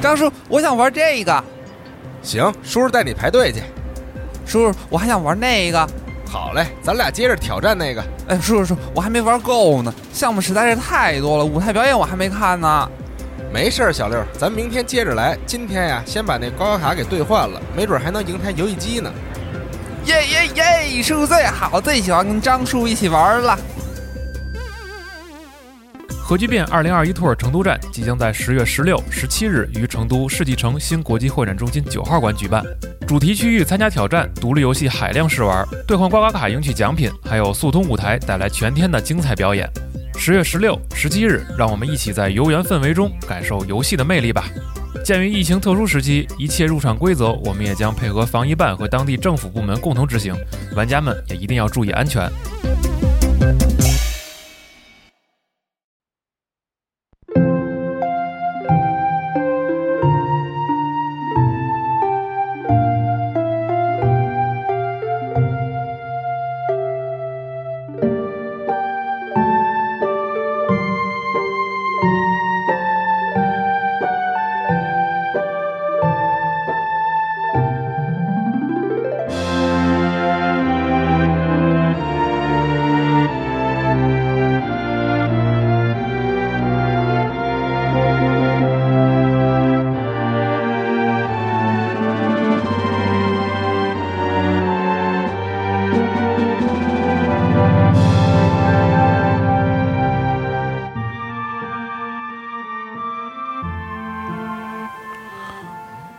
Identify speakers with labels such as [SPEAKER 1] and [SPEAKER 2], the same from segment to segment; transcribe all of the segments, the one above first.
[SPEAKER 1] 张叔，我想玩这个。
[SPEAKER 2] 行，叔叔带你排队去。
[SPEAKER 1] 叔叔，我还想玩那个。
[SPEAKER 2] 好嘞，咱俩接着挑战那个。
[SPEAKER 1] 哎，叔叔叔，我还没玩够呢，项目实在是太多了，舞台表演我还没看呢。
[SPEAKER 2] 没事儿，小六，咱明天接着来。今天呀，先把那高考卡给兑换了，没准还能赢台游戏机呢。
[SPEAKER 1] 耶耶耶！叔叔最好，最喜欢跟张叔一起玩了。
[SPEAKER 3] 核聚变二零二一兔儿成都站即将在十月十六、十七日于成都世纪城新国际会展中心九号馆举办。主题区域参加挑战，独立游戏海量试玩，兑换刮刮卡赢取奖品，还有速通舞台带来全天的精彩表演。十月十六、十七日，让我们一起在游园氛围中感受游戏的魅力吧。鉴于疫情特殊时期，一切入场规则我们也将配合防疫办和当地政府部门共同执行，玩家们也一定要注意安全。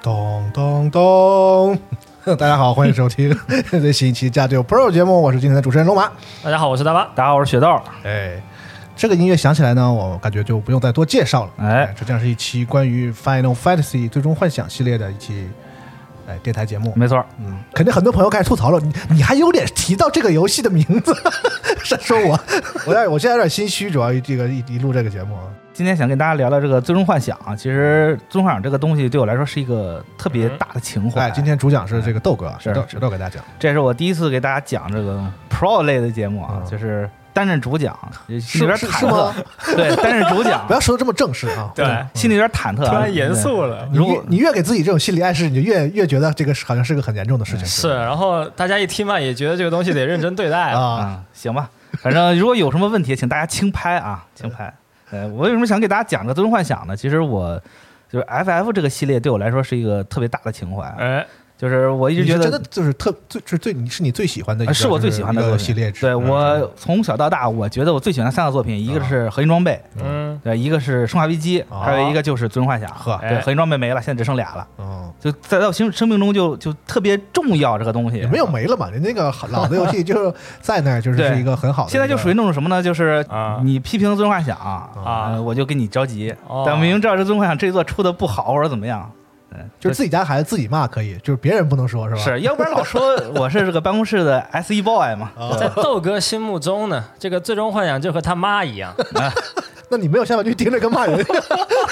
[SPEAKER 4] 咚咚咚！ 大家好，欢迎收听最新一期《家就 Pro》节目，我是今天的主持人龙马。
[SPEAKER 5] 大家好，我是大巴。
[SPEAKER 6] 大家好，我是雪豆。
[SPEAKER 4] 哎，这个音乐响起来呢，我感觉就不用再多介绍了。
[SPEAKER 6] 哎，
[SPEAKER 4] 这将是一期关于《Final Fantasy》最终幻想系列的一期哎电台节目。
[SPEAKER 6] 没错，
[SPEAKER 4] 嗯，肯定很多朋友开始吐槽了，你你还有脸提到这个游戏的名字？ 是说我，我有点我现在有点心虚，主要这个一一录这个节目啊。
[SPEAKER 6] 今天想跟大家聊聊这个《最终幻想》啊。其实《最终幻想》这个东西对我来说是一个特别大的情怀。
[SPEAKER 4] 哎，今天主讲是这个豆哥，啊
[SPEAKER 6] 是
[SPEAKER 4] 豆豆给大家讲。
[SPEAKER 6] 这是我第一次给大家讲这个 Pro 类的节目啊，
[SPEAKER 4] 嗯
[SPEAKER 6] 就是担任主讲，心里有点
[SPEAKER 4] 是
[SPEAKER 6] 忐
[SPEAKER 4] 是吗
[SPEAKER 6] 忑。对，担任主讲
[SPEAKER 4] 不，要说的这么正式啊。
[SPEAKER 5] 对，
[SPEAKER 6] 心里有点忐忑啊。
[SPEAKER 5] 突然严肃了。
[SPEAKER 4] 你
[SPEAKER 6] 如果
[SPEAKER 4] 你越给自己这种心理暗示，你就越越觉得这个是好像是个很严重的事
[SPEAKER 6] 嗯
[SPEAKER 4] 情。
[SPEAKER 5] 是，然后大家一听嘛，也觉得这个东西得认真对待。
[SPEAKER 4] 啊，
[SPEAKER 6] 啊，行吧。反正如果有什么问题，请大家轻拍啊，轻拍。呃，我为什么想给大家讲个《最终幻想》呢？其实我就是 FF 这个系列对我来说是一个特别大的情怀啊，
[SPEAKER 5] 哎，
[SPEAKER 6] 就是我一
[SPEAKER 4] 你
[SPEAKER 6] 直觉
[SPEAKER 4] 是
[SPEAKER 6] 得
[SPEAKER 4] 真的就是特最是最你是你最喜欢的一个，
[SPEAKER 6] 呃是我最喜欢的
[SPEAKER 4] 一
[SPEAKER 6] 作
[SPEAKER 4] 个
[SPEAKER 6] 品
[SPEAKER 4] 系列之嗯一。
[SPEAKER 6] 对我从小到大，我觉得我最喜欢的三个作品，一个
[SPEAKER 4] 啊
[SPEAKER 6] 是《合金装备》，
[SPEAKER 5] 嗯，
[SPEAKER 6] 对，一个是《生化危机》，
[SPEAKER 4] 哦
[SPEAKER 6] 还有一个就是《最终幻想》。
[SPEAKER 4] 呵
[SPEAKER 6] 对，
[SPEAKER 5] 哎
[SPEAKER 6] 合金装备没了，现在只剩俩了。
[SPEAKER 4] 嗯，
[SPEAKER 6] 就在到生生命中就就特别重要这个东西。
[SPEAKER 4] 也没有没了嘛，你那个老的游戏就是在那儿，就是
[SPEAKER 6] 对
[SPEAKER 4] 是一个很好的一个。
[SPEAKER 6] 现在就属于那种什么呢？就是
[SPEAKER 5] 啊
[SPEAKER 6] 你批评《最终幻想》
[SPEAKER 5] 啊
[SPEAKER 6] 呃我就跟你着急。
[SPEAKER 5] 哦
[SPEAKER 6] 但明明知道《这最终幻想》这一座出的不好或者怎么样，嗯，
[SPEAKER 4] 就是自己家孩子自己骂可以，就是别人不能说，是吧？
[SPEAKER 6] 是，要不然老说我是这个办公室的 S E boy 嘛。
[SPEAKER 4] 啊
[SPEAKER 5] 在豆哥心目中呢，这个最终幻想就和他妈一样，
[SPEAKER 4] 那你没有下半句盯着跟骂 人，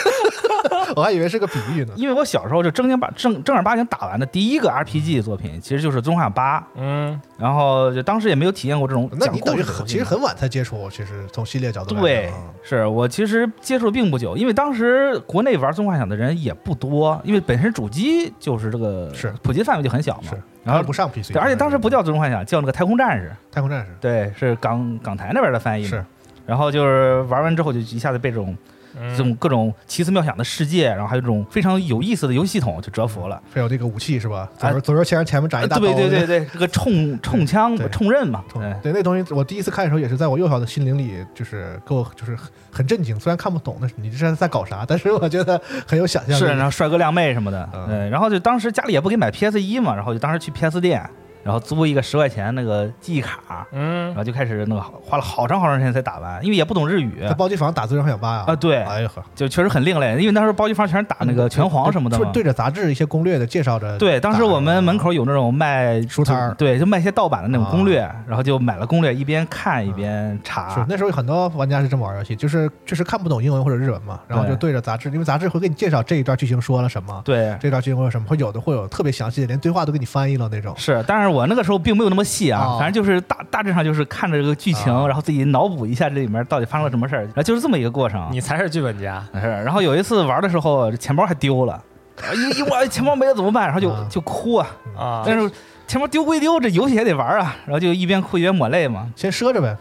[SPEAKER 4] 我还以为是个比喻呢。
[SPEAKER 6] 因为我小时候就正经把正正儿八经打完的第一个 R P G 作品，其实就是《最终幻想八》。
[SPEAKER 5] 嗯，
[SPEAKER 6] 然后就当时也没有体验过这种
[SPEAKER 4] 那
[SPEAKER 6] 讲
[SPEAKER 4] 你
[SPEAKER 6] 故
[SPEAKER 4] 等于
[SPEAKER 6] 事的东
[SPEAKER 4] 很
[SPEAKER 6] 西
[SPEAKER 4] 其实很晚才接触，其实从系列角度来
[SPEAKER 6] 对
[SPEAKER 4] 讲啊，
[SPEAKER 6] 是我其实接触并不久，因为当时国内玩《最终幻想》的人也不多，因为本身主机就是这个
[SPEAKER 4] 是
[SPEAKER 6] 普及范围就很小嘛
[SPEAKER 4] 是。
[SPEAKER 6] 然后
[SPEAKER 4] 不上 PC，
[SPEAKER 6] 对，而且当时不叫《最终幻想》，叫那个《太空战士》，
[SPEAKER 4] 太空战士，
[SPEAKER 6] 对，是港港台那边的翻译嘛。
[SPEAKER 4] 是。
[SPEAKER 6] 然后就是玩完之后，就一下子被这种
[SPEAKER 5] 嗯
[SPEAKER 6] 这
[SPEAKER 4] 嗯
[SPEAKER 6] 种各种奇思妙想的世界，然后还有这种非常有意思的游戏系统就折服了。
[SPEAKER 4] 还有这个武器是吧？左
[SPEAKER 6] 啊
[SPEAKER 4] 手左手前前面长一哎大
[SPEAKER 6] 对
[SPEAKER 4] 刀，
[SPEAKER 6] 对哎对对，这个冲冲枪
[SPEAKER 4] 对
[SPEAKER 6] 冲刃嘛，
[SPEAKER 4] 痛
[SPEAKER 6] 对
[SPEAKER 4] 对，那东西我第一次看的时候，也是在我幼小的心灵里，就是给我就是很很震惊。虽然看不懂，但是你这是在搞啥？但是我觉得很有想象力。
[SPEAKER 6] 是，然后帅哥靓妹什么的，
[SPEAKER 4] 嗯
[SPEAKER 6] 对，然后就当时家里也不给买 PS 一嘛，然后就当时去 PS 店，然后租一个十块钱那个记忆卡，然
[SPEAKER 5] 嗯，
[SPEAKER 6] 后就开始那个花了好长好长时间才打完，因为也不懂日语
[SPEAKER 4] 在包机房打《最终幻想八》
[SPEAKER 6] 啊，对，
[SPEAKER 4] 哎呦呵，嗯
[SPEAKER 6] 就确实很另类，因为那时候包机房全是打那个拳皇什么的
[SPEAKER 4] 就
[SPEAKER 6] 嘛
[SPEAKER 4] 是，对着杂志一些攻略的介绍着。
[SPEAKER 6] 对，当时我们门口有那种卖
[SPEAKER 4] 书摊儿
[SPEAKER 6] 就对，就卖一些盗版的那种
[SPEAKER 4] 啊嗯
[SPEAKER 6] 攻略，然后就买了攻略，一边看一边
[SPEAKER 4] 是
[SPEAKER 6] 查，
[SPEAKER 4] 那时候有很多玩家是这么玩游戏，就是就是看不懂英文或者日文嘛，然后就对着杂志，因为杂志会给你介绍这一段剧情说了什么，
[SPEAKER 6] 对。
[SPEAKER 4] 这段剧情说了什么，会有的会有特别详细的，连对话都给你翻译了那种。
[SPEAKER 6] 是，但是我那个时候并没有那么细啊
[SPEAKER 4] 哦，
[SPEAKER 6] 反正就是大大致上就是看着这个剧情，
[SPEAKER 5] 哦
[SPEAKER 6] 然后自己脑补一下这里面到底发生了什么事儿，然后就是这么一个过程。
[SPEAKER 5] 你才是剧本家，
[SPEAKER 6] 是，然后有一次玩的时候，这钱包还丢了，哎一一我 钱包没了怎么办？然后就
[SPEAKER 4] 啊
[SPEAKER 6] 就哭啊，
[SPEAKER 5] 啊，
[SPEAKER 6] 但是钱包丢归丢，这游戏还得玩啊，然后就一边哭一边抹泪嘛。
[SPEAKER 4] 先赊着呗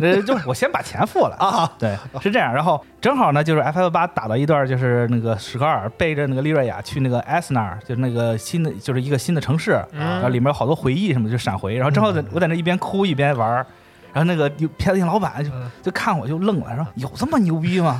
[SPEAKER 6] 呃，就我先把钱付 了啊，对，是这样。然后正好呢，就是 F F 八打到一段，就是那个史克尔背着那个利瑞亚去那个 S 那儿，就是那个新的，就是一个新的城市，
[SPEAKER 4] 啊
[SPEAKER 6] 然后里面有好多回忆什么的，就闪回。然后正好在我在那一边哭一边玩儿，然后那个有骗子店老板就
[SPEAKER 4] 嗯
[SPEAKER 6] 就看我就愣了，说有这么牛逼吗？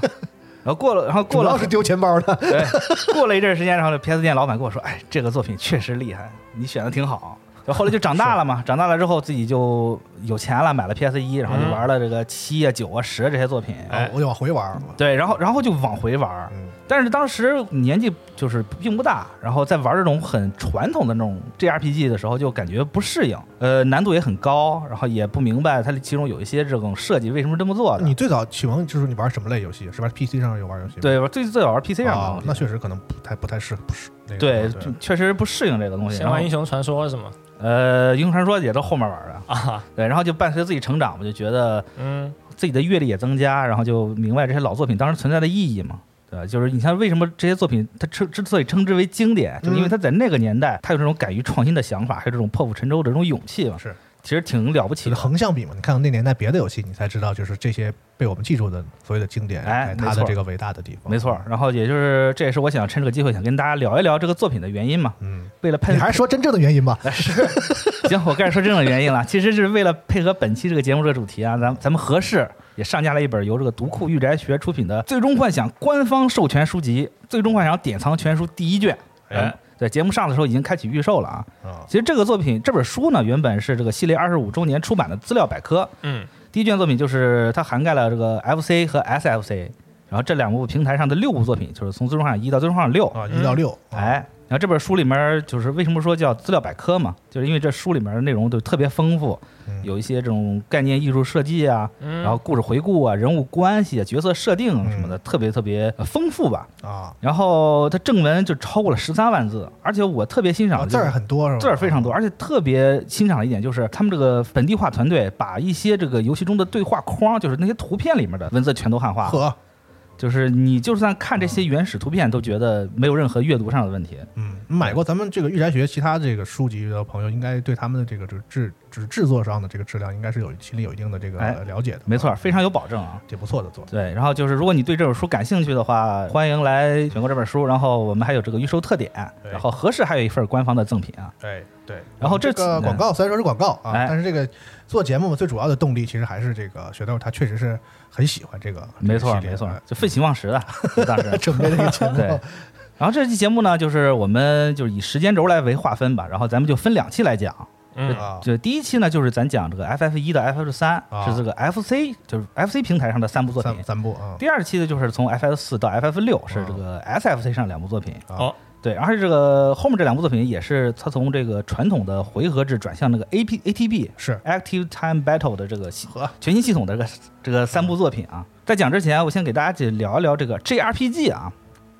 [SPEAKER 6] 然后过了，然后
[SPEAKER 4] 主
[SPEAKER 6] 过了
[SPEAKER 4] 要是丢钱包的，
[SPEAKER 6] 对， 过了一阵儿时间，然后 PS 店老板跟我说：“哎，这个作品确实厉害，你选的挺好。”然后后来就长大了嘛，长大了之后自己就有钱了，买了 PS 一，然后就玩了这个七啊、九啊、十啊这些作品。
[SPEAKER 5] 哎
[SPEAKER 4] 我就往回玩儿。
[SPEAKER 6] 对，然后然后就往回玩儿
[SPEAKER 4] 嗯，
[SPEAKER 6] 但是当时年纪就是并不大，然后在玩这种很传统的那种 JRPG 的时候，就感觉不适应，呃，难度也很高，然后也不明白它其中有一些这种设计为什么这么做的。
[SPEAKER 4] 你最早启蒙就是你玩什么类游戏？是玩 PC 上有玩游戏吗？
[SPEAKER 6] 对，我最最早玩 PC 上
[SPEAKER 4] 啊
[SPEAKER 6] 的，
[SPEAKER 4] 那
[SPEAKER 6] 东西，
[SPEAKER 4] 确实可能不太不太适合，不是那个
[SPEAKER 6] 对，
[SPEAKER 4] 对
[SPEAKER 6] 就确实不适应这个东西。
[SPEAKER 5] 先
[SPEAKER 6] 然后
[SPEAKER 5] 玩英雄传说是吗？
[SPEAKER 6] 呃，英雄传说也都后面玩的，
[SPEAKER 5] 啊，
[SPEAKER 6] 对，然后就伴随自己成长，我就觉得
[SPEAKER 5] 嗯，
[SPEAKER 6] 自己的阅历也增加，然后就明白这些老作品当时存在的意义嘛。对吧，就是你像为什么这些作品它之之所以称之为经典，
[SPEAKER 4] 嗯
[SPEAKER 6] 就是因为它在那个年代，它有这种敢于创新的想法，还有这种破釜沉舟的这种勇气嘛。
[SPEAKER 4] 是，
[SPEAKER 6] 其实挺了不起
[SPEAKER 4] 就是
[SPEAKER 6] 的。
[SPEAKER 4] 横向比嘛。你看看那年代别的游戏，你才知道就是这些被我们记住的所谓的经典，
[SPEAKER 6] 哎
[SPEAKER 4] 它
[SPEAKER 6] 没
[SPEAKER 4] 的
[SPEAKER 6] 错
[SPEAKER 4] 这个伟大的地方。
[SPEAKER 6] 没错，，然后也就是这也是我想趁这个机会想跟大家聊一聊这个作品的原因嘛。
[SPEAKER 4] 嗯，
[SPEAKER 6] 为了配
[SPEAKER 4] 你还是说真正的原因
[SPEAKER 6] 哎
[SPEAKER 4] 吧。
[SPEAKER 6] 行，我开始说真正的原因了，其实是为了配合本期这个节目这个主题啊，咱们咱们合适也上架了一本由这个独库御宅学出品的《最终幻想》官方授权书籍《最终幻想典藏全书》第一卷。嗯
[SPEAKER 3] 哎，
[SPEAKER 6] 对，节目上的时候已经开启预售了啊。
[SPEAKER 4] 啊，
[SPEAKER 6] 其实这个作品这本书呢，原本是这个系列二十五周年出版的资料百科。
[SPEAKER 3] 嗯，
[SPEAKER 6] 第一卷作品就是它涵盖了这个 FC 和 SFC，然后这两部平台上的六部作品，就是从《最终幻想一》到《最终幻想六》
[SPEAKER 4] 啊，一到六，
[SPEAKER 6] 哎，然后这本书里面就是为什么说叫资料百科嘛，就是因为这书里面的内容都特别丰富，
[SPEAKER 4] 嗯
[SPEAKER 6] 有一些这种概念艺术设计啊，
[SPEAKER 5] 嗯
[SPEAKER 6] 然后故事回顾啊、人物关系啊、角色设定什
[SPEAKER 4] 嗯
[SPEAKER 6] 么的，特别特别呃丰富吧。
[SPEAKER 4] 啊，
[SPEAKER 6] 然后它正文就超过了十三万字，而且我特别欣赏
[SPEAKER 4] 啊
[SPEAKER 6] 的
[SPEAKER 4] 字
[SPEAKER 6] 就是
[SPEAKER 4] 儿很哦多是吧？
[SPEAKER 6] 字儿非常多，而且特别欣赏的一点就是他们这个本地化团队把一些这个游戏中的对话框，就是那些图片里面的文字全都汉化了，
[SPEAKER 4] 啊呵，哦
[SPEAKER 6] 就是你就算看这些原始图片都觉得没有任何阅读上的问题。
[SPEAKER 4] 嗯，买过咱们这个御宅学其他这个书籍的朋友，应该对他们的这个这个制制制作上的这个质量，应该是有心里有一定的这个
[SPEAKER 6] 哎
[SPEAKER 4] 呃了解的。
[SPEAKER 6] 没错，非常有保证啊。
[SPEAKER 4] 挺不错的做。
[SPEAKER 6] 对，然后就是如果你对这本书感兴趣的话，欢迎来选购这本书。然后我们还有这个预售特点，
[SPEAKER 4] 对
[SPEAKER 6] 然后合适还有一份官方的赠品啊。
[SPEAKER 4] 哎，对。
[SPEAKER 6] 然后
[SPEAKER 4] 这
[SPEAKER 6] 这
[SPEAKER 4] 个
[SPEAKER 6] 次
[SPEAKER 4] 广告虽然说是广告啊，
[SPEAKER 6] 哎
[SPEAKER 4] 但是这个做节目最主要的动力其实还是这个雪豆，他确实是很喜欢这个，
[SPEAKER 6] 没
[SPEAKER 4] 这
[SPEAKER 6] 错
[SPEAKER 4] 个系列
[SPEAKER 6] 没错
[SPEAKER 4] 哎，
[SPEAKER 6] 就废寝忘 食的，就当时
[SPEAKER 4] 准备这 个节目，
[SPEAKER 6] 对。然后这期节目呢，就是我们就是以时间轴来为划分吧，然后咱们就分两期来讲。
[SPEAKER 5] 嗯
[SPEAKER 4] 啊，
[SPEAKER 6] 就第一期呢，就是咱讲这个 FF 一到 FF 三、
[SPEAKER 4] 啊
[SPEAKER 6] 是这个 FC，就是 FC 平台上的三部作品
[SPEAKER 4] 三。三部啊，
[SPEAKER 6] 第二期呢，就是从 FF 四到 FF 六是这个 SFC 上两部作品。
[SPEAKER 4] 哦，
[SPEAKER 6] 对，而且这个后面这两部作品也是它从这个传统的回合制转向那个 A P A T B
[SPEAKER 4] 是
[SPEAKER 6] Active Time Battle 的这个系
[SPEAKER 4] 呵
[SPEAKER 6] 全新系统的这个这个三部作品啊。在讲之前，我先给大家去聊一聊这个 J R P G 啊。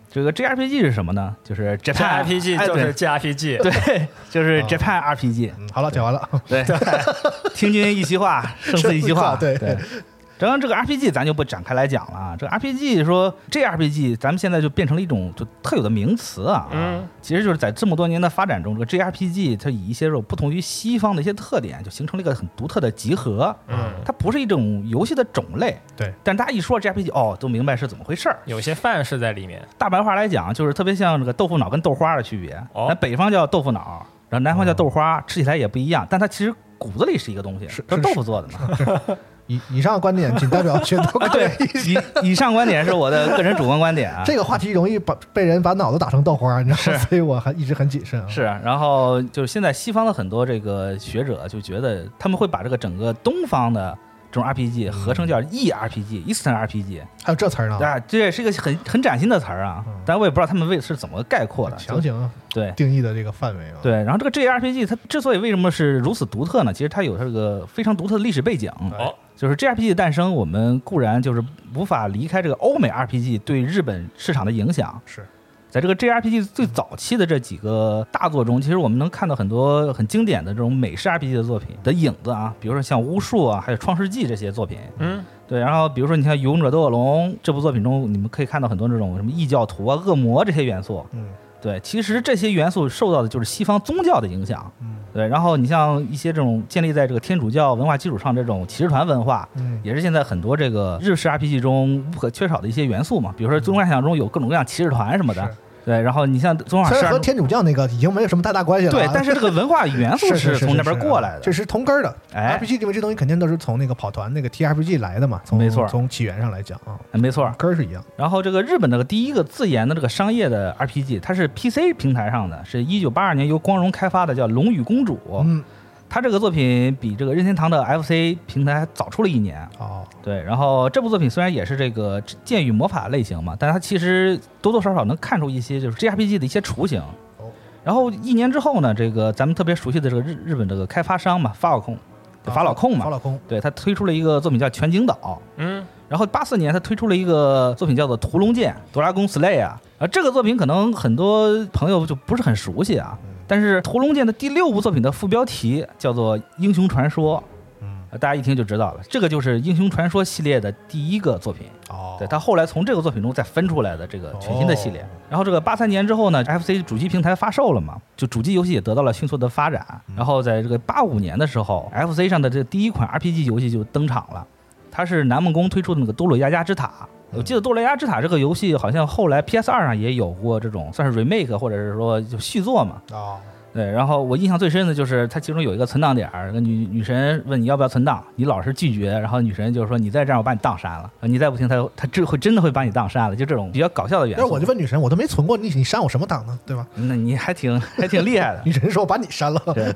[SPEAKER 6] 这个 J R P G 是什么呢？就是
[SPEAKER 5] g
[SPEAKER 6] Japan
[SPEAKER 5] r p g
[SPEAKER 6] 哎
[SPEAKER 5] 就
[SPEAKER 6] 对
[SPEAKER 5] 是 GRPG，
[SPEAKER 6] 对，就是
[SPEAKER 4] 啊
[SPEAKER 6] Japan R P G。
[SPEAKER 4] 嗯，好了，讲完了，
[SPEAKER 6] 对，听君一席 话，胜似一席话。
[SPEAKER 4] 对
[SPEAKER 6] 对。然后这个 RPG 咱就不展开来讲了啊，这个 RPG 说这 RPG 咱们现在就变成了一种就特有的名词啊，
[SPEAKER 5] 嗯，
[SPEAKER 6] 其实就是在这么多年的发展中，这个 JRPG 它以一些这种不同于西方的一些特点，就形成了一个很独特的集合，
[SPEAKER 5] 嗯，
[SPEAKER 6] 它不是一种游戏的种类，
[SPEAKER 4] 对，
[SPEAKER 6] 但大家一说 JRPG，哦，都明白是怎么回事儿。
[SPEAKER 5] 有些范式在里面，
[SPEAKER 6] 大白话来讲，就是特别像这个豆腐脑跟豆花的区别。
[SPEAKER 5] 哦
[SPEAKER 6] 咱北方叫豆腐脑，然后南方叫豆花，吃起来也不一样，但它其实骨子里是一个东西，
[SPEAKER 4] 是
[SPEAKER 6] 都
[SPEAKER 4] 是
[SPEAKER 6] 豆腐做的嘛。
[SPEAKER 4] 以以上观点仅代 表雪豆
[SPEAKER 6] 啊，对，以以上观点是我的个人主观观点啊。
[SPEAKER 4] 这个话题容易把被人把脑子打成豆花，你知道吗？所以我还一直很谨慎啊。
[SPEAKER 6] 是，然后就是现在西方的很多这个学者就觉得他们会把这个整个东方的这种
[SPEAKER 4] 嗯
[SPEAKER 6] RPG 合称叫 ERPG，Eastern RPG，
[SPEAKER 4] 还有这词儿呢，
[SPEAKER 6] 啊，这也是一个很很崭新的词儿啊
[SPEAKER 4] 嗯，
[SPEAKER 6] 但我也不知道他们为是怎么概括的。
[SPEAKER 4] 强行
[SPEAKER 6] 对
[SPEAKER 4] 定义的这个范围啊。，
[SPEAKER 6] 对，然后这个 JRPG 它之所以为什么是如此独特呢？其实它有它这个非常独特的历史背景。
[SPEAKER 4] 哦，
[SPEAKER 6] 就是 JRPG 的诞生，我们固然就是无法离开这个欧美 RPG 对日本市场的影响。
[SPEAKER 4] 是，
[SPEAKER 6] 在这个 JRPG 最早期的这几个大作中，其实我们能看到很多很经典的这种美式 RPG 的作品的影子啊，比如说像《巫术》啊，还有《创世纪》这些作品。
[SPEAKER 3] 嗯，
[SPEAKER 6] 对，然后比如说你像《勇者斗恶龙》这部作品中，你们可以看到很多这种什么异教徒啊、恶魔这些元素。
[SPEAKER 4] 嗯，
[SPEAKER 6] 对，其实这些元素受到的就是西方宗教的影响。
[SPEAKER 4] 嗯，
[SPEAKER 6] 对，然后你像一些这种建立在这个天主教文化基础上这种骑士团文化，
[SPEAKER 4] 嗯
[SPEAKER 6] 也是现在很多这个日式 RPG 中不可缺少的一些元素嘛，比如说《最终幻想》中有各种各样骑士团什么的
[SPEAKER 4] 是，
[SPEAKER 6] 对，然后你像《最终幻
[SPEAKER 4] 虽然
[SPEAKER 6] 想十
[SPEAKER 4] 和
[SPEAKER 6] 二》
[SPEAKER 4] 天主教那个已经没有什么太大关系了啊，
[SPEAKER 6] 对，但是这个文化元素
[SPEAKER 4] 是是
[SPEAKER 6] 从那边过来的，
[SPEAKER 4] 这是同根儿的。
[SPEAKER 6] 哎
[SPEAKER 4] RPG 里面这东西肯定都是从那个跑团那个 TRPG 来的嘛，从
[SPEAKER 6] 没错
[SPEAKER 4] 从起源上来讲啊，
[SPEAKER 6] 没错。
[SPEAKER 4] 根儿是一样。
[SPEAKER 6] 然后这个日本的第一个自研的这个商业的 RPG，它是 PC 平台上的，是一九八二年由光荣开发的，叫《龙与公主》。
[SPEAKER 4] 嗯，
[SPEAKER 6] 它这个作品比这个任天堂的 FC 平台还早出了一年。
[SPEAKER 4] 哦，
[SPEAKER 6] 对，然后这部作品虽然也是这个剑与魔法类型嘛，但它其实多多少少能看出一些就是 JRPG 的一些雏形
[SPEAKER 4] 哦。
[SPEAKER 6] 然后一年之后呢，这个咱们特别熟悉的这个日日本这个开发商嘛，法老控，法老控
[SPEAKER 4] 法
[SPEAKER 6] 嘛，
[SPEAKER 4] 老控，
[SPEAKER 6] 对他推出了一个作品叫《全景岛》。
[SPEAKER 3] 嗯，
[SPEAKER 6] 然后八四年他推出了一个作品叫做《屠龙剑》《拉宫 Slay》啊，而这个作品可能很多朋友就不是很熟悉啊，但是《屠龙剑》的第六部作品的副标题叫做《英雄传说》。
[SPEAKER 4] 嗯，
[SPEAKER 6] 大家一听就知道了，这个就是《英雄传说》系列的第一个作品。
[SPEAKER 4] 哦，
[SPEAKER 6] 对，他后来从这个作品中再分出来的这个全新的系列。然后这个八三年之后呢，FC 主机平台发售了嘛，就主机游戏也得到了迅速的发展。然后在这个八五年的时候，FC 上的这第一款 RPG 游戏就登场了，它是南梦宫推出的那个《多鲁亚加之塔》。我记得《多鲁亚之塔》这个游戏好像后来 PS 二上也有过这种算是 remake 或者是说就续作嘛。
[SPEAKER 4] 哦，
[SPEAKER 6] 对，然后我印象最深的就是它其中有一个存档点儿，那女女神问你要不要存档，你老是拒绝，然后女神就是说你再这样我把你当删了，你再不听她她真会真的会把你当删了，就这种比较搞笑的元
[SPEAKER 4] 但是
[SPEAKER 6] 素。嗯
[SPEAKER 4] 我就问女神，我都没存过你，你删我什么档呢？对吧？
[SPEAKER 6] 那你还挺还挺厉 害的。
[SPEAKER 4] 女神说我把你删了。
[SPEAKER 6] 对，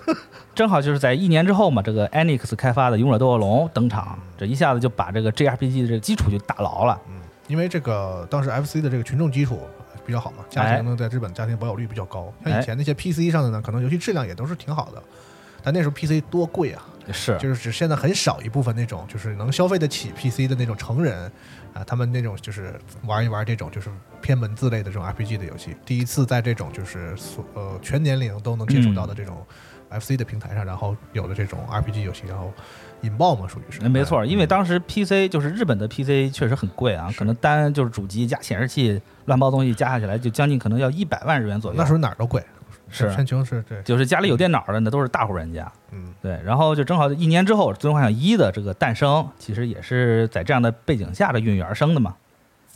[SPEAKER 6] 正好就是在一年之后嘛，这个 Anix 开发的《勇者斗恶龙》登场，这一下子就把这个 JRPG 的这个基础就打牢了。
[SPEAKER 4] 因为这个当时 FC 的这个群众基础比较好嘛，家庭呢在日本家庭保有率比较高。像
[SPEAKER 6] 哎
[SPEAKER 4] 以前那些 PC 上的呢，可能游戏质量也都是挺好的，但那时候 PC 多贵啊，
[SPEAKER 6] 是
[SPEAKER 4] 就是只现在很少一部分那种就是能消费得起 PC 的那种成人啊，他们那种就是玩一玩这种就是偏文字类的这种 RPG 的游戏，第一次在这种就是所呃全年龄都能接触到的这种
[SPEAKER 6] 嗯
[SPEAKER 4] FC 的平台上，然后有了这种 RPG 游戏，然后引爆嘛，属于是。
[SPEAKER 6] 嗯没错，因为当时 PC 就是日本的 PC 确实很贵啊，可能单就是主机加显示器乱包东西加下起来就将近可能要一百万日元左右。
[SPEAKER 4] 嗯那时候哪儿都贵，
[SPEAKER 6] 是
[SPEAKER 4] 山穷是对，
[SPEAKER 6] 就是家里有电脑的那都是大户人家，
[SPEAKER 4] 嗯，
[SPEAKER 6] 对，然后就正好一年之后，《最终幻想一》的这个诞生，其实也是在这样的背景下的孕育而生的嘛。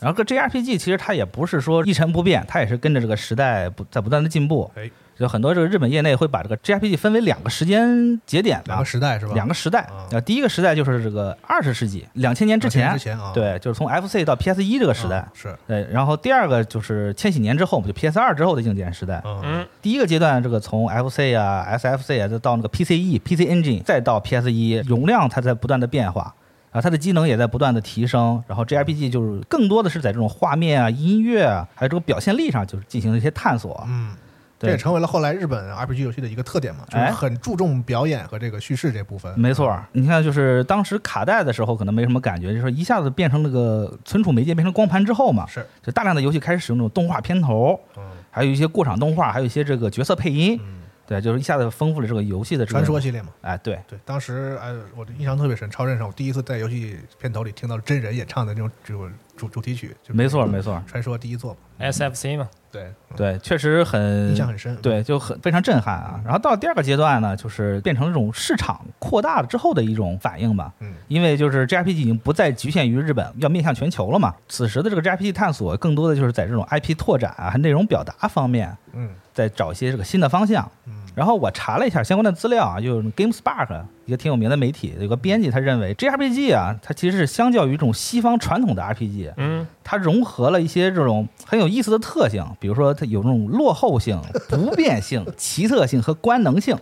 [SPEAKER 6] 然后个 JRPG 其实它也不是说一成不变，它也是跟着这个时代不在不断的进步
[SPEAKER 4] 哎。
[SPEAKER 6] 就很多这个日本业内会把这个 JRPG 分为两个时间节点吧，
[SPEAKER 4] 两个时代是吧？
[SPEAKER 6] 两个时代
[SPEAKER 4] 啊。
[SPEAKER 6] 呃，第一个时代就是这个二十世纪两千年之
[SPEAKER 4] 2000
[SPEAKER 6] 前
[SPEAKER 4] 之，前啊，
[SPEAKER 6] 对，就是从 FC 到 PS 一这个时代
[SPEAKER 4] 啊。是，
[SPEAKER 6] 对，然后第二个就是千禧年之后，我们就 PS 二之后的硬件时代。
[SPEAKER 4] 嗯，
[SPEAKER 3] 嗯，
[SPEAKER 6] 第一个阶段，这个从 FC 啊、SFC 啊，再到那个 PCE、PC Engine，再到 PS 一，容量它在不断的变化，啊，它的机能也在不断的提升。然后 JRPG 就是更多的是在这种画面啊、音乐啊，还有这种表现力上，就是进行了一些探索。
[SPEAKER 4] 嗯，这也
[SPEAKER 6] 对，
[SPEAKER 4] 成为了后来日本 RPG 游戏的一个特点嘛，就是
[SPEAKER 6] 哎
[SPEAKER 4] 很注重表演和这个叙事这部分。
[SPEAKER 6] 没错儿。你看，就是当时卡带的时候可能没什么感觉，就是一下子变成那个存储媒介变成光盘之后嘛，
[SPEAKER 4] 是，
[SPEAKER 6] 就大量的游戏开始使用这种动画片头，
[SPEAKER 4] 嗯
[SPEAKER 6] 还有一些过场动画，还有一些这个角色配音。
[SPEAKER 4] 嗯，
[SPEAKER 6] 对，就是一下子丰富了这个游戏的这个
[SPEAKER 4] 传说。系列嘛，
[SPEAKER 6] 哎，对，
[SPEAKER 4] 对，当时哎，我的印象特别深，超任上我第一次在游戏片头里听到真人演唱的那种主主主题曲，就是
[SPEAKER 6] 没错儿，没错儿。
[SPEAKER 4] 传说第一作嘛，
[SPEAKER 5] SFC 嘛，
[SPEAKER 4] 对，嗯
[SPEAKER 6] 对，确实很
[SPEAKER 4] 印象很深。，
[SPEAKER 6] 嗯对，就很非常震撼啊。然后到了第二个阶段呢，就是变成这种市场扩大了之后的一种反应吧。
[SPEAKER 4] 嗯，
[SPEAKER 6] 因为就是 JRPG 已经不再局限于日本，要面向全球了嘛。此时的这个 JRPG 探索，更多的就是在这种 IP 拓展啊、内容表达方面，
[SPEAKER 4] 嗯
[SPEAKER 6] 在找一些这个新的方向。
[SPEAKER 4] 嗯，
[SPEAKER 6] 然后我查了一下相关的资料啊，就是 GameSpark 一个挺有名的媒体，有个编辑他认为 JRPG 啊，它其实是相较于这种西方传统的 RPG，
[SPEAKER 3] 嗯，
[SPEAKER 6] 它融合了一些这种很有意思的特性，比如说它有这种落后性、不变性、奇特性和官能性。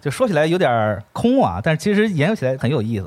[SPEAKER 6] 就说起来有点儿空啊，但是其实研究起来很有意思。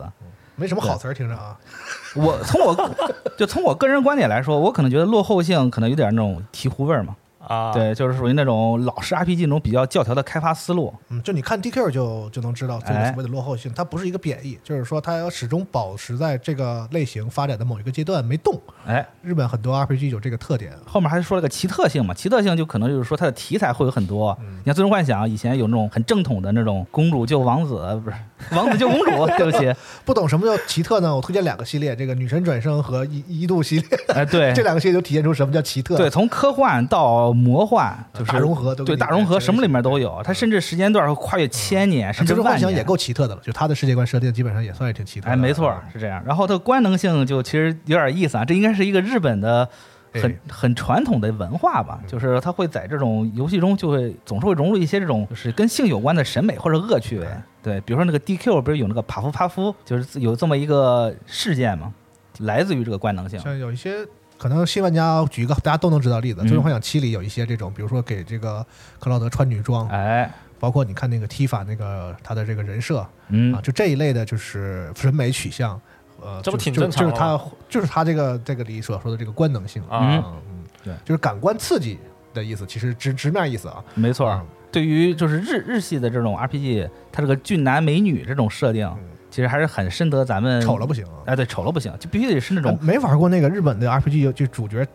[SPEAKER 4] 没什么好词儿，听着啊，
[SPEAKER 6] 我从我就从我个人观点来说，我可能觉得落后性可能有点那种醍醐味儿嘛，
[SPEAKER 5] 啊，，
[SPEAKER 6] 对，就是属于那种老式 RPG 那种比较教条的开发思路。
[SPEAKER 4] 嗯，就你看 DQ 就就能知道这个
[SPEAKER 6] 哎
[SPEAKER 4] 所谓的落后性，它不是一个贬义，就是说它要始终保持在这个类型发展的某一个阶段没动。
[SPEAKER 6] 哎，
[SPEAKER 4] 日本很多 RPG 有这个特点，啊
[SPEAKER 6] 后面还说了个奇特性嘛，奇特性就可能就是说它的题材会有很多。你像《最终幻想》以前有那种很正统的那种公主救王子，不是王子救公主，对不起，
[SPEAKER 4] 不懂什么叫奇特呢？我推荐两个系列，这个《女神转生》和一《一度》系列，
[SPEAKER 6] 哎，对
[SPEAKER 4] 这，两个系列就体现出什么叫奇特。
[SPEAKER 6] 对，，从科幻到魔幻，就是
[SPEAKER 4] 大融合都给
[SPEAKER 6] 对
[SPEAKER 4] 你
[SPEAKER 6] 大融合
[SPEAKER 4] 展示
[SPEAKER 6] 什么里面都有，
[SPEAKER 4] 嗯
[SPEAKER 6] 它甚至时间段会跨越千年，甚
[SPEAKER 4] 最
[SPEAKER 6] 至
[SPEAKER 4] 终啊
[SPEAKER 6] 万
[SPEAKER 4] 幻想
[SPEAKER 6] 年。
[SPEAKER 4] 也够奇特的了，就它的世界观设定基本上也算是挺奇特的。啊
[SPEAKER 6] 哎，没错，是这样。然后它的官能性就其实有点意思啊，这应该是一个日本的
[SPEAKER 4] 哎
[SPEAKER 6] 很很传统的文化
[SPEAKER 4] 嗯
[SPEAKER 6] 吧，就是它会在这种游戏中就会总是会融入一些这种就是跟性有关的审美或者恶趣味。
[SPEAKER 4] 哎
[SPEAKER 6] 对，比如说那个 DQ 不是有那个帕夫帕夫，就是有这么一个事件嘛，来自于这个官能性。
[SPEAKER 4] 像有一些可能新玩家举一个大家都能知道的例子，
[SPEAKER 6] 嗯
[SPEAKER 4] 最终幻想七》里有一些这种，比如说给这个克劳德穿女装，
[SPEAKER 6] 哎，
[SPEAKER 4] 包括你看那个踢法那个他的这个人设
[SPEAKER 6] 嗯
[SPEAKER 4] 啊，，就这一类的，就是审美取向。呃，
[SPEAKER 5] 这不
[SPEAKER 4] 就
[SPEAKER 5] 挺
[SPEAKER 4] 就
[SPEAKER 5] 正常
[SPEAKER 4] 就是
[SPEAKER 5] 的
[SPEAKER 4] 他，就是他这个这个里所说的这个官能性
[SPEAKER 5] 啊
[SPEAKER 4] 嗯嗯，
[SPEAKER 6] 对
[SPEAKER 4] 就是感官刺激的意思，其实直直面意思啊，
[SPEAKER 6] 没错。
[SPEAKER 4] 嗯
[SPEAKER 6] 对于就是日日系的这种 RPG，它这个俊男美女这种设定，其实还是很深得咱们
[SPEAKER 4] 嗯丑了不行啊，
[SPEAKER 6] 哎，对，丑了不行，就必须得是那
[SPEAKER 4] 哎
[SPEAKER 6] 种，
[SPEAKER 4] 没玩过那个日本的 RPG，有就主角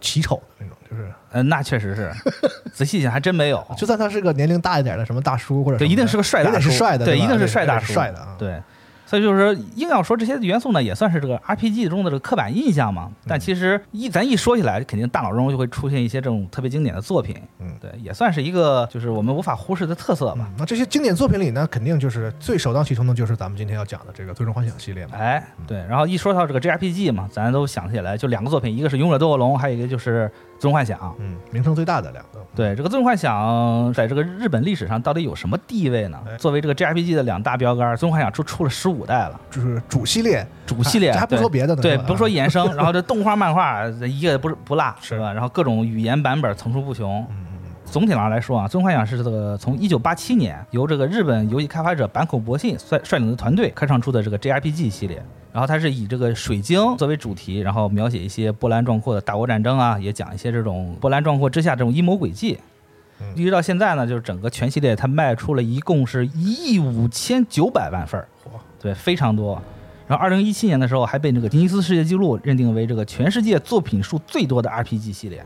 [SPEAKER 4] 奇丑的那种，就是
[SPEAKER 6] 嗯，那确 实是，仔细想还真没有，
[SPEAKER 4] 就算他是个年龄大一点的什么大叔或者
[SPEAKER 6] 哦对，
[SPEAKER 4] 什么
[SPEAKER 6] 一定
[SPEAKER 4] 的
[SPEAKER 6] 是个帅
[SPEAKER 4] 也
[SPEAKER 6] 大
[SPEAKER 4] 得
[SPEAKER 6] 叔，
[SPEAKER 4] 是帅的，
[SPEAKER 6] 对，
[SPEAKER 4] 吧
[SPEAKER 6] 一定是帅
[SPEAKER 4] 得
[SPEAKER 6] 大
[SPEAKER 4] 是
[SPEAKER 6] 叔，
[SPEAKER 4] 帅的啊，
[SPEAKER 6] 对。所以就是说硬要说这些元素呢，也算是这个 RPG 中的这个刻板印象
[SPEAKER 4] 嗯
[SPEAKER 6] 嘛。但其实一咱一说起来，肯定大脑中就会出现一些这种特别经典的作品，
[SPEAKER 4] 嗯
[SPEAKER 6] 对，也算是一个就是我们无法忽视的特色吧。
[SPEAKER 4] 嗯，那这些经典作品里呢，肯定就是最首当其冲的，就是咱们今天要讲的这个《最终幻想》系列嘛。
[SPEAKER 6] 哎，对，然后一说到这个 JRPG 嘛，咱都想起来就两个作品，一个是《勇者斗恶龙》，还有一个就是《最终幻想》。
[SPEAKER 4] 嗯，名声最大的两个。
[SPEAKER 6] 对，这个《最终幻想》在这个日本历史上到底有什么地位呢
[SPEAKER 4] 哎？
[SPEAKER 6] 作为这个 JRPG 的两大标杆，《最终幻想》出出了十五代了，
[SPEAKER 4] 就是主系列，
[SPEAKER 6] 主系列
[SPEAKER 4] 还还不
[SPEAKER 6] 对
[SPEAKER 4] 说别的呢，
[SPEAKER 6] 对，
[SPEAKER 4] 是吧啊
[SPEAKER 6] 不说 衍生，然后这动画、漫画一个也不是不落，
[SPEAKER 4] 是
[SPEAKER 6] 是吧？然后各种语言版本层出不穷。
[SPEAKER 4] 嗯嗯嗯，
[SPEAKER 6] 总体上来说啊，《最终幻想》是这个从一九八七年由这个日本游戏开发者坂口博信率率领的团队开创出的这个 JRPG 系列。然后它是以这个水晶作为主题，然后描写一些波澜壮阔的大国战争啊，也讲一些这种波澜壮阔之下这种阴谋诡计。
[SPEAKER 4] 嗯
[SPEAKER 6] 一直到现在呢，就是整个全系列它卖出了一共是一亿五千九百万份儿
[SPEAKER 4] 嚯，
[SPEAKER 6] 对，非常多。然后二零一七年的时候还被这个吉尼斯世界纪录认定为这个全世界作品数最多的 RPG 系列。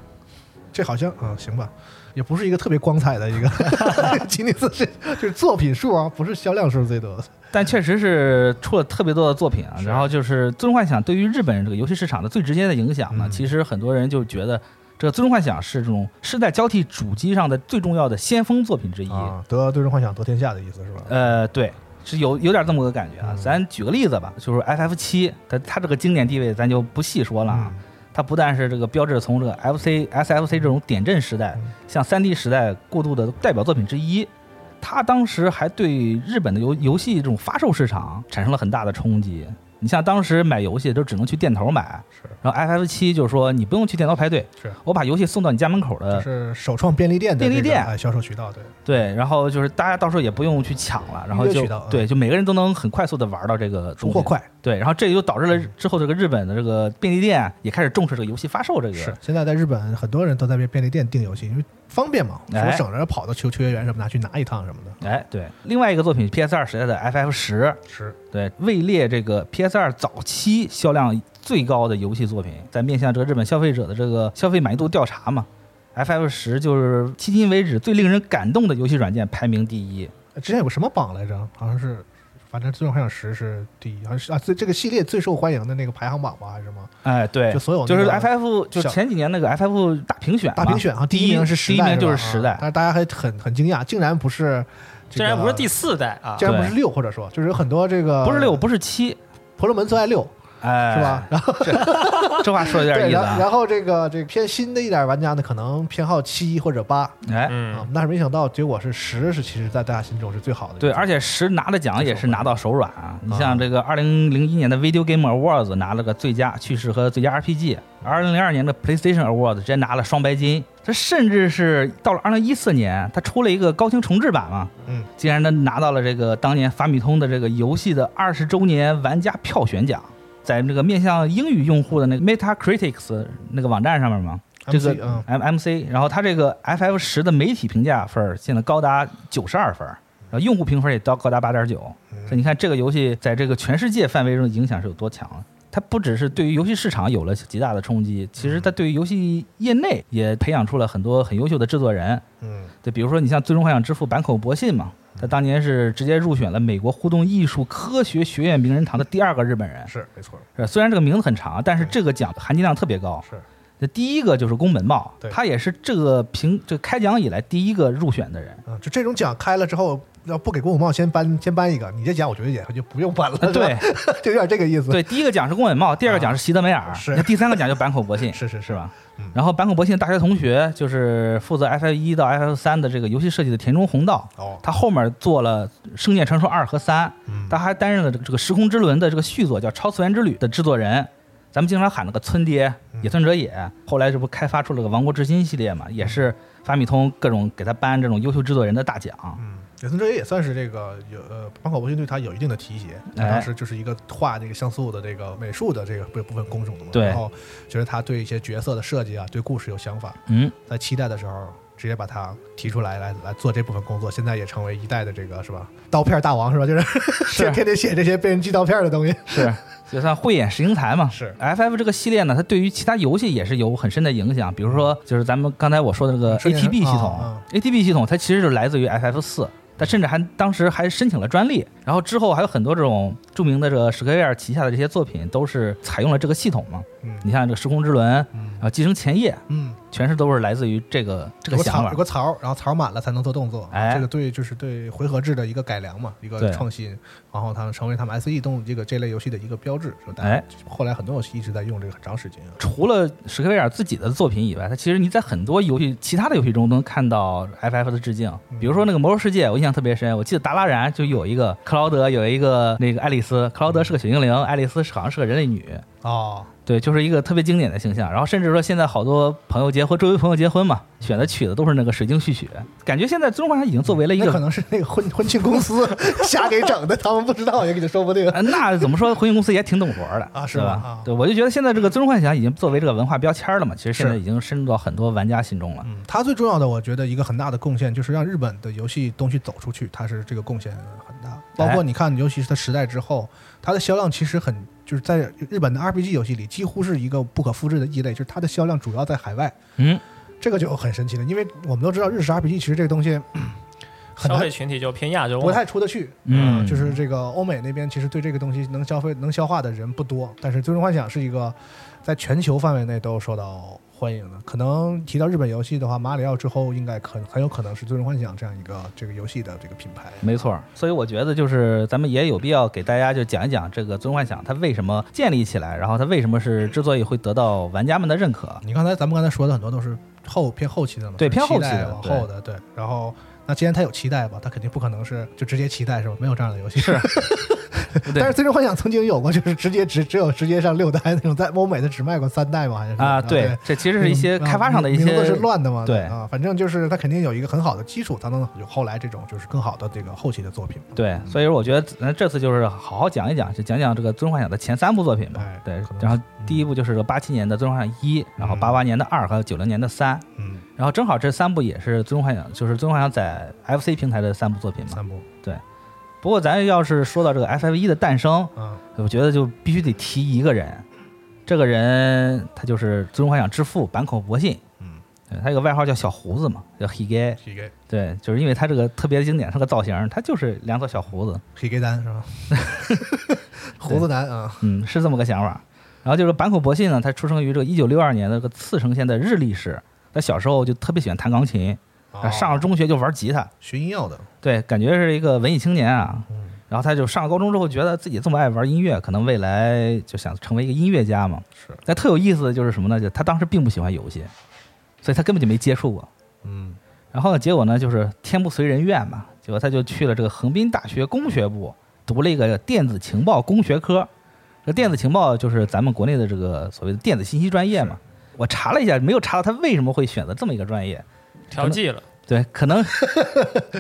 [SPEAKER 4] 这好像嗯行吧，也不是一个特别光彩的一个 吉尼斯是就是作品数啊，不是销量数最多的。
[SPEAKER 6] 但确实是出了特别多的作品啊。
[SPEAKER 4] 是
[SPEAKER 6] 然后就是《最终幻想》对于日本这个游戏市场的最直接的影响呢，
[SPEAKER 4] 嗯
[SPEAKER 6] 其实很多人就觉得这个《最终幻想》是这种世代交替主机上的最重要的先锋作品之一。
[SPEAKER 4] 啊，得最终幻想得天下的意思是吧？
[SPEAKER 6] 呃，对。是有有点这么个感觉啊，
[SPEAKER 4] 嗯
[SPEAKER 6] 咱举个例子吧，就是 F F 七，它它这个经典地位咱就不细说了啊。
[SPEAKER 4] 嗯
[SPEAKER 6] 它不但是这个标志从这个 F C S F C 这种点阵时代
[SPEAKER 4] 嗯
[SPEAKER 6] 向3 D 时代过渡的代表作品之一，它当时还对日本的游游戏这种发售市场产生了很大的冲击。你像当时买游戏都只能去店头买，
[SPEAKER 4] 是
[SPEAKER 6] 然后 F F 七就是说你不用去店头排队，
[SPEAKER 4] 是
[SPEAKER 6] 我把游戏送到你家门口
[SPEAKER 4] 就
[SPEAKER 6] 的，
[SPEAKER 4] 是首创便利店的
[SPEAKER 6] 便利
[SPEAKER 4] 这个
[SPEAKER 6] 店
[SPEAKER 4] 哎销售渠道，对，
[SPEAKER 6] 对，然后就是大家到时候也不用去抢了，然后
[SPEAKER 4] 预约
[SPEAKER 6] 就
[SPEAKER 4] 渠道嗯
[SPEAKER 6] 对，就每个人都能很快速的玩到这个
[SPEAKER 4] 出
[SPEAKER 6] 东西
[SPEAKER 4] 货，快
[SPEAKER 6] 对，然后这就导致了之后这个日本的这个便利店也开始重视这个游戏发售这个
[SPEAKER 4] 是。现在在日本很多人都在便便利店订游戏，因为方便嘛，
[SPEAKER 6] 哎
[SPEAKER 4] 说省着跑到球球员园什么拿去拿一趟什么的。
[SPEAKER 6] 哎，对，另外一个作品 PS 二时代的 FF 十，
[SPEAKER 4] 是
[SPEAKER 6] 对，位列这个 PS 二早期销量最高的游戏作品，在面向这个日本消费者的这个消费满意度调查嘛，FF 十就是迄今为止最令人感动的游戏软件排名第一。
[SPEAKER 4] 之前有个什么榜来着？好像是，反正《最终幻想十》是第一，好像是啊，最这个系列最受欢迎的那个排行榜吧，还是什么？
[SPEAKER 6] 哎，对
[SPEAKER 4] 就，所有那
[SPEAKER 6] 就是
[SPEAKER 4] 个
[SPEAKER 6] FF，就
[SPEAKER 4] 小
[SPEAKER 6] 前几年那个 FF 大评选
[SPEAKER 4] 大
[SPEAKER 6] 嘛，
[SPEAKER 4] 评选啊，
[SPEAKER 6] 第
[SPEAKER 4] 一名是时
[SPEAKER 6] 第一
[SPEAKER 4] 代吧，
[SPEAKER 6] 名就是时
[SPEAKER 4] 啊
[SPEAKER 6] 代，
[SPEAKER 4] 但是大家还很很惊讶，竟然不是、这个，
[SPEAKER 5] 竟然不是第，四代啊，
[SPEAKER 4] 竟然不
[SPEAKER 6] 对
[SPEAKER 4] 是六，或者说就是有很多这个
[SPEAKER 6] 不是六，不是七，
[SPEAKER 4] 婆罗门最爱六
[SPEAKER 6] 哎，
[SPEAKER 4] 呃是吧？？然后
[SPEAKER 6] 这话说的有点
[SPEAKER 4] 对，
[SPEAKER 6] 意思
[SPEAKER 4] 然后
[SPEAKER 6] 啊。
[SPEAKER 4] 然后这个这个偏新的一点玩家呢，可能偏好七或者八
[SPEAKER 6] 哎，
[SPEAKER 4] 啊
[SPEAKER 5] 嗯，，
[SPEAKER 4] 但是没想到结果是十是其实在大家心中是最好的，
[SPEAKER 6] 对，而且十拿的奖也是拿到手软啊！你像这个二零零一年的 Video Game Awards 拿了个最佳叙事和最佳 RPG，二零零二年的 PlayStation Awards 直接拿了双白金。这甚至是到了二零一四年，它出了一个高清重制版嘛，
[SPEAKER 4] 嗯，
[SPEAKER 6] 竟然呢拿到了这个当年法米通的这个游戏的二十周年玩家票选奖，在这个面向英语用户的那个 Metacritics 那个网站上面嘛，这个
[SPEAKER 4] MC 嗯
[SPEAKER 6] M M C，然后它这个 F F 十的媒体评价分儿现在高达九十二分儿，然后用户评分也到高达八点九，所以你看这个游戏在这个全世界范围中的影响是有多强啊。它不只是对于游戏市场有了极大的冲击，其实它对于游戏业内也培养出了很多很优秀的制作人。
[SPEAKER 4] 嗯
[SPEAKER 6] 对，比如说你像《最终幻想之父》坂口博信嘛，他当年是直接入选了美国互动艺术科学学院名人堂的第二个日本人。
[SPEAKER 4] 嗯是没错，
[SPEAKER 6] 是吧虽然这个名字很长，但是这个奖含金量特别高。
[SPEAKER 4] 是，
[SPEAKER 6] 那第一个就是宫本茂
[SPEAKER 4] 对，
[SPEAKER 6] 他也是这个评这个开奖以来第一个入选的人。
[SPEAKER 4] 嗯，就这种奖开了之后，要不给郭永茂先颁先颁一个，你这奖我觉得也就不用颁了，
[SPEAKER 6] 呃对，
[SPEAKER 4] 是吧就有点这个意思。
[SPEAKER 6] 对，第一个奖是宫本茂，第二个奖是席德梅尔，
[SPEAKER 4] 是
[SPEAKER 6] 那第三个奖就坂口博信，
[SPEAKER 4] 是 是是
[SPEAKER 6] 是吧
[SPEAKER 4] 嗯？
[SPEAKER 6] 然后坂口博信的大学同学就是负责 F 一到 F 三的这个游戏设计的田中弘道，
[SPEAKER 4] 哦，
[SPEAKER 6] 他后面做了《圣剑传说二》和三，
[SPEAKER 4] 嗯
[SPEAKER 6] 他还担任了这个《这个时空之轮》的这个续作叫《超次元之旅》的制作人。咱们经常喊那个村爹野村哲也，后来这不开发出了个《王国之心》系列嘛，也是法米通各种给他颁这种优秀制作人的大奖。
[SPEAKER 4] 嗯，野村哲也也算是这个有呃，坂口博信对他有一定的提携。他
[SPEAKER 6] 哎
[SPEAKER 4] 当时就是一个画那个像素的这个美术的这个部部分工种的嘛，
[SPEAKER 6] 对
[SPEAKER 4] 然后觉得他对一些角色的设计啊，对故事有想法，
[SPEAKER 6] 嗯，
[SPEAKER 4] 在期待的时候直接把他提出来来来做这部分工作，现在也成为一代的这个是吧？刀片大王是吧？就是 天天天写这些被人寄刀片的东西，
[SPEAKER 6] 是，也算慧眼识英才嘛。
[SPEAKER 4] 是
[SPEAKER 6] FF 这个系列呢，它对于其他游戏也是有很深的影响。比如说，就是咱们刚才我说的那个
[SPEAKER 4] 嗯说点什么
[SPEAKER 6] ATB 系统、
[SPEAKER 4] 啊
[SPEAKER 6] a t b 系统它其实就来自于 FF 四。它甚至还当时还申请了专利，然后之后还有很多这种著名的这个史克威尔旗下的这些作品都是采用了这个系统嘛。
[SPEAKER 4] 嗯
[SPEAKER 6] 你像这个《时空之轮》
[SPEAKER 4] 嗯
[SPEAKER 6] 然后《寄生前夜》，
[SPEAKER 4] 嗯，
[SPEAKER 6] 全是都是来自于这个这
[SPEAKER 4] 有
[SPEAKER 6] 个
[SPEAKER 4] 个
[SPEAKER 6] 想
[SPEAKER 4] 槽
[SPEAKER 6] 法
[SPEAKER 4] 有。个槽，然后槽满了才能做动作，
[SPEAKER 6] 哎
[SPEAKER 4] 这个对就是对回合制的一个改良嘛，一个
[SPEAKER 6] 对
[SPEAKER 4] 创新，然后它成为他们 SE 动这个这类游戏的一个标志，是吧？
[SPEAKER 6] 哎，
[SPEAKER 4] 后来很多游戏一直在用这个很长时间啊，
[SPEAKER 6] 除了史克威尔自己的作品以外，它其实你在很多游戏、其他的游戏中都能看到 FF 的致敬。
[SPEAKER 4] 嗯
[SPEAKER 6] 比如说那个《魔兽世界》，我印象特别深，我记得达拉然就有一个克劳德，有一个那个爱丽丝。克劳德是个小精灵，爱丽丝好像是个人类女。
[SPEAKER 4] 哦，
[SPEAKER 6] 对，就是一个特别经典的形象。然后甚至说，现在好多朋友结婚，周围朋友结婚嘛，选的曲子都是那个《水晶序曲》，感觉现在《最终幻想》已经作为了一
[SPEAKER 4] 嗯那可
[SPEAKER 6] 个。
[SPEAKER 4] 能是那个婚婚庆公司 瞎给整的，他们不知道也给你说不定。
[SPEAKER 6] 呃那怎么说？婚庆公司也挺懂活儿的
[SPEAKER 4] 啊是
[SPEAKER 6] 对
[SPEAKER 4] 吗
[SPEAKER 6] 吧？
[SPEAKER 4] 啊
[SPEAKER 6] 对，我就觉得现在这个《最终幻想》已经作为这个文化标签了嘛，其实现在
[SPEAKER 4] 是
[SPEAKER 6] 已经深入到很多玩家心中了。
[SPEAKER 4] 嗯，它最重要的，我觉得一个很大的贡献就是让日本的游戏东西走出去，它是这个贡献很大。包括你看，尤其是它时代之后，它的销量其实很就是在日本的 RPG 游戏里几乎是一个不可复制的异类，就是它的销量主要在海外，
[SPEAKER 6] 嗯，
[SPEAKER 4] 这个就很神奇了。因为我们都知道日式 RPG 其实这个东西嗯很
[SPEAKER 5] 消
[SPEAKER 4] 难
[SPEAKER 5] 费群体就偏亚洲嘛，
[SPEAKER 4] 不太出得去，啊
[SPEAKER 6] 嗯
[SPEAKER 4] 就是这个欧美那边其实对这个东西能消费、能消化的人不多，但是《最终幻想》是一个在全球范围内都受到欢迎的。可能提到日本游戏的话，马里奥之后应该可很有可能是《最终幻想》这样一个这个游戏的这个品牌。
[SPEAKER 6] 没错儿，所以我觉得就是咱们也有必要给大家就讲一讲这个《最终幻想》它为什么建立起来，然后它为什么是之所以会得到玩家们的认可。
[SPEAKER 4] 你刚才咱们刚才说的很多都是后偏后期的嘛，
[SPEAKER 6] 对
[SPEAKER 4] 是
[SPEAKER 6] 偏后
[SPEAKER 4] 期
[SPEAKER 6] 期的
[SPEAKER 4] 待往后的对。然后那既然他有期待吧，他肯定不可能是就直接期待是吧？没有这样的游戏 是。但是《最终幻想》曾经有过，就是直接只只有直接上六代那种，在欧美的只卖过三代嘛，还是
[SPEAKER 6] 啊，对，这其实是一些开发上的一
[SPEAKER 4] 嗯名
[SPEAKER 6] 些
[SPEAKER 4] 字是乱的嘛，
[SPEAKER 6] 对
[SPEAKER 4] 啊，反正就是它肯定有一个很好的基础，才能有后来这种就是更好的这个后期的作品。
[SPEAKER 6] 对，所以说我觉得咱这次就是好好讲一讲，就讲讲这个《最终幻想》的前三部作品吧
[SPEAKER 4] 哎。
[SPEAKER 6] 对
[SPEAKER 4] 可能，
[SPEAKER 6] 然后第一部就是八七年的《最终幻想一》，然后
[SPEAKER 4] 嗯
[SPEAKER 6] 八八年的二和九零年的三，
[SPEAKER 4] 嗯，
[SPEAKER 6] 然后正好这三部也是《最终幻想》，就是《最终幻想》在 FC 平台的三部作品嘛。
[SPEAKER 4] 三部，
[SPEAKER 6] 不过咱要是说到这个 FF 一的诞生，
[SPEAKER 4] 嗯
[SPEAKER 6] 我觉得就必须得提一个人，这个人他就是《最终幻想之父》坂口博信。
[SPEAKER 4] 嗯，
[SPEAKER 6] 对他有个外号叫小胡子嘛，叫 Hige。
[SPEAKER 4] 黑给
[SPEAKER 6] 对，就是因为他这个特别经典，他个造型，他就是两撮小胡子，
[SPEAKER 4] 黑给丹是吧？ 胡子男啊，
[SPEAKER 6] 嗯，是这么个想法。然后就是坂口博信呢，他出生于这个一九六二年的这个茨城县的日立市。他小时候就特别喜欢弹钢琴，
[SPEAKER 4] 哦
[SPEAKER 6] 啊上了中学就玩吉他，
[SPEAKER 4] 学音药的，
[SPEAKER 6] 对，感觉是一个文艺青年啊。
[SPEAKER 4] 嗯
[SPEAKER 6] 然后他就上了高中之后，觉得自己这么爱玩音乐，可能未来就想成为一个音乐家嘛。
[SPEAKER 4] 是，
[SPEAKER 6] 但特有意思的就是什么呢？就他当时并不喜欢游戏，所以他根本就没接触过。
[SPEAKER 4] 嗯
[SPEAKER 6] 然后呢，结果呢，就是天不遂人愿嘛，结果他就去了这个横滨大学工学部，读了一个电子情报工学科。这电子情报就是咱们国内的这个所谓的电子信息专业嘛。我查了一下，没有查到他为什么会选择这么一个专业。
[SPEAKER 5] 调剂了，
[SPEAKER 6] 对，可能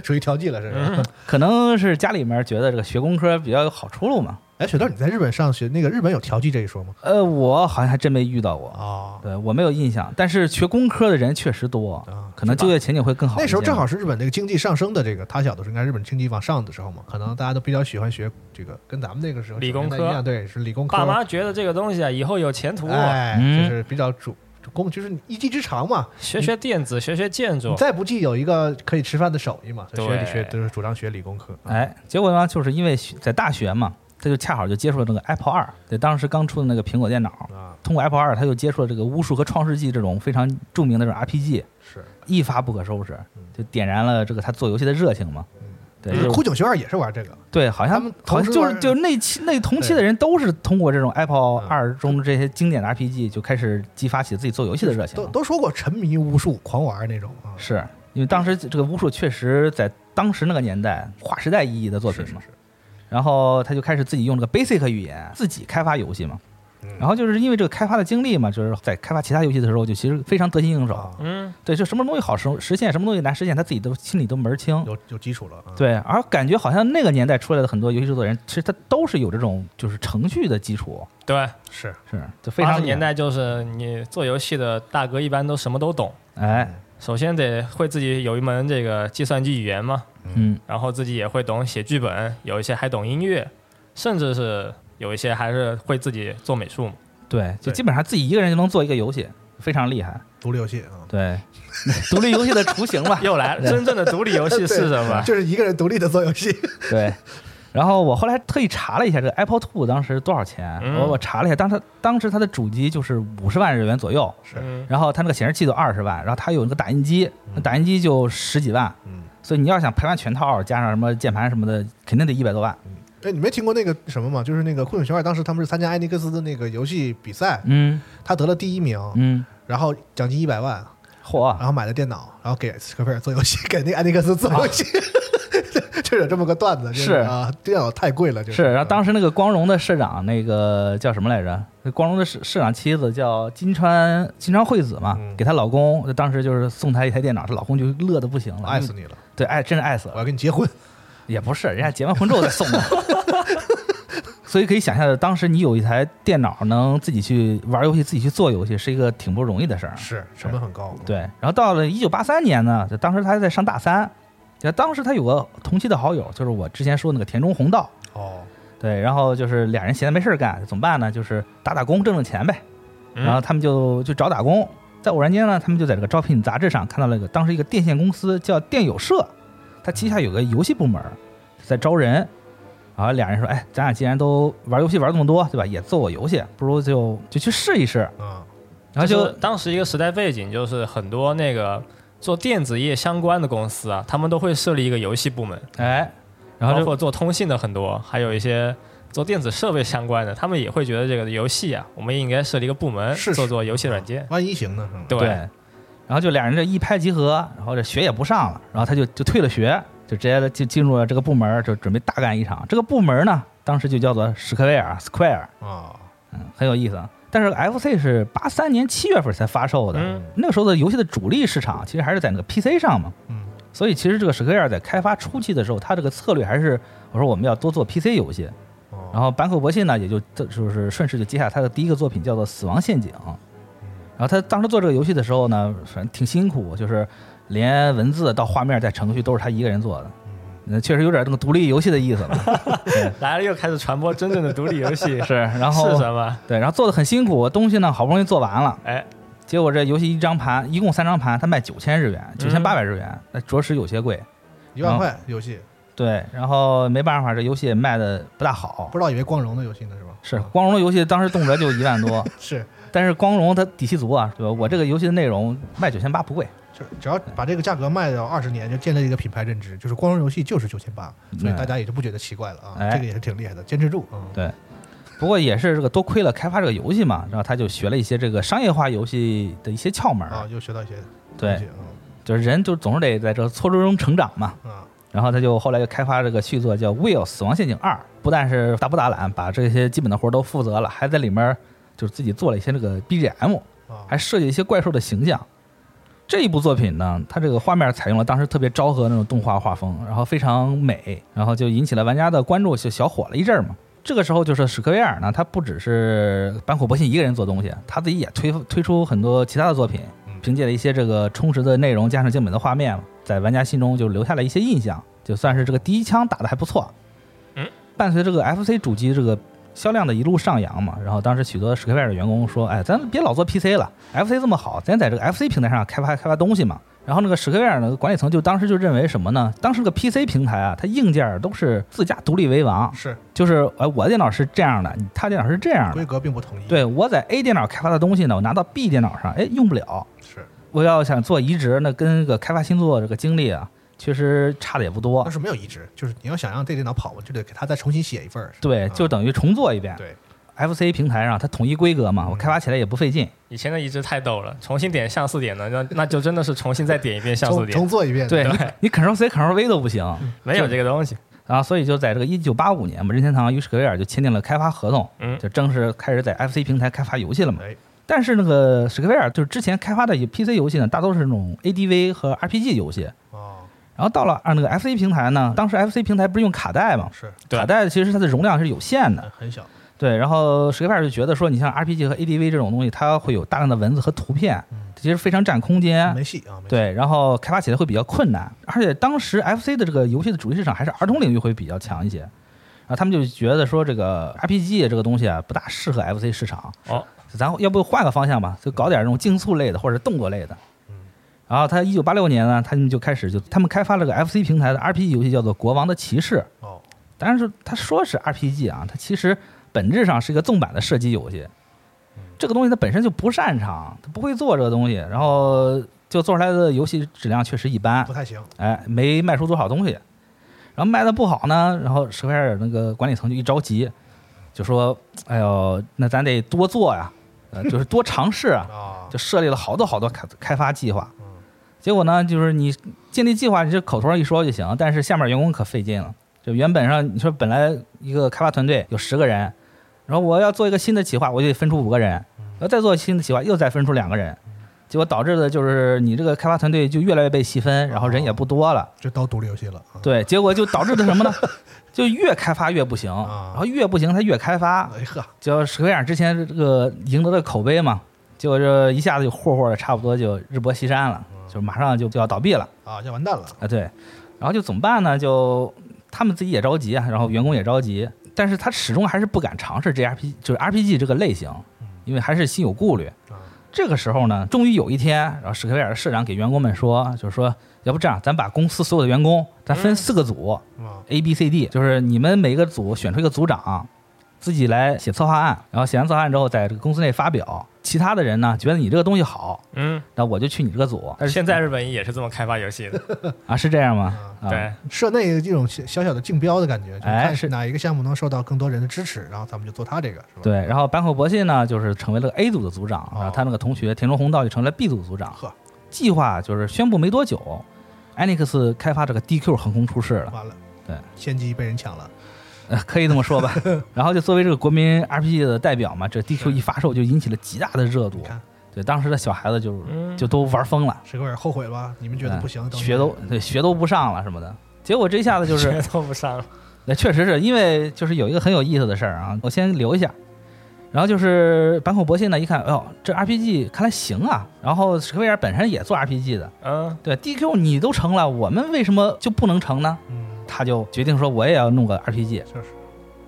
[SPEAKER 4] 属于调剂了，这是
[SPEAKER 5] 嗯，
[SPEAKER 6] 可能是家里面觉得这个学工科比较有好出路嘛，
[SPEAKER 4] 哎，雪豆，你在日本上学，那个日本有调剂这一说吗？
[SPEAKER 6] 呃，我好像还真没遇到过，
[SPEAKER 4] 啊、
[SPEAKER 6] 对我没有印象。但是学工科的人确实多，
[SPEAKER 4] 啊，
[SPEAKER 6] 可能就业前景会更好一些。
[SPEAKER 4] 那时候正好是日本这个经济上升的这个，他小的时候应该日本经济往上的时候嘛，可能大家都比较喜欢学这个，跟咱们那个时候
[SPEAKER 5] 理工科
[SPEAKER 4] 小年代一样，对，是理工科。
[SPEAKER 5] 爸妈觉得这个东 西啊，以后有前途，
[SPEAKER 4] 哎，
[SPEAKER 6] 嗯
[SPEAKER 4] 就是比较主主攻，就是你一技之长嘛，
[SPEAKER 5] 学学电子，学学建
[SPEAKER 4] 你
[SPEAKER 5] 筑，
[SPEAKER 4] 再不济有一个可以吃饭的手艺嘛，所以学理
[SPEAKER 5] 对
[SPEAKER 4] 学都是主张学理工科。啊，
[SPEAKER 6] 哎，结果呢，就是因为学在大学嘛，他就恰好就接触了这个 Apple 二，对，当时刚出的那个苹果电脑，
[SPEAKER 4] 啊
[SPEAKER 6] 通过 Apple 二，他就接触了这个巫术和创世纪这种非常著名的这种 RPG，
[SPEAKER 4] 是，
[SPEAKER 6] 一发不可收拾
[SPEAKER 4] 嗯，
[SPEAKER 6] 就点燃了这个他做游戏的热情嘛
[SPEAKER 4] 嗯。
[SPEAKER 6] 对，
[SPEAKER 5] 嗯
[SPEAKER 6] 就
[SPEAKER 4] 枯井学院也是玩这个，
[SPEAKER 6] 对，好
[SPEAKER 4] 他
[SPEAKER 6] 像
[SPEAKER 4] 们
[SPEAKER 6] 好
[SPEAKER 4] 同
[SPEAKER 6] 像
[SPEAKER 4] 时
[SPEAKER 6] 就是
[SPEAKER 4] 玩
[SPEAKER 6] 就那期那同期的人都是通过这种 Apple
[SPEAKER 4] 嗯
[SPEAKER 6] 二中的这些经典的 RPG 就开始激发起自己做游戏的热情
[SPEAKER 4] 都
[SPEAKER 6] 了。
[SPEAKER 4] 都说过沉迷巫术狂玩那种啊，
[SPEAKER 6] 啊是因为当时这个巫术确实在当时那个年代划时代意义的作品
[SPEAKER 4] 是
[SPEAKER 6] 嘛
[SPEAKER 4] 是，是
[SPEAKER 6] 然后他就开始自己用这个 Basic 语言自己开发游戏嘛。
[SPEAKER 4] 嗯
[SPEAKER 6] 然后就是因为这个开发的经历嘛，就是在开发其他游戏的时候，就其实非常得心应手。
[SPEAKER 4] 啊，
[SPEAKER 5] 嗯，
[SPEAKER 6] 对，就什么东西好实实现，什么东西难实现，他自己都心里都门儿清。
[SPEAKER 4] 有有基础了啊。
[SPEAKER 6] 对，而感觉好像那个年代出来的很多游戏制作人，其实他都是有这种就是程序的基础，
[SPEAKER 5] 对，
[SPEAKER 4] 是
[SPEAKER 6] 是就非
[SPEAKER 5] 八十
[SPEAKER 6] 常
[SPEAKER 5] 年代就是你做游戏的大哥一般都什么都懂，
[SPEAKER 6] 哎，
[SPEAKER 5] 首先得会自己有一门这个计算机语言嘛，
[SPEAKER 6] 嗯，
[SPEAKER 5] 然后自己也会懂写剧本，有一些还懂音乐，甚至是有一些还是会自己做美术嘛。
[SPEAKER 6] 对，就
[SPEAKER 5] 对
[SPEAKER 6] 基本上自己一个人就能做一个游戏，非常厉害。
[SPEAKER 4] 独立游戏啊，
[SPEAKER 6] 对，独立游戏的雏形吧。
[SPEAKER 5] 又 来，真正的独立游戏是什么？
[SPEAKER 4] 就是一个人独立的做游戏。
[SPEAKER 6] 对。然后我后来特意查了一下，这个 Apple Two 当时多少钱？
[SPEAKER 5] 嗯
[SPEAKER 6] 我我查了一下，当时当时它的主机就是五十万日元左右，
[SPEAKER 5] 嗯，
[SPEAKER 6] 然后它那个显示器就二十万，然后它有那个打印机，那打印机就十几万，
[SPEAKER 4] 嗯，
[SPEAKER 6] 所以你要想排完全套，加上什么键盘什么的，肯定得一百多万。
[SPEAKER 4] 哎，你没听过那个什么吗？就是那个酷影熊二，当时他们是参加艾尼克斯的那个游戏比赛，
[SPEAKER 6] 嗯
[SPEAKER 4] 他得了第一名，
[SPEAKER 6] 嗯，啊
[SPEAKER 4] 然后奖金一百万，
[SPEAKER 5] 啊
[SPEAKER 6] 嚯，，
[SPEAKER 4] 然后买了电脑，然后给斯科菲尔做游戏，给那个艾尼克斯做 游戏，就有这么个段子，就是啊，电脑太贵了，就是嗯
[SPEAKER 6] 然后当
[SPEAKER 4] 时
[SPEAKER 6] 时那个光荣的社长，那个叫什么来着？那光荣的社社长妻子叫金川金川惠子嘛，
[SPEAKER 4] 嗯
[SPEAKER 6] 给她老公，当时就是送她一台电脑，她老公就乐的不行了，
[SPEAKER 4] 爱死你了，
[SPEAKER 6] 嗯，对，爱真是爱死
[SPEAKER 4] 我
[SPEAKER 6] 了，
[SPEAKER 4] 要跟你结婚，
[SPEAKER 6] 也不是，人家结完婚之后再送的。 所以可以想象的，当时你有一台电脑能自己去玩游戏、自己去做游戏，是一个挺不容易的事儿。
[SPEAKER 4] 是成本很高，
[SPEAKER 6] 对，然后到了一九八三年呢，就当时他还在上大三，就当时他有个同期的好友，就是我之前说那个田中弘道，
[SPEAKER 4] 哦，
[SPEAKER 6] 对，然后就是俩人闲的没事儿干，怎么办呢？就是打打工挣挣钱呗。
[SPEAKER 5] 嗯
[SPEAKER 6] 然后他们就就找打工，在偶然间呢，他们就在这个招聘杂志上看到了一个当时一个电信公司叫电友社，它旗下有个游戏部门在招人。然后俩人说：“哎，咱俩既然都玩游戏玩这么多，对吧？也做过游戏，不如就就去试一试。
[SPEAKER 4] 啊，”
[SPEAKER 6] 然后
[SPEAKER 5] 就是
[SPEAKER 6] 就
[SPEAKER 5] 当时一个时代背景，就是很多那个做电子业相关的公司啊，他们都会设立一个游戏部门，
[SPEAKER 6] 哎，然后
[SPEAKER 5] 包
[SPEAKER 6] 就
[SPEAKER 5] 括做通信的很多，还有一些做电子设备相关的，他们也会觉得这个游戏啊，我们也应该设立一个部门，
[SPEAKER 4] 是是
[SPEAKER 5] 做做游戏软件。
[SPEAKER 4] 万一行呢？是吗？
[SPEAKER 5] 对，
[SPEAKER 6] 啊对，然后就俩人这一拍即合，然后这学也不上了，然后他就就退了学，就直接就进入了这个部门，就准备大干一场。这个部门呢，当时就叫做史克威尔 （Square），
[SPEAKER 4] 啊，
[SPEAKER 6] 嗯，很有意思。但是 FC 是八三年七月份才发售的，
[SPEAKER 5] 嗯
[SPEAKER 6] 那个时候的游戏的主力市场其实还是在那个 PC 上嘛，
[SPEAKER 4] 嗯，
[SPEAKER 6] 所以其实这个史克威尔在开发初期的时候，他这个策略还是我说我们要多做 PC 游戏，
[SPEAKER 4] 哦，
[SPEAKER 6] 然后坂口博信呢，也就就是顺势就接下他的第一个作品，叫做《死亡陷阱》。然后他当时做这个游戏的时候呢，反正挺辛苦，就是连文字到画面再程序都是他一个人做的，嗯，确实有点那个独立游戏的意思了。
[SPEAKER 5] 来了又开始传播真正的独立游戏
[SPEAKER 6] 是， 然
[SPEAKER 5] 是
[SPEAKER 6] 后
[SPEAKER 5] 什么？
[SPEAKER 6] 对，然后做的很辛苦，东西呢好不容易做完了，
[SPEAKER 5] 哎，
[SPEAKER 6] 结果这游戏一张盘，一共三张盘，他卖九千日元，九千八百日元，那着实有些贵。
[SPEAKER 4] 一万块游戏，
[SPEAKER 6] 对，然后没办法，这游戏也卖的不大好
[SPEAKER 4] 不。知道以为光荣的游戏呢是吧？
[SPEAKER 6] 是
[SPEAKER 4] 啊
[SPEAKER 6] 光荣的游戏当时动辄就一万多，
[SPEAKER 4] 是，
[SPEAKER 6] 但是光荣它底气足啊，对吧？我这个游戏的内容卖九千八不贵，
[SPEAKER 4] 就只要把这个价格卖到二十年，就建立一个品牌认知，就是光荣游戏就是九千八，所以大家也就不觉得奇怪了啊
[SPEAKER 6] 哎，
[SPEAKER 4] 这个也是挺厉害的，坚持住啊，
[SPEAKER 6] 对。不过也是这个多亏了开发这个游戏嘛，然后他就学了一些这个商业化游戏的一些窍门儿。
[SPEAKER 4] 啊，又学到一些东
[SPEAKER 6] 对
[SPEAKER 4] 西，
[SPEAKER 6] 就是人就总是得在这挫折中成长嘛。
[SPEAKER 4] 啊啊，
[SPEAKER 6] 然后他就后来就开发这个续作叫《Will 死亡陷阱二》，不但是打不打懒，把这些基本的活儿都负责了，还在里面儿就是自己做了一些这个 BGM，
[SPEAKER 4] 啊
[SPEAKER 6] 还设计一些怪兽的形象。这一部作品呢，它这个画面采用了当时特别昭和那种动画画风，然后非常美，然后就引起了玩家的关注，就小火了一阵儿嘛。这个时候就是史克威尔呢，他不只是坂口博信一个人做东西，他自己也推推出很多其他的作品，凭借了一些这个充实的内容加上精美的画面，在玩家心中就留下了一些印象，就算是这个第一枪打的还不错。
[SPEAKER 5] 嗯，
[SPEAKER 6] 伴随这个 FC 主机这个销量的一路上扬嘛，然后当时许多史克威尔的员工说：“哎，咱别老做 PC 了，FC 这么好，咱在这个 FC 平台上开发开发东西嘛。”然后那个史克威尔呢，管理层就当时就认为什么呢？当时这个 PC 平台啊，它硬件都是自家独立为王，
[SPEAKER 4] 是
[SPEAKER 6] 就是哎，我的电脑是这样的，你他电脑是这样
[SPEAKER 4] 规
[SPEAKER 6] 的。
[SPEAKER 4] 格并不统一，
[SPEAKER 6] 对我在 A 电脑开发的东西呢，我拿到 B 电脑上，哎，用不了。
[SPEAKER 4] 是，
[SPEAKER 6] 我要想做移植，那跟这个开发新作这个经历啊，确实差的也不多
[SPEAKER 4] 但。是没有移植，就是你要想让这电脑跑，我就得给它再重新写一份儿。是吧
[SPEAKER 6] 对，就等于重做一遍。
[SPEAKER 4] 嗯对
[SPEAKER 6] FC 平台上它统一规格嘛，我
[SPEAKER 4] 嗯
[SPEAKER 6] 开发起来也不费劲。
[SPEAKER 5] 以前的移植太逗了，重新点像素点呢，那那就真的是重新再点一遍像素
[SPEAKER 4] 重重
[SPEAKER 5] 点，
[SPEAKER 4] 做一遍。
[SPEAKER 6] 对
[SPEAKER 5] 对
[SPEAKER 6] 你 Ctrl C Ctrl V 都不行
[SPEAKER 4] 嗯
[SPEAKER 5] 没有这个东西。
[SPEAKER 6] 啊，所以就在这个一九八五年嘛，任天堂与史克威尔就签订了开发合同，
[SPEAKER 5] 嗯
[SPEAKER 6] 就正式开始在 FC 平台开发游戏了嘛
[SPEAKER 4] 哎。
[SPEAKER 6] 但是那个史克威尔就是之前开发的 PC 游戏呢，大多是那种 ADV 和 RPG 游戏，
[SPEAKER 4] 哦，
[SPEAKER 6] 然后到了啊那个 FC 平台呢，当时 FC 平台不是用卡带嘛，
[SPEAKER 4] 是
[SPEAKER 5] 对
[SPEAKER 6] 卡带其实它的容量是有限的
[SPEAKER 4] 很，很小，
[SPEAKER 6] 对。然后史克威尔就觉得说，你像 RPG 和 ADV 这种东西，它会有大量的文字和图片
[SPEAKER 4] 嗯，
[SPEAKER 6] 其实非常占空间，
[SPEAKER 4] 没戏啊，没戏。
[SPEAKER 6] 哎对，然后开发起来会比较困难，而且当时 FC 的这个游戏的主力市场还是儿童领域会比较强一些，然后他们就觉得说这个 RPG 这个东西啊不大适合 FC 市场，
[SPEAKER 5] 哦，
[SPEAKER 6] 咱要不换个方向吧，就搞点那种竞速类的或者动作类的。然后他一九八六年呢，他们就开始就他们开发了个 FC 平台的 RPG 游戏，叫做《国王的骑士》。
[SPEAKER 4] 哦，
[SPEAKER 6] 当然是他说是 RPG 啊，它其实本质上是一个纵版的射击游戏。这个东西它本身就不擅长，它不会做这个东西，然后就做出来的游戏质量确实一般
[SPEAKER 4] 不，太行。
[SPEAKER 6] 哎，没卖出多少东西。然后卖的不好呢，然后史克威尔那个管理层就一着急，就说：“哎呦，那咱得多做呀、呃，就是多尝试啊。”
[SPEAKER 4] 啊，
[SPEAKER 6] 就设立了好多好多开开发计划
[SPEAKER 4] 嗯。
[SPEAKER 6] 结果呢，就是你建立计划，你这口头上一说就行，但是下面员工可费劲了。就原本上你说本来一个开发团队有十个人，然后我要做一个新的企划，我就得分出五个人，
[SPEAKER 4] 嗯
[SPEAKER 6] 然后再做新的企划又再分出两个人，结果导致的就是你这个开发团队就越来越被细分，然后人也不多了。
[SPEAKER 4] 这都独立游戏了。啊，
[SPEAKER 6] 对，结果就导致的 什么呢？就越开发越不行，
[SPEAKER 4] 啊
[SPEAKER 6] 然后越不行它越开发，
[SPEAKER 4] 哎呵，
[SPEAKER 6] 就史克威尔之前这个赢得的口碑嘛，结果这一下子就霍霍的差不多就日薄西山了，就马上就就要倒闭了
[SPEAKER 4] 啊，要完蛋了。
[SPEAKER 6] 啊，对，然后就怎么办呢？就他们自己也着急啊，然后员工也着急，但是他始终还是不敢尝试 G R P 就是 R P G 这个类型，因为还是心有顾虑
[SPEAKER 4] 啊。
[SPEAKER 6] 这个时候呢，终于有一天，然后史克威尔社长给员工们说，就是说，要不这样，咱把公司所有的员工，咱分四个组，
[SPEAKER 4] 啊，
[SPEAKER 6] A、B、C、D，就是你们每个组选出一个组长，自己来写策划案，然后写完策划案之后，在这个公司内发表。其他的人呢，觉得你这个东西好，
[SPEAKER 5] 嗯，
[SPEAKER 6] 那我就去你这个组。但是
[SPEAKER 5] 现在日本也是这么开发游戏的，
[SPEAKER 6] 啊，是这样吗？啊、
[SPEAKER 5] 对，
[SPEAKER 4] 社内这种小小小的竞标的感觉，就
[SPEAKER 6] 哎
[SPEAKER 4] 看
[SPEAKER 6] 是
[SPEAKER 4] 哪一个项目能受到更多人的支持，然后咱们就做它这个，是吧？，
[SPEAKER 6] 对。然后坂口博信呢，就是成为了 A 组的组长，
[SPEAKER 4] 哦
[SPEAKER 6] 然后他那个同学田中弘道就成了 B 组组长。
[SPEAKER 4] 呵，
[SPEAKER 6] 计划就是宣布没多久，Enix 开发这个 DQ 横空出世了。
[SPEAKER 4] 完了，
[SPEAKER 6] 对，
[SPEAKER 4] 先机被人抢了，
[SPEAKER 6] 呃，可以这么 说吧。然后就作为这个国民 RPG 的代表嘛，这 DQ 一发售就引起了极大的热度
[SPEAKER 4] 你看。
[SPEAKER 6] 对，当时的小孩子就
[SPEAKER 5] 嗯
[SPEAKER 6] 就都玩疯了，
[SPEAKER 4] 史克威尔后悔吧？你们觉得
[SPEAKER 6] 嗯
[SPEAKER 4] 不行，等
[SPEAKER 6] 学都对学都不上了什么的。结果这一下子 就是，
[SPEAKER 5] 都不上了。
[SPEAKER 6] 那确实是因为就是有一个很有意思的事儿啊，我先留一下。然后就是坂口博信呢，一看，哎呦，这 RPG 看来行啊。然后史克威尔本身也做 RPG 的，
[SPEAKER 5] 嗯，
[SPEAKER 6] 对 DQ 你都成了，我们为什么就不能成呢？
[SPEAKER 4] 嗯，
[SPEAKER 6] 他就决定说我也要弄个 RPG。
[SPEAKER 4] 就是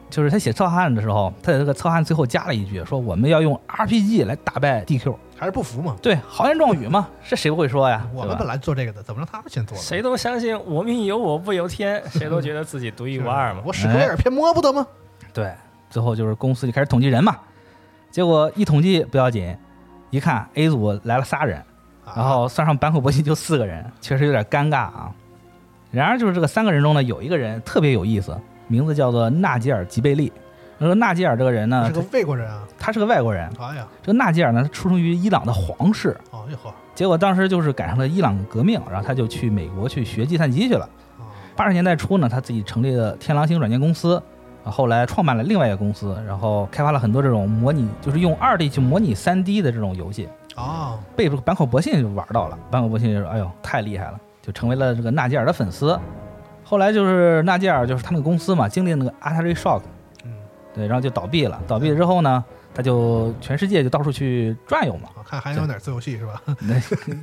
[SPEAKER 6] 就是他写策划案的时候，他在这个策划案最后加了一句，说我们要用 RPG 来打败 DQ。
[SPEAKER 4] 还是不服嘛。
[SPEAKER 6] 对，豪言壮语嘛，这谁不会说呀？
[SPEAKER 4] 我
[SPEAKER 6] 对
[SPEAKER 4] 们
[SPEAKER 6] 吧
[SPEAKER 4] 本来做这个的，怎么让他们先做了？
[SPEAKER 5] 谁都相信我命由我不由天，谁都觉得自己独一无二嘛。
[SPEAKER 4] 我史克
[SPEAKER 6] 哎
[SPEAKER 4] 威尔偏摸不得吗？
[SPEAKER 6] 对，最后就是公司就开始统计人嘛，结果一统计不要紧，一看 A 组来了仨人，
[SPEAKER 4] 啊
[SPEAKER 6] 然后算上坂口博信就四个人，确实有点尴尬啊。然而就是这个三个人中呢，有一个人特别有意思，名字叫做纳吉尔吉贝利。那个纳吉尔这个人呢
[SPEAKER 4] 是，个外国人啊！
[SPEAKER 6] 他他是个外国人。
[SPEAKER 4] 哎呀，
[SPEAKER 6] 这个纳吉尔呢，他出生于伊朗的皇室，
[SPEAKER 4] 哦，哎呵，
[SPEAKER 6] 结果当时就是赶上了伊朗革命，然后他就去美国去学计算机去了。
[SPEAKER 4] 啊，
[SPEAKER 6] 八十年代初呢，他自己成立了天狼星软件公司，啊后来创办了另外一个公司，然后开发了很多这种模拟，就是用二 D 去模拟三 D 的这种游戏，
[SPEAKER 4] 哦，
[SPEAKER 6] 被坂口博信就玩到了。坂口博信就说：“哎呦，太厉害了！”就成为了这个纳吉尔的粉丝。后来就是纳吉尔，就是他们公司嘛，经历那个 Atari Shock，
[SPEAKER 4] 嗯，
[SPEAKER 6] 对对，然后就倒闭了。倒闭了之后呢，他就全世界就到处去转悠嘛。
[SPEAKER 4] 啊看还有哪儿自由戏是吧？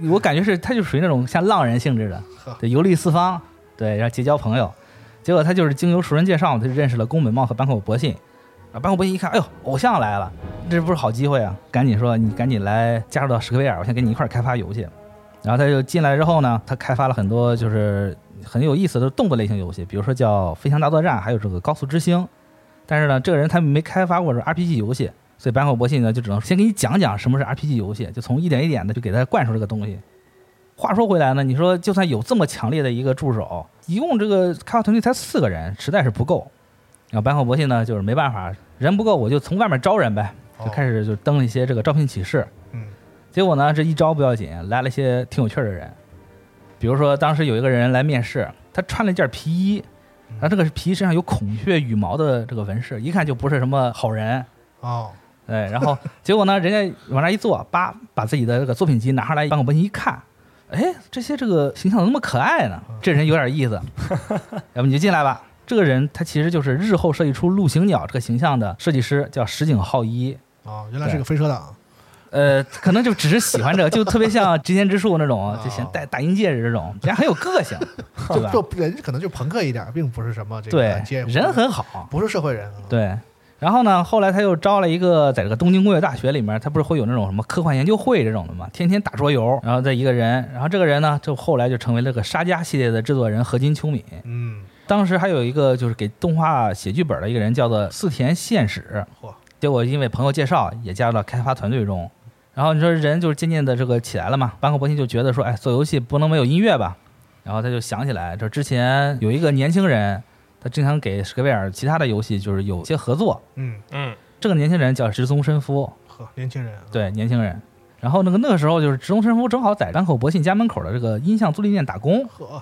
[SPEAKER 6] 我感觉是他就属于那种像浪人性质的
[SPEAKER 4] 呵，
[SPEAKER 6] 对，游历四方，对，然后结交朋友。结果他就是经由熟人介绍，他就认识了宫本茂和坂口博信。啊，坂口博信一看，哎呦，偶像来了，这不是好机会啊！赶紧说，你赶紧来加入到史克威尔，我先跟你一块儿开发游戏。然后他就进来之后呢，他开发了很多就是很有意思的动作类型游戏，比如说叫《飞翔大作战》，还有这个《高速之星》。但是呢，这个人他没开发过这 RPG 游戏，所以坂口博信呢就只能先给你讲讲什么是 RPG 游戏，就从一点一点的就给他灌输这个东西。话说回来呢，你说就算有这么强烈的一个助手，一共这个开发团队才四个人，实在是不够。然后坂口博信呢就是没办法，人不够我就从外面招人呗，就
[SPEAKER 4] 哦
[SPEAKER 6] 开始就登了一些这个招聘启事。
[SPEAKER 4] 嗯，
[SPEAKER 6] 结果呢，这一招不要紧，来了一些挺有趣儿的人，比如说当时有一个人来面试，他穿了一件皮衣，
[SPEAKER 4] 嗯
[SPEAKER 6] 然后这个皮衣身上有孔雀羽毛的这个纹饰，一看就不是什么好人。
[SPEAKER 4] 哦，
[SPEAKER 6] 对，哎然后结果呢，人家往那一坐，叭，把自己的这个作品集拿上来，坂口博信一看，哎，这些这个形象怎么那么可爱呢？这人有点 意思，要不你就进来吧。这个人他其实就是日后设计出陆行鸟这个形象的设计师，叫石井浩一。
[SPEAKER 4] 哦，原来是个飞车党，
[SPEAKER 6] 呃，可能就只是喜欢这个，就特别像之前之树那种
[SPEAKER 4] 哦，
[SPEAKER 6] 就嫌戴大银戒指这种，人家很有 个性，对吧？
[SPEAKER 4] 就就人可能就朋克一点，并不是什么这个
[SPEAKER 6] 对，
[SPEAKER 4] 街舞
[SPEAKER 6] 人很好，
[SPEAKER 4] 不是社会人，啊
[SPEAKER 6] 对。然后呢，后来他又招了一个，在这个东京工业大学里面，他不是会有那种什么科幻研究会这种的嘛，天天打桌游，然后这一个人，然后这个人呢，就后来就成为了这个沙加系列的制作人河金秋敏。
[SPEAKER 4] 嗯，
[SPEAKER 6] 当时还有一个就是给动画写剧本的一个人，叫做四田宪史
[SPEAKER 4] 嚯。
[SPEAKER 6] 结果因为朋友介绍，也加入到开发团队中。然后你说人就是渐渐的这个起来了嘛，坂口博信就觉得说，哎，做游戏不能没有音乐吧？然后他就想起来，这之前有一个年轻人，他经常给史克威尔其他的游戏就是有些合作。
[SPEAKER 4] 嗯，
[SPEAKER 5] 嗯，
[SPEAKER 6] 这个年轻人叫直松伸夫，
[SPEAKER 4] 呵，年轻人啊，
[SPEAKER 6] 对，年轻人。然后那个那个时候就是直松伸夫正好在坂口博信家门口的这个音像租赁店打工，
[SPEAKER 4] 呵，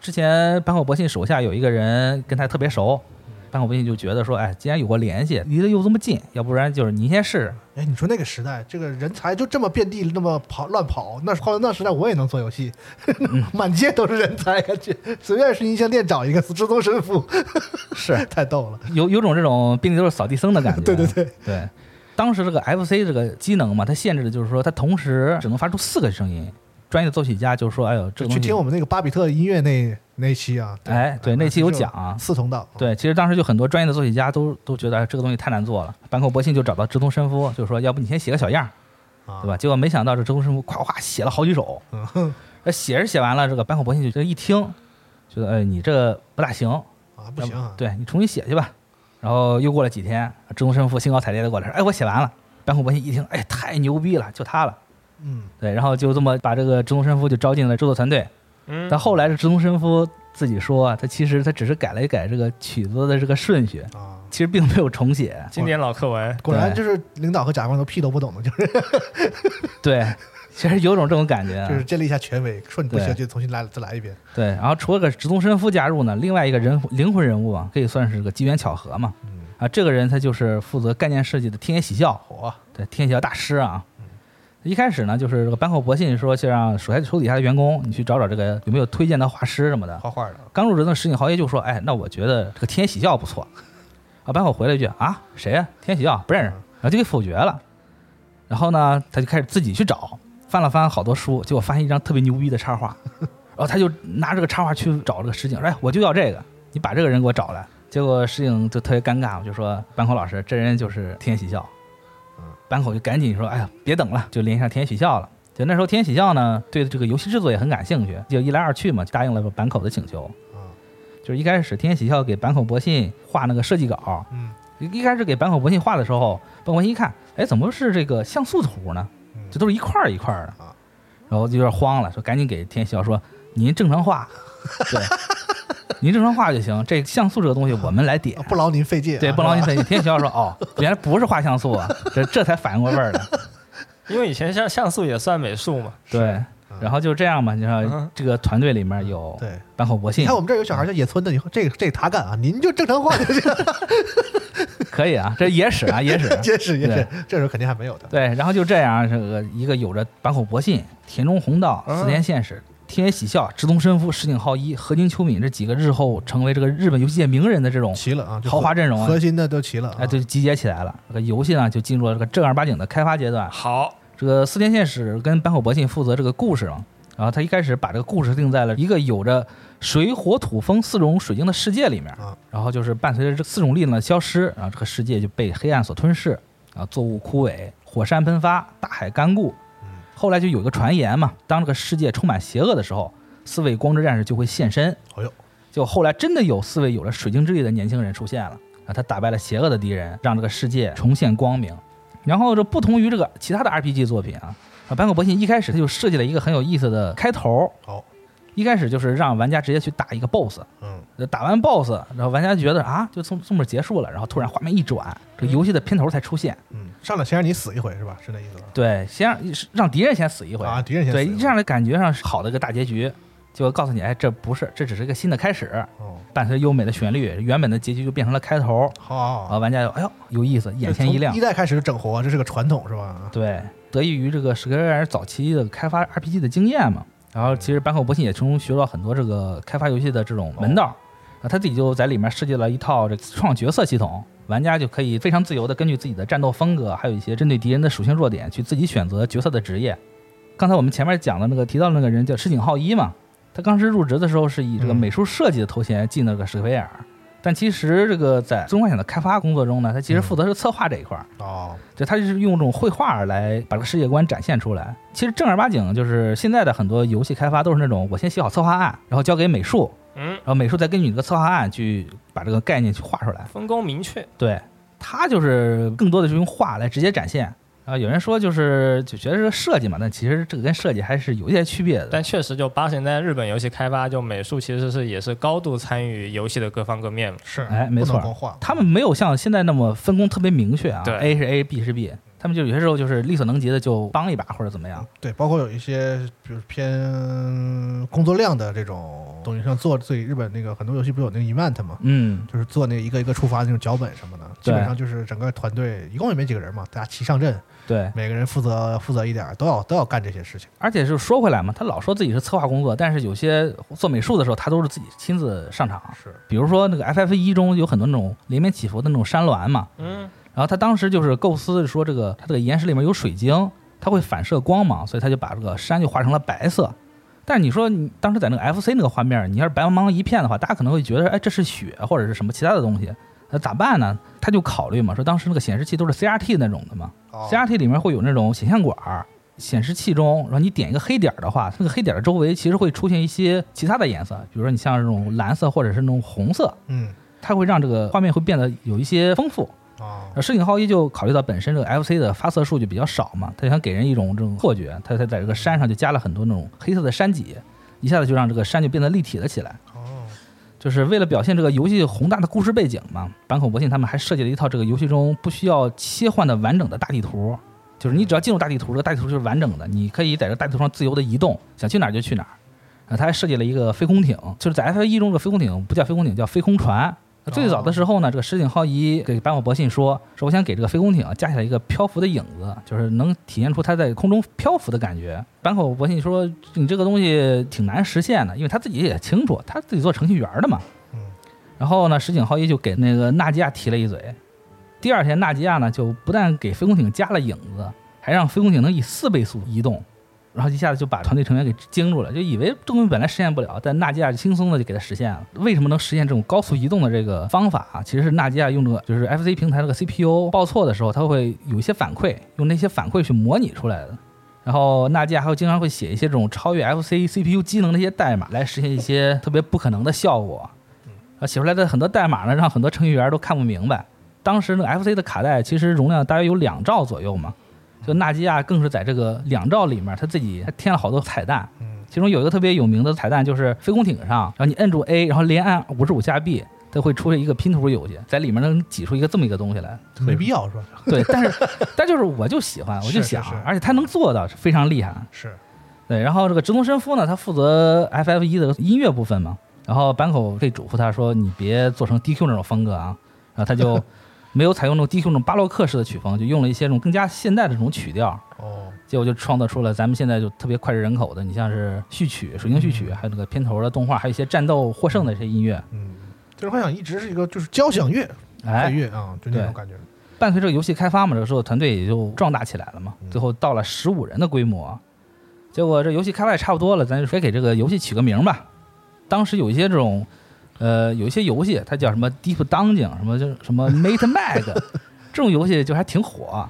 [SPEAKER 6] 之前坂口博信手下有一个人跟他特别熟，坂口博信就觉得说，哎，既然有过联系，离得又这么近，要不然就是你先试试。
[SPEAKER 4] 哎，你说那个时代，这个人才就这么遍地那么跑乱跑，那换到那时代我也能做游戏，
[SPEAKER 6] 嗯
[SPEAKER 4] 满街都是人才，感觉随便是音像店找一个直通神父，
[SPEAKER 6] 是
[SPEAKER 4] 太逗了。
[SPEAKER 6] 有有种这种遍地都是扫地僧的感觉。
[SPEAKER 4] 对对对，
[SPEAKER 6] 对。当时这个 FC 这个机能嘛，它限制的就是说，它同时只能发出四个声音。专业的作曲家就说：“哎呦，这
[SPEAKER 4] 就去
[SPEAKER 6] 个东西
[SPEAKER 4] 听我们那个巴比特音乐那那期啊，
[SPEAKER 6] 哎对那期有讲啊
[SPEAKER 4] 四通道，
[SPEAKER 6] 对，其实当时就很多专业的作曲家都都觉得哎这个东西太难做了。坂口博信就找到直通伸夫，就说要不你先写个小样儿，
[SPEAKER 4] 啊
[SPEAKER 6] 对吧？？结果没想到这直通伸夫夸夸写了好几首，
[SPEAKER 4] 嗯 哼
[SPEAKER 6] 那写着写完了，这个坂口博信就这一听，觉得哎你这不大行，
[SPEAKER 4] 啊，不行啊，
[SPEAKER 6] 对你重新写去吧。然后又过了几天，志同身夫兴高采烈的过来说，哎我写完了。坂口博信一听，哎太牛逼了，就他了。
[SPEAKER 4] 嗯，
[SPEAKER 6] 对，然后就这么把这个志同身夫就招进了制作团队。
[SPEAKER 5] 嗯
[SPEAKER 6] 但后来这志同身夫自己说啊，他其实他只是改了一改这个曲子的这个顺序，
[SPEAKER 4] 啊，
[SPEAKER 6] 其实并没有重写。
[SPEAKER 5] 经典老课文，
[SPEAKER 4] 果然
[SPEAKER 6] 对
[SPEAKER 4] 就是领导和甲方都屁都不懂的，就是
[SPEAKER 6] 对，其实有种这种感觉啊。
[SPEAKER 4] 就是建立一下权威，说你不行
[SPEAKER 6] 对
[SPEAKER 4] 就重新来再来一遍，
[SPEAKER 6] 对，然后除了个直通身夫加入呢，另外一个人灵魂人物啊，可以算是个机缘巧合嘛。
[SPEAKER 4] 嗯
[SPEAKER 6] 啊，这个人他就是负责概念设计的天野喜孝，
[SPEAKER 4] 火
[SPEAKER 6] 对，天野喜孝大师啊。一开始呢，就是这个坂口博信说，就让手下手底下的员工，你去找找这个有没有推荐的画师什么的。
[SPEAKER 4] 画画的，
[SPEAKER 6] 刚入职的石井豪一就说，哎，那我觉得这个天野喜孝不错。啊，坂口回了一句啊，谁呀、天野喜孝不认识，然后就给否决了。然后呢，他就开始自己去找，翻了翻好多书，结果发现一张特别牛逼的插画，然后他就拿这个插画去找这个石井，哎，我就要这个，你把这个人给我找来。结果石井就特别尴尬，我就说坂口老师，这人就是天野喜孝
[SPEAKER 4] 嗯。
[SPEAKER 6] 坂口就赶紧说，哎呀，别等了，就联系上天野喜孝了。就那时候天野喜孝呢，对这个游戏制作也很感兴趣，就一来二去嘛，就答应了坂口的请求。
[SPEAKER 4] 啊，
[SPEAKER 6] 就是一开始天野喜孝给坂口博信画那个设计稿，
[SPEAKER 4] 嗯
[SPEAKER 6] 一开始给坂口博信画的时候，坂口博信一看，哎，怎么是这个像素图呢？
[SPEAKER 4] 嗯
[SPEAKER 6] 这都是一块儿一块儿的
[SPEAKER 4] 啊，
[SPEAKER 6] 然后就有点慌了，说赶紧给天野喜孝说，您正 常画，对，您正常画就行，这像素这个东西我们来点
[SPEAKER 4] 啊，不劳您费劲啊，
[SPEAKER 6] 对，不劳
[SPEAKER 4] 是
[SPEAKER 6] 您
[SPEAKER 4] 吧
[SPEAKER 6] 费劲。天野喜孝说，哦，原来不是画像素 啊，这这才反应过味儿来，
[SPEAKER 5] 因为以前像像素也算美术嘛，
[SPEAKER 6] 对，然后就这样嘛，你
[SPEAKER 5] 嗯
[SPEAKER 6] 说这个团队里面有
[SPEAKER 4] 啊对。
[SPEAKER 6] 坂口博
[SPEAKER 4] 你
[SPEAKER 6] 信
[SPEAKER 4] 看，我们这儿有小孩叫野村的，你说这个这个他干啊，您就正常 画就行。
[SPEAKER 6] 可以啊，这野史啊，野史，
[SPEAKER 4] 也是也是，这时候肯定还没有的。
[SPEAKER 6] 对，然后就这样，这个一个有着坂口博信、田中弘道、
[SPEAKER 5] 嗯
[SPEAKER 6] 四田宪史、天野喜孝、直东伸夫、石井浩一、河津秋敏这几个日后成为这个日本游戏界名人的这种
[SPEAKER 4] 齐了啊，就
[SPEAKER 6] 豪华阵容啊
[SPEAKER 4] 核，心的都齐了、啊，
[SPEAKER 6] 哎，对，集结起来了。这个游戏呢，就进入了这个正儿八经的开发阶段。
[SPEAKER 5] 好，
[SPEAKER 6] 这个四田宪史跟坂口博信负责这个故事嘛，然后他一开始把这个故事定在了一个有着水火土风四种水晶的世界里面
[SPEAKER 4] 啊，
[SPEAKER 6] 然后就是伴随着这四种力量的消失，然后这个世界就被黑暗所吞噬，啊，作物枯萎，火山喷发，大海干固。
[SPEAKER 4] 嗯
[SPEAKER 6] 后来就有一个传言嘛，当这个世界充满邪恶的时候，四位光之战士就会现身。
[SPEAKER 4] 哎呦，
[SPEAKER 6] 就后来真的有四位有了水晶之力的年轻人出现了啊，他打败了邪恶的敌人，让这个世界重现光明。然后这不同于这个其他的 RPG 作品啊，啊，坂口博信一开始他就设计了一个很有意思的开头，
[SPEAKER 4] 哦，
[SPEAKER 6] 一开始就是让玩家直接去打一个 BOSS，
[SPEAKER 4] 嗯，
[SPEAKER 6] 打完 BOSS，然后玩家觉得啊，就这么这么结束了，然后突然画面一转，这个游戏的片头才出现，
[SPEAKER 4] 嗯，上来先让你死一回是吧？是那意思吧？
[SPEAKER 6] 对，先让让敌人先死一回
[SPEAKER 4] 啊，敌人先死
[SPEAKER 6] 对
[SPEAKER 4] 一，回
[SPEAKER 6] 这样的感觉上是好的一个大结局，就告诉你，哎，这不是，这只是一个新的开始，
[SPEAKER 4] 哦，
[SPEAKER 6] 伴随优美的旋律，原本的结局就变成了开头，
[SPEAKER 4] 好好
[SPEAKER 6] 啊，玩家就哎呦有意思，眼前一亮
[SPEAKER 4] 一。代开始整活，这是个传统是吧？
[SPEAKER 6] 对，得益于这个史克威尔早期的开发 RPG 的经验嘛，然后其实坂口博信也从中学到很多这个开发游戏的这种门道，啊，他自己就在里面设计了一套这创角色系统，玩家就可以非常自由的根据自己的战斗风格，还有一些针对敌人的属性弱点去自己选择角色的职业。刚才我们前面讲的那个提到的那个人叫石井浩一嘛，他当时入职的时候是以这个
[SPEAKER 4] 嗯
[SPEAKER 6] 美术设计的头衔进那个史克威尔。但其实这个在《最终幻想》的开发工作中呢，他其实负责是策划这一块儿，
[SPEAKER 4] 哦，
[SPEAKER 6] 对，他就是用这种绘画来把这个世界观展现出来。其实正儿八经就是现在的很多游戏开发都是那种，我先写好策划案，然后交给美术，
[SPEAKER 5] 嗯，
[SPEAKER 6] 然后美术再根据你这个策划案去把这个概念去画出来。
[SPEAKER 5] 分工明确，
[SPEAKER 6] 对，他就是更多的是用画来直接展现。啊，有人说就是就觉得是设计嘛，但其实这个跟设计还是有一些区别的。
[SPEAKER 5] 但确实就八十年代日本游戏开发，就美术其实是也是高度参与游戏的各方各面嘛。
[SPEAKER 4] 是，
[SPEAKER 6] 哎没错
[SPEAKER 4] 不能光画，
[SPEAKER 6] 他们没有像现在那么分工特别明确啊
[SPEAKER 5] 对
[SPEAKER 6] ，A 是 A，B 是 B，他们就有些时候就是力所能及的就帮一把或者怎么样。
[SPEAKER 4] 对，包括有一些比如偏工作量的这种东西，像做自己日本那个很多游戏不是有那个 event 吗？
[SPEAKER 6] 嗯，
[SPEAKER 4] 就是做那一个一个触发的那种脚本什么的，基本上就是整个团队一共也没几个人嘛，大家齐上阵，
[SPEAKER 6] 对。
[SPEAKER 4] 每个人负责负责一点儿，都要都要干这些事情。
[SPEAKER 6] 而且就是说回来嘛，他老说自己是策划工作，但是有些做美术的时候，他都是自己亲自上场。
[SPEAKER 4] 是，
[SPEAKER 6] 比如说那个 FF 一中有很多那种连绵起伏的那种山峦嘛，
[SPEAKER 5] 嗯，
[SPEAKER 6] 然后他当时就是构思说这个他这个岩石里面有水晶，它会反射光芒，所以他就把这个山就画成了白色。但是你说你当时在那个 FC 那个画面，你要是白茫茫一片的话，大家可能会觉得哎这是雪或者是什么其他的东西，那咋办呢？他就考虑嘛，说当时那个显示器都是 CRT 那种的嘛，
[SPEAKER 4] 哦
[SPEAKER 6] CRT 里面会有那种显像管儿，显示器中，然后你点一个黑点儿的话，那个黑点儿的周围其实会出现一些其他的颜色，比如说你像这种蓝色或者是那种红色，
[SPEAKER 4] 嗯，
[SPEAKER 6] 它会让这个画面会变得有一些丰富。
[SPEAKER 4] 哦，
[SPEAKER 6] 而摄影浩一就考虑到本身这个 FC 的发射数据比较少嘛，他就想给人一种这种错觉，他他在这个山上就加了很多那种黑色的山脊，一下子就让这个山就变得立体了起来。
[SPEAKER 4] 哦，
[SPEAKER 6] 就是为了表现这个游戏宏大的故事背景嘛，坂口博信他们还设计了一套这个游戏中不需要切换的完整的大地图，就是你只要进入大地图，这个大地图就是完整的，你可以在这大地图上自由的移动，想去哪儿就去哪儿。啊，他还设计了一个飞空艇，就是在 F 一中这个飞空艇不叫飞空艇，叫飞空船。那最早的时候呢，这个石井浩一给坂口博信说，说我想给这个飞空艇加起来一个漂浮的影子，就是能体现出它在空中漂浮的感觉。坂口博信说，你这个东西挺难实现的，因为他自己也清楚，他自己做程序员的嘛。
[SPEAKER 4] 嗯。
[SPEAKER 6] 然后呢，石井浩一就给那个纳吉亚提了一嘴。第二天，纳吉亚呢就不但给飞空艇加了影子，还让飞空艇能以四倍速移动，然后一下子就把团队成员给惊住了，就以为这东西本来实现不了，但纳吉亚轻松的就给它实现了。为什么能实现这种高速移动的这个方法啊？其实是纳吉亚用这个就是 FC 平台这个 CPU 报错的时候，它会有一些反馈，用那些反馈去模拟出来的。然后纳吉亚还会经常会写一些这种超越 FC CPU 机能的一些代码，来实现一些特别不可能的效果。啊，写出来的很多代码呢，让很多程序员都看不明白。当时那个 FC 的卡带其实容量大约有两兆左右嘛，就纳基亚更是在这个两兆里面，他自己还添了好多彩蛋。
[SPEAKER 4] 嗯，
[SPEAKER 6] 其中有一个特别有名的彩蛋，就是飞空艇上，然后你摁住 A，然后连按五十五下 B，它会出现一个拼图游戏，在里面能挤出一个这么一个东西来。
[SPEAKER 4] 没必要是吧？
[SPEAKER 6] 对，但是 但就是我就喜欢，我就是想，
[SPEAKER 4] 是是
[SPEAKER 6] 而且他能做到，非常厉害。
[SPEAKER 4] 是，
[SPEAKER 6] 对，然后这个直通伸夫呢，他负责 FF 一的音乐部分嘛，然后坂口被嘱咐他说：“你别做成 DQ 那种风格啊。”然后他就没有采用那种 DQ 那种巴洛克式的曲风，就用了一些那种更加现代的这种曲调。
[SPEAKER 4] 哦，
[SPEAKER 6] 结果就创造出了咱们现在就特别脍炙人口的，你像是序曲、水晶序曲，还有那个片头的动画，还有一些战斗获胜的这些音乐，
[SPEAKER 4] 嗯，就是幻想一直是一个就是交响乐配
[SPEAKER 6] 哎，
[SPEAKER 4] 乐啊，就那种感觉。
[SPEAKER 6] 伴随这个游戏开发嘛，这个时候团队也就壮大起来了嘛，
[SPEAKER 4] 嗯
[SPEAKER 6] 最后到了十五人的规模。啊结果这游戏开发也差不多了，咱就该给这个游戏起个名儿吧。当时有一些这种，呃，有一些游戏它叫什么 Deep Dungeon，什么就是什么 Mate Mag，这种游戏就还挺火。啊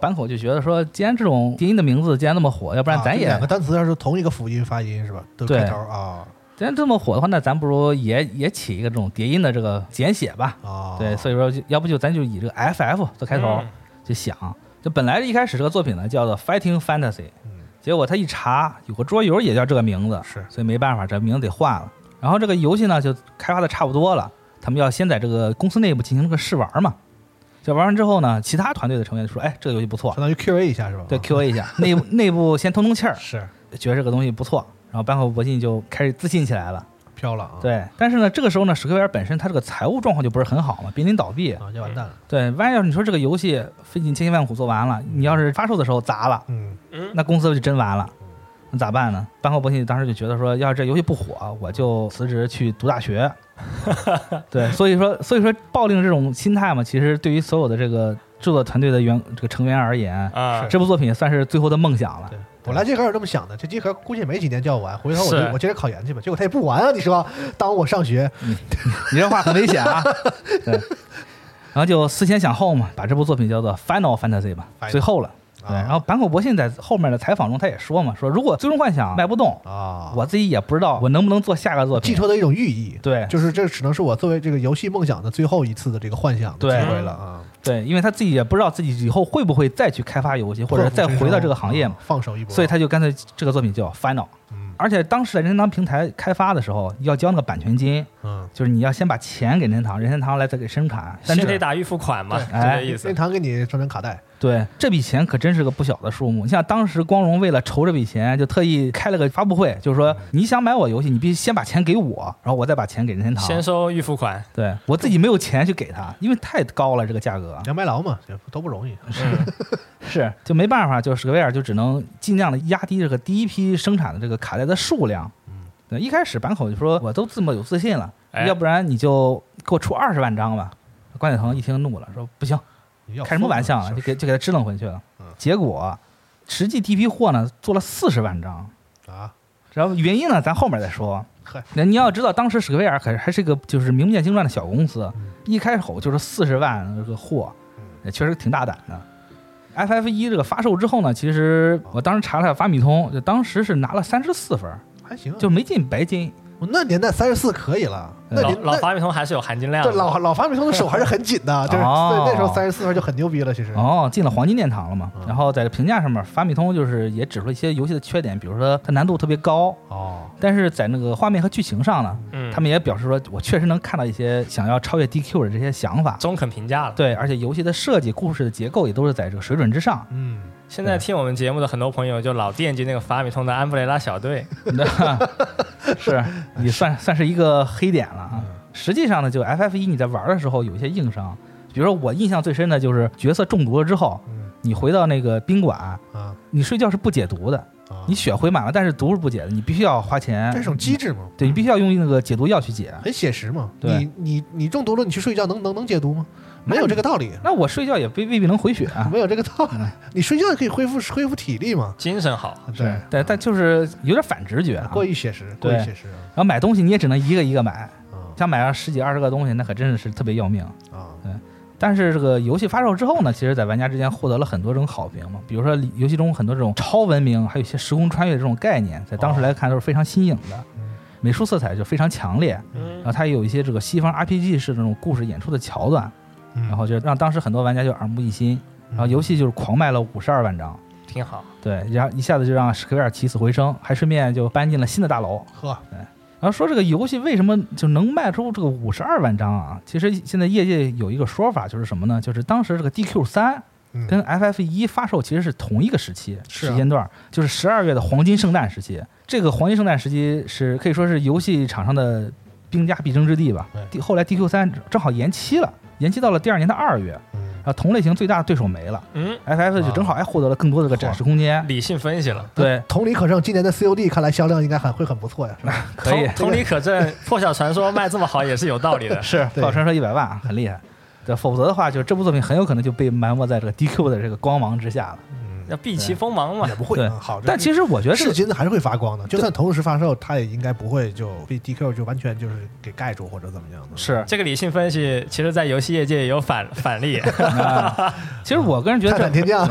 [SPEAKER 6] 坂口就觉得说，既然这种谐音的名字既然那么火，要不然
[SPEAKER 4] 啊
[SPEAKER 6] 咱
[SPEAKER 4] 这
[SPEAKER 6] 也、
[SPEAKER 4] 两个单词要是同一个辅音发音是吧？都
[SPEAKER 6] 对
[SPEAKER 4] 开头啊
[SPEAKER 6] 既然这么火的话，那咱不如也也起一个这种叠音的这个简写吧。
[SPEAKER 4] 啊，嗯
[SPEAKER 6] 对，所以说就要不就咱就以这个 FF 做开头，
[SPEAKER 5] 嗯
[SPEAKER 6] 就想，就本来一开始这个作品呢叫做 Fighting Fantasy，
[SPEAKER 4] 嗯
[SPEAKER 6] 结果他一查有个桌游也叫这个名字，
[SPEAKER 4] 是
[SPEAKER 6] 所以没办法，这名字得换了。然后这个游戏呢就开发的差不多了，他们要先在这个公司内部进行这个试玩嘛。这玩完之后呢，其他团队的成员就说：“哎，这个游戏不错
[SPEAKER 4] 相，当于 Q A 一下是吧？
[SPEAKER 6] 对
[SPEAKER 4] 啊
[SPEAKER 6] Q A 一下， 内部内部先通通气儿，
[SPEAKER 4] 是
[SPEAKER 6] 觉得这个东西不错。”然后坂口博信就开始自信起来了。
[SPEAKER 4] 飘了啊，
[SPEAKER 6] 对，但是呢，这个时候呢，史克威尔本身它这个财务状况就不是很好嘛，濒临倒闭。
[SPEAKER 4] 啊，就完蛋了。
[SPEAKER 6] 对，万一要是你说这个游戏费尽千辛万苦做完了，你要是发售的时候砸了，
[SPEAKER 4] 嗯，
[SPEAKER 5] 嗯，
[SPEAKER 6] 那公司就真完了。那咋办呢？班后博信当时就觉得说，要是这游戏不火，我就辞职去读大学。对，所以说，所以说暴令这种心态嘛，其实对于所有的这个制作团队的员这个成员而言，
[SPEAKER 5] 啊，
[SPEAKER 6] 这部作品也算是最后的梦想了。
[SPEAKER 4] 对，本来这壳是这么想的，这这壳估计也没几年就要完，回头我
[SPEAKER 5] 是
[SPEAKER 4] 就我接着考研去吧。结果他也不完啊，你说？当我上学，
[SPEAKER 6] 你这话很危险 啊。对，然后就思前想后嘛，把这部作品叫做 Final Fantasy 吧，
[SPEAKER 4] Final
[SPEAKER 6] 最后了。对，
[SPEAKER 4] 啊
[SPEAKER 6] 然后坂口博信在后面的采访中他也说嘛，说如果最终幻想卖不动，
[SPEAKER 4] 啊，
[SPEAKER 6] 我自己也不知道我能不能做下个作
[SPEAKER 4] 寄
[SPEAKER 6] 品。
[SPEAKER 4] 托的一种寓意，
[SPEAKER 6] 对
[SPEAKER 4] 就是这只能是我作为这个游戏梦想的最后一次的这个幻想的
[SPEAKER 6] 对
[SPEAKER 4] 机会了啊，
[SPEAKER 6] 对，因为他自己也不知道自己以后会不会再去开发游戏，或者再回到这个行业嘛，
[SPEAKER 4] 啊放手一搏。
[SPEAKER 6] 所以他就干脆这个作品叫 Final。
[SPEAKER 4] 嗯
[SPEAKER 6] 而且当时在任天堂平台开发的时候，要交那个版权金，
[SPEAKER 4] 嗯，
[SPEAKER 6] 就是你要先把钱给任天堂，任天堂来再给生产。但
[SPEAKER 5] 先
[SPEAKER 6] 是
[SPEAKER 5] 得打预付款嘛，就
[SPEAKER 6] 哎
[SPEAKER 5] 这意
[SPEAKER 4] 任
[SPEAKER 5] 思。
[SPEAKER 4] 堂给你装成卡带，
[SPEAKER 6] 对，这笔钱可真是个不小的数目。你像当时光荣为了筹这笔钱，就特意开了个发布会，就是说你想买我游戏，你必须先把钱给我，然后我再把钱给任天堂。
[SPEAKER 5] 先收预付款，
[SPEAKER 6] 对我自己没有钱去给他，因为太高了这个价格。
[SPEAKER 4] 两白劳嘛，这都不容易。哎
[SPEAKER 5] 嗯，
[SPEAKER 6] 是，就没办法，就是史克威尔就只能尽量的压低这个第一批生产的这个卡带的数量。嗯，一开始坂口就说我都这么有自信了，
[SPEAKER 5] 哎
[SPEAKER 6] 要不然你就给我出二十万张吧。关晓彤一听怒了，说不行，
[SPEAKER 4] 你要
[SPEAKER 6] 开什么玩笑
[SPEAKER 4] 疯
[SPEAKER 6] 啊，
[SPEAKER 4] 了
[SPEAKER 6] 就给就给他支棱回去了
[SPEAKER 4] 哦嗯。
[SPEAKER 6] 结果实际第一批货呢做了四十万张，
[SPEAKER 4] 啊？
[SPEAKER 6] 然后原因呢咱后面 再说
[SPEAKER 4] 嗨。
[SPEAKER 6] 那你要知道，当时史克威尔可是还是一个就是名不见经传的小公司
[SPEAKER 4] 嗯，
[SPEAKER 6] 一开口就是四十万这个货，也确实挺大胆的。FF 一这个发售之后呢，其实我当时查了下发米通，就当时是拿了三十四分，
[SPEAKER 4] 还行啊，
[SPEAKER 6] 就没进白金。
[SPEAKER 4] 我那年代三十四可以了，那
[SPEAKER 5] 老
[SPEAKER 4] 年
[SPEAKER 5] 老
[SPEAKER 4] 那
[SPEAKER 5] 法米通还是有含金量
[SPEAKER 4] 这
[SPEAKER 5] 的。
[SPEAKER 4] 老老法米通的手还是很紧的，就是
[SPEAKER 6] 哦
[SPEAKER 4] 对那时候三十四分就很牛逼了，其实。
[SPEAKER 6] 哦，进了黄金殿堂了嘛
[SPEAKER 4] 嗯。
[SPEAKER 6] 然后在这评价上面，发米通就是也指出了一些游戏的缺点，比如说它难度特别高，
[SPEAKER 4] 哦，
[SPEAKER 6] 但是在那个画面和剧情上呢，
[SPEAKER 5] 嗯，
[SPEAKER 6] 他们也表示说，我确实能看到一些想要超越 DQ 的这些想法。
[SPEAKER 5] 中肯评价了。
[SPEAKER 6] 对，而且游戏的设计、故事的结构也都是在这个水准之上。
[SPEAKER 4] 嗯，
[SPEAKER 5] 现在听我们节目的很多朋友就老惦记那个法米通的安布雷拉小队，
[SPEAKER 6] 是你算算是一个黑点了
[SPEAKER 4] 嗯
[SPEAKER 6] 啊。实际上呢，就 FF 一你在玩的时候有一些硬伤，比如说我印象最深的就是角色中毒了之后
[SPEAKER 4] 嗯，
[SPEAKER 6] 你回到那个宾馆，
[SPEAKER 4] 啊
[SPEAKER 6] 你睡觉是不解毒的，
[SPEAKER 4] 啊，
[SPEAKER 6] 你血回满了，但是毒是不解的，你必须要花钱
[SPEAKER 4] 这是。种机制嘛，
[SPEAKER 6] 对，你必须要用那个解毒药去解。
[SPEAKER 4] 很写实嘛。
[SPEAKER 6] 对
[SPEAKER 4] 你你你中毒了，你去睡觉能能能解毒吗？没有这个道理，
[SPEAKER 6] 那我睡觉也未未必能回血、啊。
[SPEAKER 4] 没有这个道理
[SPEAKER 6] 嗯。
[SPEAKER 4] 你睡觉可以恢复恢复体力嘛？
[SPEAKER 5] 精神好。
[SPEAKER 4] 对
[SPEAKER 6] 是，对，但就是有点反直觉、啊。
[SPEAKER 4] 过于写实，过
[SPEAKER 6] 对
[SPEAKER 4] 于写实
[SPEAKER 6] 然后买东西你也只能一个一个买，
[SPEAKER 4] 啊
[SPEAKER 6] 想买上十几二十个东西，那可真是特别要命。
[SPEAKER 4] 啊啊！
[SPEAKER 6] 但是这个游戏发售之后呢，其实在玩家之间获得了很多这种好评嘛，比如说里游戏中很多这种超文明，还有一些时空穿越这种概念，在当时来看都是非常新颖的，
[SPEAKER 4] 哦嗯
[SPEAKER 6] 美术色彩就非常强烈，然
[SPEAKER 5] 嗯
[SPEAKER 6] 后它也有一些这个西方 RPG 式这种故事演出的桥段，
[SPEAKER 4] 嗯
[SPEAKER 6] 然后就让当时很多玩家就耳目一新，然后游戏就是狂卖了五十二万张，
[SPEAKER 5] 挺好。
[SPEAKER 6] 对，然后一下子就让史克威尔起死回生，还顺便就搬进了新的大楼，
[SPEAKER 4] 呵，
[SPEAKER 6] 然后说这个游戏为什么就能卖出这个五十二万张啊？其实现在业界有一个说法，就是什么呢？就是当时这个 DQ 三
[SPEAKER 4] 嗯
[SPEAKER 6] 跟 FF 一发售其实是同一个时期、
[SPEAKER 4] 是啊
[SPEAKER 6] 时间段，就是十二月的黄金圣诞时期。这个黄金圣诞时期是可以说是游戏厂商的兵家必争之地吧
[SPEAKER 4] 对。
[SPEAKER 6] D- 后来 DQ 三正好延期了，延期到了第二年的二月。
[SPEAKER 4] 嗯
[SPEAKER 6] 然后同类型最大的对手没了
[SPEAKER 5] 嗯，
[SPEAKER 6] ，FF 就正好哎获得了更多的这个展示空
[SPEAKER 4] 啊
[SPEAKER 6] 间。
[SPEAKER 5] 理性分析了，
[SPEAKER 6] 对，
[SPEAKER 4] 同理可证，今年的 COD 看来销量应该还会很不错呀，是吧？
[SPEAKER 6] 可以。
[SPEAKER 5] 同同理可证，破晓传说卖这么好也是有道理的
[SPEAKER 6] 是
[SPEAKER 4] 对
[SPEAKER 6] 爆传说一百万啊很厉害。对，否则的话，就是这部作品很有可能就被埋没在这个 DQ 的这个光芒之下了。
[SPEAKER 5] 要避其锋芒嘛
[SPEAKER 4] 嗯也，不会
[SPEAKER 6] 对
[SPEAKER 4] 嗯好。
[SPEAKER 6] 但其实我觉得这
[SPEAKER 4] 是
[SPEAKER 6] 个
[SPEAKER 4] 金还是会发光的，就算同时发售，它也应该不会就被 DQ 就完全就是给盖住或者怎么样的。
[SPEAKER 6] 是，
[SPEAKER 5] 这个理性分析其实，在游戏业界也有反反 例
[SPEAKER 6] 啊其实我个人觉
[SPEAKER 4] 泰
[SPEAKER 6] 得
[SPEAKER 4] 坦
[SPEAKER 6] 这
[SPEAKER 4] 天降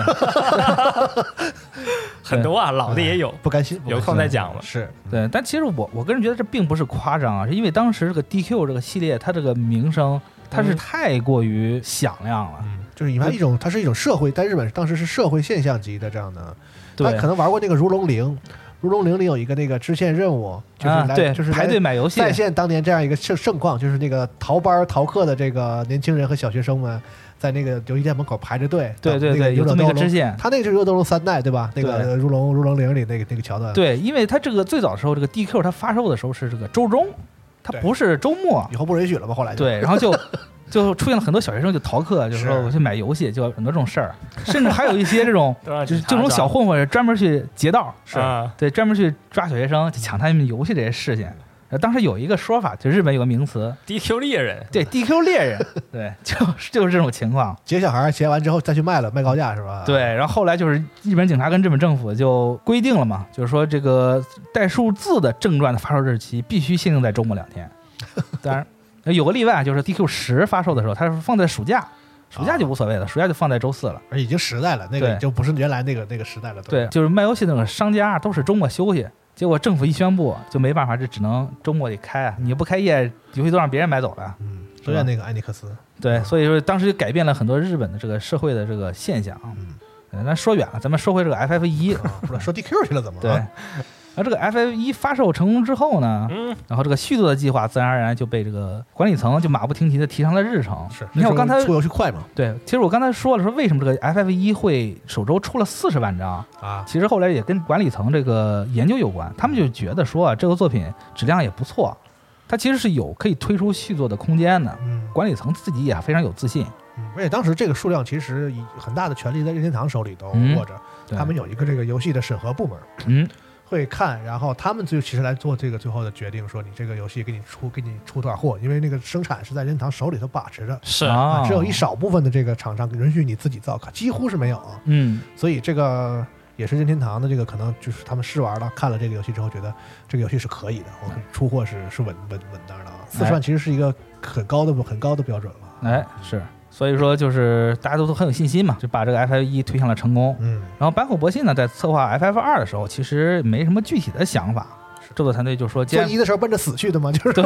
[SPEAKER 5] 很多啊，老的也有，
[SPEAKER 4] 不甘心，
[SPEAKER 5] 有空再讲吧。
[SPEAKER 4] 是
[SPEAKER 6] 对，但其实我我个人觉得这并不是夸张啊，是因为当时这个 DQ 这个系列它这个名声它是
[SPEAKER 5] 嗯
[SPEAKER 6] 太过于响亮了，
[SPEAKER 4] 就是你看一种，它是一种社会，在日本当时是社会现象级的这样的。他
[SPEAKER 6] 对，
[SPEAKER 4] 可能玩过那个如龙零，如龙零里有一个那个支线任务，就是
[SPEAKER 6] 啊
[SPEAKER 4] 来、
[SPEAKER 6] 对，
[SPEAKER 4] 就是来
[SPEAKER 6] 排队买游戏，
[SPEAKER 4] 再现当年这样一个盛盛况，就是那个逃班逃课的这个年轻人和小学生们在那个游戏店门口排着队。
[SPEAKER 6] 对对对，
[SPEAKER 4] 有
[SPEAKER 6] 有这啊么一个啊支线，
[SPEAKER 4] 他那个就是《幽斗龙三代》对吧？那
[SPEAKER 6] 对
[SPEAKER 4] 个如龙如龙零里那个那个桥段，，
[SPEAKER 6] 对，因为它这个最早的时候，这个 DQ 它发售的时候是这个周中，它
[SPEAKER 4] 对
[SPEAKER 6] 不是周末，
[SPEAKER 4] 以后不允许了吧？后来就
[SPEAKER 6] 对，然后就就出现了很多小学生就逃课，就是
[SPEAKER 4] 是
[SPEAKER 6] 说我去买游戏，就有很多这种事儿，甚至还有一些这种
[SPEAKER 5] 都让
[SPEAKER 6] 就是
[SPEAKER 5] 警察
[SPEAKER 6] 这种
[SPEAKER 5] 抓
[SPEAKER 6] 小混混专门去劫道，
[SPEAKER 5] 啊，
[SPEAKER 6] 对，专门去抓小学生，去抢他们游戏这些事情。呃当时有一个说法，就日本有个名词，
[SPEAKER 5] DQ 猎人，
[SPEAKER 6] 对 DQ 猎人， 对，就是就是这种情况。
[SPEAKER 4] 劫小孩儿劫完之后再去卖了，卖高价是吧？
[SPEAKER 6] 对，然后后来就是日本警察跟日本政府就规定了嘛，就是说这个带数字的正传的发售日期必须限定在周末两天。当然，有个例外，就是 DQ 十发售的时候，它是放在暑假，暑假就无所谓了，暑假就放在周四了。
[SPEAKER 4] 而已经时代了，那
[SPEAKER 6] 对
[SPEAKER 4] 个已经不是原来那个那个时代了。都
[SPEAKER 6] 对，，就是卖游戏那个商家都是周末休息，结果政府一宣布就没办法，这只能周末得开啊，你不开业，游戏都让别人买走了。
[SPEAKER 4] 嗯，都怨那个艾尼克斯。
[SPEAKER 6] 对，所以说当时就改变了很多日本的这个社会的这个现象。
[SPEAKER 4] 嗯
[SPEAKER 6] 嗯，咱说远了，咱们说回这个 FF 一。
[SPEAKER 4] 啊，不是说 DQ 去了怎么
[SPEAKER 6] 对，
[SPEAKER 4] 了？
[SPEAKER 6] 然后这个 FF 一发售成功之后呢，
[SPEAKER 5] 嗯，
[SPEAKER 6] 然后这个续作的计划自然而然就被这个管理层就马不停蹄的提上了日程。
[SPEAKER 4] 是，
[SPEAKER 6] 你看我刚才
[SPEAKER 4] 那时候出游戏快嘛？
[SPEAKER 6] 对，其实我刚才说了，说为什么这个 FF 一会首周出了四十万张，
[SPEAKER 4] 啊，
[SPEAKER 6] 其实后来也跟管理层这个研究有关，他们就觉得说啊，这个作品质量也不错，它其实是有可以推出续作的空间的。
[SPEAKER 4] 嗯，
[SPEAKER 6] 管理层自己也非常有自信，
[SPEAKER 4] 嗯而且当时这个数量其实以很大的权力在任天堂手里都
[SPEAKER 6] 嗯
[SPEAKER 4] 握着，
[SPEAKER 6] 对
[SPEAKER 4] 他们有一个这个游戏的审核部门
[SPEAKER 6] 嗯，
[SPEAKER 4] 会看，然后他们就其实来做这个最后的决定，说你这个游戏给你出给你出多少货，因为那个生产是在任天堂手里头把持着。
[SPEAKER 5] 是
[SPEAKER 6] 啊
[SPEAKER 4] 只有一，少部分的这个厂商允许你自己造卡，几乎是没有啊。
[SPEAKER 6] 嗯，
[SPEAKER 4] 所以这个也是任天堂的这个可能就是他们试玩了，看了这个游戏之后，觉得这个游戏是可以的，我
[SPEAKER 6] 嗯
[SPEAKER 4] 们出货是是稳稳稳当的啊。四十万其实是一个很高的很高的标准了。啊
[SPEAKER 6] 哎，是，所以说就是大家都都很有信心嘛，就把这个 FF 一推向了成功。
[SPEAKER 4] 嗯，
[SPEAKER 6] 然后坂口博信呢，在策划 FF 二的时候，其实没什么具体的想法，制作团队就说，既
[SPEAKER 4] 做
[SPEAKER 6] 然
[SPEAKER 4] 一的时候奔着死去的嘛，就是
[SPEAKER 6] 对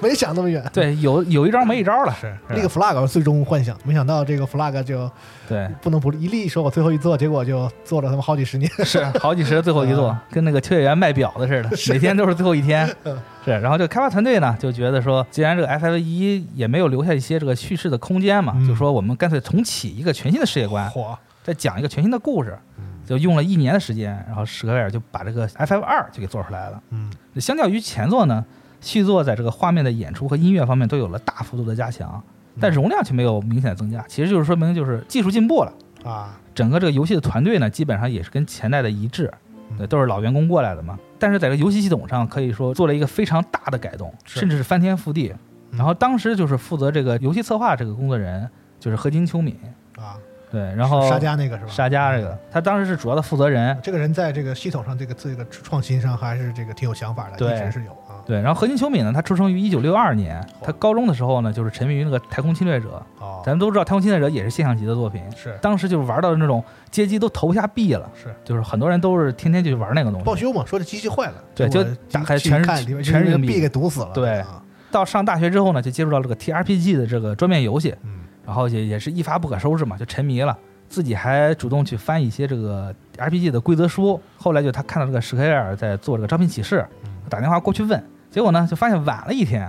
[SPEAKER 4] 没想那么远。
[SPEAKER 6] 对有有一招没一招了，
[SPEAKER 4] 是那个 flag 我最终幻想，没想到这个 flag 就
[SPEAKER 6] 对，
[SPEAKER 4] 不能不立一立，说我最后一做，结果就做了他们好几十年。
[SPEAKER 6] 是好几十最后一
[SPEAKER 4] 嗯
[SPEAKER 6] 座，跟那个秋叶原卖表的似的，每天都是最后一天。
[SPEAKER 4] 嗯
[SPEAKER 6] 是，然后这个开发团队呢就觉得说，既然这个 FF 一也没有留下一些这个叙事的空间嘛，
[SPEAKER 4] 嗯
[SPEAKER 6] 就说我们干脆重启一个全新的世界观，
[SPEAKER 4] 火，
[SPEAKER 6] 再讲一个全新的故事，
[SPEAKER 4] 嗯
[SPEAKER 6] 就用了一年的时间，然后史克威尔就把这个 FF 二就给做出来了。
[SPEAKER 4] 嗯
[SPEAKER 6] 相较于前作呢，续作在这个画面的演出和音乐方面都有了大幅度的加强，
[SPEAKER 4] 嗯
[SPEAKER 6] 但容量却没有明显的增加，其实就是说明就是技术进步了。
[SPEAKER 4] 啊，
[SPEAKER 6] 整个这个游戏的团队呢，基本上也是跟前代的一致，
[SPEAKER 4] 嗯
[SPEAKER 6] 对，都是老员工过来的嘛。但是在这个游戏系统上，可以说做了一个非常大的改动，
[SPEAKER 4] 是
[SPEAKER 6] 甚至是翻天覆地。
[SPEAKER 4] 嗯
[SPEAKER 6] 然后当时就是负责这个游戏策划这个工作人就是河金秋敏，
[SPEAKER 4] 啊，
[SPEAKER 6] 对，然后
[SPEAKER 4] 沙加那个是吧？嗯
[SPEAKER 6] 沙加这个，他当时是主要的负责人，
[SPEAKER 4] 这个人在这个系统上，这个这个创新上还是这个挺有想法的，
[SPEAKER 6] 对
[SPEAKER 4] 一直是有啊。
[SPEAKER 6] 对。然后河金秋敏呢，他出生于一九六二年，他高中的时候呢，就是沉迷于那个《太空侵略者》，
[SPEAKER 4] 哦，
[SPEAKER 6] 咱们都知道《太空侵略者》也是现象级的作品，
[SPEAKER 4] 是
[SPEAKER 6] 当时就是玩到那种街机都投不下币了，
[SPEAKER 4] 是
[SPEAKER 6] 就是很多人都是天天就去玩那个东
[SPEAKER 4] 报
[SPEAKER 6] 西。
[SPEAKER 4] 修嘛，说这机器坏了，
[SPEAKER 6] 对
[SPEAKER 4] 结果
[SPEAKER 6] 就打开
[SPEAKER 4] 进去
[SPEAKER 6] 全是
[SPEAKER 4] 看里面
[SPEAKER 6] 全是硬币
[SPEAKER 4] 币给堵死了。
[SPEAKER 6] 对
[SPEAKER 4] 啊
[SPEAKER 6] 到上大学之后呢，就接触到这个 TRPG 的这个桌面游戏，
[SPEAKER 4] 嗯，
[SPEAKER 6] 然后也也是一发不可收拾嘛，就沉迷了。自己还主动去翻一些这个 RPG 的规则书。后来就他看到这个史克威尔在做这个招聘启事，打电话过去问，结果呢就发现晚了一天，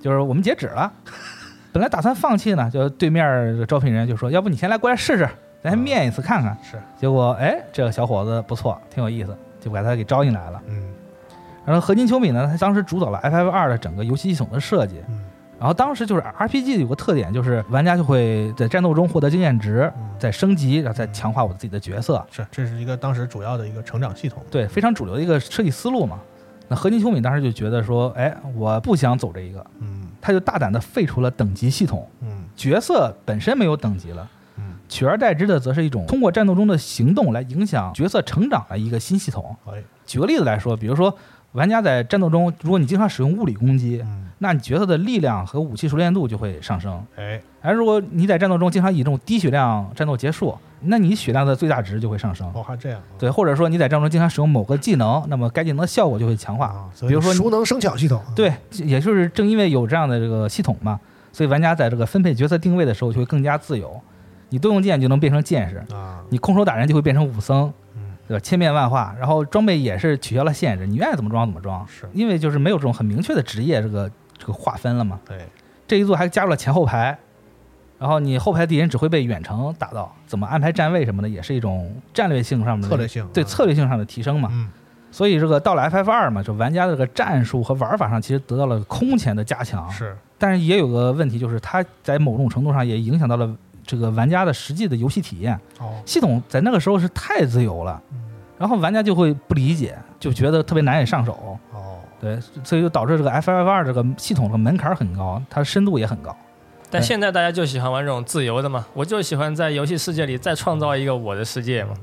[SPEAKER 6] 就是我们截止了。本来打算放弃呢，就对面的招聘人就说：“要不你先来过来试试，咱先面一次看看。
[SPEAKER 4] 是，
[SPEAKER 6] 结果哎，这个小伙子不错，挺有意思，就把他给招进来了。
[SPEAKER 4] 嗯
[SPEAKER 6] 然后合金丘米呢，他当时主导了 FF 二的整个游戏系统的设计，
[SPEAKER 4] 嗯，
[SPEAKER 6] 然后当时就是 RPG 有个特点，就是玩家就会在战斗中获得经验值，
[SPEAKER 4] 嗯
[SPEAKER 6] 在升级，然后再强化我自己的角色。
[SPEAKER 4] 是，这是一个当时主要的一个成长系统。
[SPEAKER 6] 对，非常主流的一个设计思路嘛。那合金修米当时就觉得说，哎，我不想走这一个，
[SPEAKER 4] 嗯
[SPEAKER 6] 他就大胆的废除了等级系统，
[SPEAKER 4] 嗯
[SPEAKER 6] 角色本身没有等级了，
[SPEAKER 4] 嗯，
[SPEAKER 6] 取而代之的则是一种通过战斗中的行动来影响角色成长的一个新系统。
[SPEAKER 4] 哎，
[SPEAKER 6] 举个例子来说，比如说玩家在战斗中，如果你经常使用物理攻击，
[SPEAKER 4] 嗯
[SPEAKER 6] 那你角色的力量和武器熟练度就会上升。
[SPEAKER 4] 哎，
[SPEAKER 6] 而如果你在战斗中经常以这种低血量战斗结束，那你血量的最大值就会上升。
[SPEAKER 4] 哦，还这样啊
[SPEAKER 6] 对，或者说你在战斗中经常使用某个技能，那么该技能的效果就会强化。
[SPEAKER 4] 啊，
[SPEAKER 6] 比
[SPEAKER 4] 所以
[SPEAKER 6] 如说你，
[SPEAKER 4] 熟能生巧系统，，啊
[SPEAKER 6] 对，也就是正因为有这样的这个系统嘛，所以玩家在这个分配角色定位的时候就会更加自由。你多用剑就能变成剑士，
[SPEAKER 4] 啊，
[SPEAKER 6] 你空手打人就会变成武僧
[SPEAKER 4] 嗯，
[SPEAKER 6] 对吧？千变万化，然后装备也是取消了限制，你愿意怎么装怎么装，
[SPEAKER 4] 是，
[SPEAKER 6] 因为就是没有这种很明确的职业这个这个划分了嘛。
[SPEAKER 4] 对，
[SPEAKER 6] 这一座还加入了前后排，然后你后排敌人只会被远程打到，怎么安排站位什么的，也是一种战略性上面的
[SPEAKER 4] 策略性，
[SPEAKER 6] 对
[SPEAKER 4] 嗯
[SPEAKER 6] 策略性上的提升嘛。
[SPEAKER 4] 嗯，
[SPEAKER 6] 所以这个到了 FF 二嘛，就玩家的这个战术和玩法上其实得到了空前的加强，
[SPEAKER 4] 是，
[SPEAKER 6] 但是也有个问题，就是它在某种程度上也影响到了这个玩家的实际的游戏体验。
[SPEAKER 4] 哦，
[SPEAKER 6] 系统在那个时候是太自由了，
[SPEAKER 4] 嗯
[SPEAKER 6] 然后玩家就会不理解，就觉得特别难以上手。
[SPEAKER 4] 哦，
[SPEAKER 6] 对，所以就导致这个 FF 二这个系统的门槛很高，它深度也很高。
[SPEAKER 5] 但
[SPEAKER 6] 对
[SPEAKER 5] 现在大家就喜欢玩这种自由的嘛，我就喜欢在游戏世界里再创造一个我的世界嘛。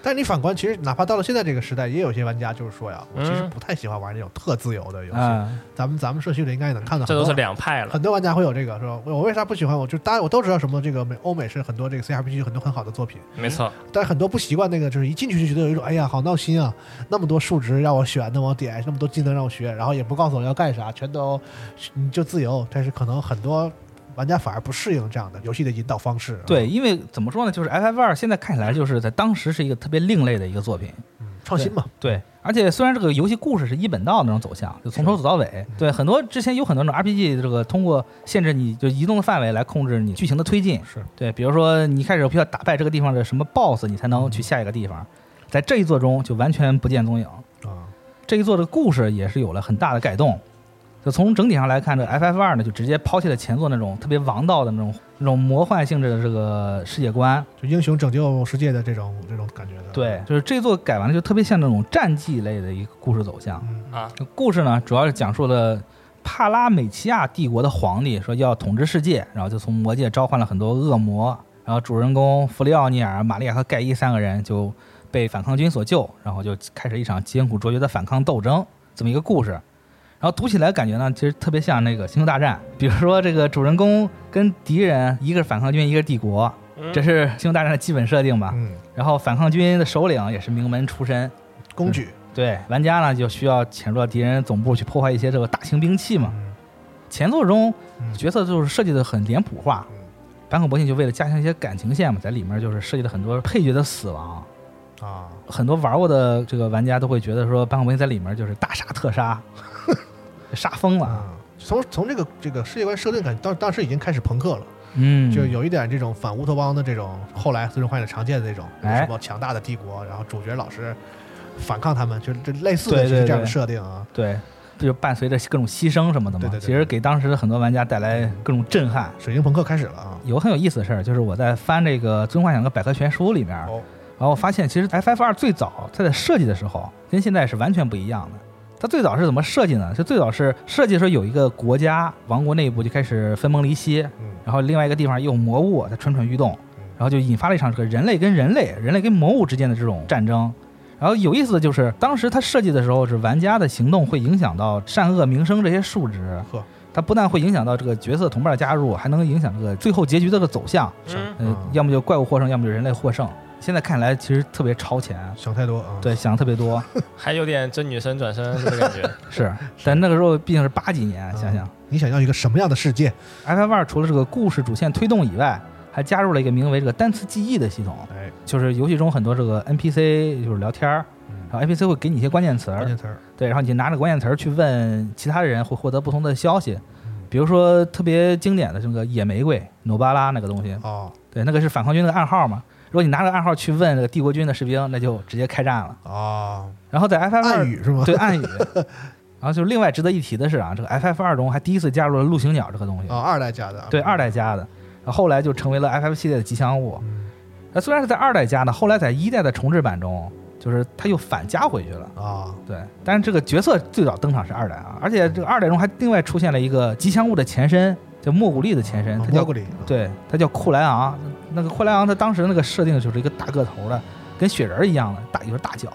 [SPEAKER 4] 但你反观，其实哪怕到了现在这个时代，也有些玩家就是说呀，我其实
[SPEAKER 5] 嗯
[SPEAKER 4] 不太喜欢玩那种特自由的游戏。
[SPEAKER 6] 啊、
[SPEAKER 4] 咱们咱们社区里应该也能看到很
[SPEAKER 5] 这
[SPEAKER 4] 多，
[SPEAKER 5] 都是两派了。
[SPEAKER 4] 很多玩家会有这个说，我我为啥不喜欢？我就当然我都知道什么这个美欧美是很多这个 CRPG 很多很好的作品，
[SPEAKER 6] 嗯
[SPEAKER 5] 没错，
[SPEAKER 4] 但是很多不习惯那个，就是一进去就觉得有一种哎呀好闹心啊，那么多数值让我选，那么点那么多技能让我学，然后也不告诉我哎要干啥，全都你就自由。但是可能很多玩家反而不适应这样的游戏的引导方式。
[SPEAKER 6] 对，，因为怎么说呢，就是 FF 二现在看起来就是在当时是一个特别另类的一个作品。
[SPEAKER 4] 嗯，创新嘛，
[SPEAKER 6] 对，而且虽然这个游戏故事是一本道那种走向，就从头走到尾。对，很多之前有很多那种 RPG 的这个通过限制你就移动的范围来控制你剧情的推进。
[SPEAKER 4] 是
[SPEAKER 6] 对，比如说你开始需要打败这个地方的什么 BOSS，你才能去下一个地方。在这一座中就完全不见踪影。
[SPEAKER 4] 啊，
[SPEAKER 6] 这一座的故事也是有了很大的改动。就从整体上来看，这 FF 二呢，就直接抛弃了前作那种特别王道的那种那种魔幻性质的这个世界观。
[SPEAKER 4] 就英雄拯救世界的这种这种感觉的。
[SPEAKER 6] 对，就是这座改完了，就特别像那种战绩类的一个故事走向。
[SPEAKER 4] 嗯，
[SPEAKER 5] 啊，
[SPEAKER 6] 故事呢，主要是讲述了帕拉美奇亚帝国的皇帝说要统治世界，然后就从魔界召唤了很多恶魔，然后主人公弗里奥尼尔、玛利亚和盖伊三个人就被反抗军所救，然后就开始一场艰苦卓绝的反抗斗争，这么一个故事。然后读起来感觉呢，其实特别像那个《星球大战》，比如说这个主人公跟敌人，一个是反抗军，一个是帝国，这嗯是《星球大战》的基本设定吧。
[SPEAKER 4] 嗯，
[SPEAKER 6] 然后反抗军的首领也是名门出身，
[SPEAKER 4] 工具，
[SPEAKER 6] 对，玩家呢就需要潜入到敌人总部去破坏一些这个大型兵器嘛。前作中
[SPEAKER 4] 嗯
[SPEAKER 6] 角色就是设计的很脸谱化
[SPEAKER 4] 嗯，
[SPEAKER 6] 坂口博信就为了加强一些感情线嘛，在里面就是设计了很多配角的死亡，
[SPEAKER 4] 啊，
[SPEAKER 6] 很多玩过的这个玩家都会觉得说坂口博信在里面就是大杀 特杀，杀疯了。
[SPEAKER 4] 嗯，从从这个这个世界观设定感，当当时已经开始朋克了，
[SPEAKER 6] 嗯，
[SPEAKER 4] 就有一点这种反乌托邦的这种后来最终幻想常见的这种，比如
[SPEAKER 6] 哎
[SPEAKER 4] 什么强大的帝国，然后主角老是反抗他们，就这类似
[SPEAKER 6] 对
[SPEAKER 4] 的
[SPEAKER 6] 对
[SPEAKER 4] 就是这样
[SPEAKER 6] 对
[SPEAKER 4] 的设定啊。
[SPEAKER 6] 对，就伴随着各种牺牲什么的嘛，
[SPEAKER 4] 对对对
[SPEAKER 6] 其实给当时的很多玩家带来各种震撼。
[SPEAKER 4] 水晶朋克开始了啊，
[SPEAKER 6] 有个很有意思的事儿，就是我在翻这个《最终幻想》的百科全书里面，
[SPEAKER 4] 哦
[SPEAKER 6] 然后我发现其实 FF 二最早它在设计的时候跟现在是完全不一样的。它最早是怎么设计呢？就最早是设计的时候有一个国家王国内部就开始分崩离析，
[SPEAKER 4] 嗯
[SPEAKER 6] 然后另外一个地方又有魔物在蠢蠢欲动
[SPEAKER 4] 嗯，
[SPEAKER 6] 然后就引发了一场这个人类跟人类、人类跟魔物之间的这种战争。然后有意思的就是，当时它设计的时候是玩家的行动会影响到善恶名声这些数值
[SPEAKER 4] 呵，
[SPEAKER 6] 它不但会影响到这个角色同伴的加入，还能影响这个最后结局的这个走向。
[SPEAKER 5] 嗯
[SPEAKER 6] 呃
[SPEAKER 4] 啊，
[SPEAKER 6] 要么就怪物获胜，要么就人类获胜。现在看来其实特别超前，
[SPEAKER 4] 想太多啊。
[SPEAKER 6] 对，想的特 别多
[SPEAKER 5] 还有点真女生转身的感 觉。
[SPEAKER 6] 是，但那个时候毕竟是八几年，
[SPEAKER 4] 嗯
[SPEAKER 6] 想想
[SPEAKER 4] 你想要一个什么样的世界？
[SPEAKER 6] FF 二除了这个故事主线推动以外，还加入了一个名为这个单词记忆的系统，
[SPEAKER 4] 哎，
[SPEAKER 6] 就是游戏中很多这个 NPC 就是聊天儿，
[SPEAKER 4] 嗯
[SPEAKER 6] 然后 NPC 会给你一些关键词
[SPEAKER 4] 关
[SPEAKER 6] 儿，
[SPEAKER 4] 键词儿，
[SPEAKER 6] 对，然后你拿着关键词儿去问其他人，会获得不同的消息
[SPEAKER 4] 嗯。
[SPEAKER 6] 比如说特别经典的这个野玫瑰努巴拉那个东西，
[SPEAKER 4] 哦
[SPEAKER 6] 对，那个是反抗军的暗号嘛。如果你拿着暗号去问这个帝国军的士兵，那就直接开战了。
[SPEAKER 4] 哦，
[SPEAKER 6] 然后在 FF
[SPEAKER 4] 暗
[SPEAKER 6] 二
[SPEAKER 4] 语是吗？
[SPEAKER 6] 对暗语，然后就另外值得一提的是啊，这个 FF 二中还第一次加入了陆行鸟这个东西，
[SPEAKER 4] 啊，二代加的啊，
[SPEAKER 6] 对二代加的，然后后来就成为了 FF 系列的吉祥物。
[SPEAKER 4] 嗯
[SPEAKER 6] 那虽然是在二代加呢，后来在一代的重制版中，就是它又反加回去了。
[SPEAKER 4] 啊，
[SPEAKER 6] 对，但是这个角色最早登场是二代啊，而且这个二代中还另外出现了一个吉祥物的前身，叫啊莫古力的前身，它
[SPEAKER 4] 蘑
[SPEAKER 6] 叫
[SPEAKER 4] 菇里，
[SPEAKER 6] 对，它叫库莱昂。那个库莱昂，它当时那个设定就是一个大个头的，跟雪人一样的，大有大脚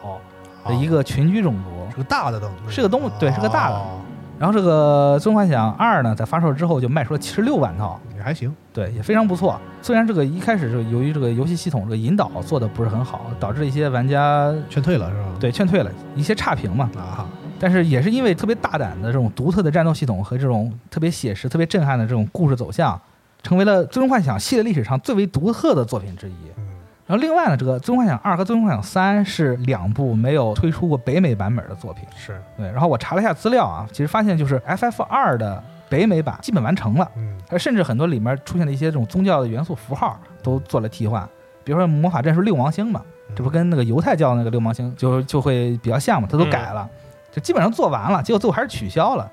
[SPEAKER 6] 的一
[SPEAKER 4] 个
[SPEAKER 6] 个群居种族。
[SPEAKER 4] 哦是个大的东西，
[SPEAKER 6] 是个东对是个大的
[SPEAKER 4] 哦
[SPEAKER 6] 然后这个《最终幻想二》呢，在发售之后就卖出了七十六万套，
[SPEAKER 4] 也还行，
[SPEAKER 6] 对，也非常不错。虽然这个一开始是由于这个游戏系统这个引导做的不是很好，导致一些玩家
[SPEAKER 4] 劝退了是吧？
[SPEAKER 6] 对劝退了一些差评嘛，
[SPEAKER 4] 啊，
[SPEAKER 6] 但是也是因为特别大胆的这种独特的战斗系统和这种特别写实、特别震撼的这种故事走向，成为了《最终幻想》系列历史上最为独特的作品之一。
[SPEAKER 4] 嗯
[SPEAKER 6] 然后另外呢，这个《最终幻想二》和《最终幻想三》是两部没有推出过北美版本的作品。
[SPEAKER 4] 是，
[SPEAKER 6] 对，然后我查了一下资料啊，其实发现就是 FF 二的北美版基本完成了，
[SPEAKER 4] 嗯，
[SPEAKER 6] 而甚至很多里面出现的一些这种宗教的元素符号都做了替换，比如说魔法战士六芒星嘛，这不跟那个犹太教那个六芒星就就会比较像嘛，它都改了，就基本上做完了，结果最后还是取消了。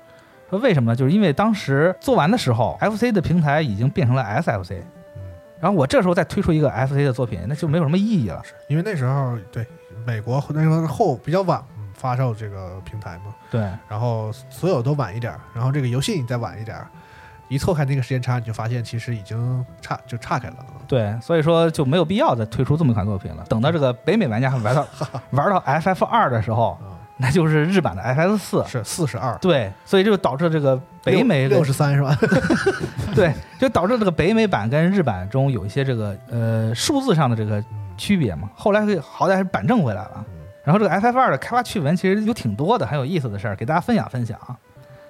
[SPEAKER 6] 说为什么呢？就是因为当时做完的时候，FC 的平台已经变成了 SFC，
[SPEAKER 4] 嗯
[SPEAKER 6] 然后我这时候再推出一个 FC 的作品，那就没有什么意义了。
[SPEAKER 4] 因为那时候对美国那时候后比较晚嗯发售这个平台嘛，
[SPEAKER 6] 对，
[SPEAKER 4] 然后所有都晚一点儿，然后这个游戏你再晚一点儿，一错开那个时间差，你就发现其实已经差就岔开了。啊
[SPEAKER 6] 对，所以说就没有必要再推出这么一款作品了。等到这个北美玩家玩到 玩到 FF 二的时候，
[SPEAKER 4] 啊、
[SPEAKER 6] 那就是日版的 FF 四。
[SPEAKER 4] 是四十二，
[SPEAKER 6] 对，所以就导致这个北美嗯
[SPEAKER 4] 六十三是吧？
[SPEAKER 6] 对，就导致这个北美版跟日版中有一些这个呃数字上的这个区别嘛。后来好歹还是板正回来了。然后这个 FF 二的开发趣闻其实有挺多的，很有意思的事儿，给大家分享分享啊。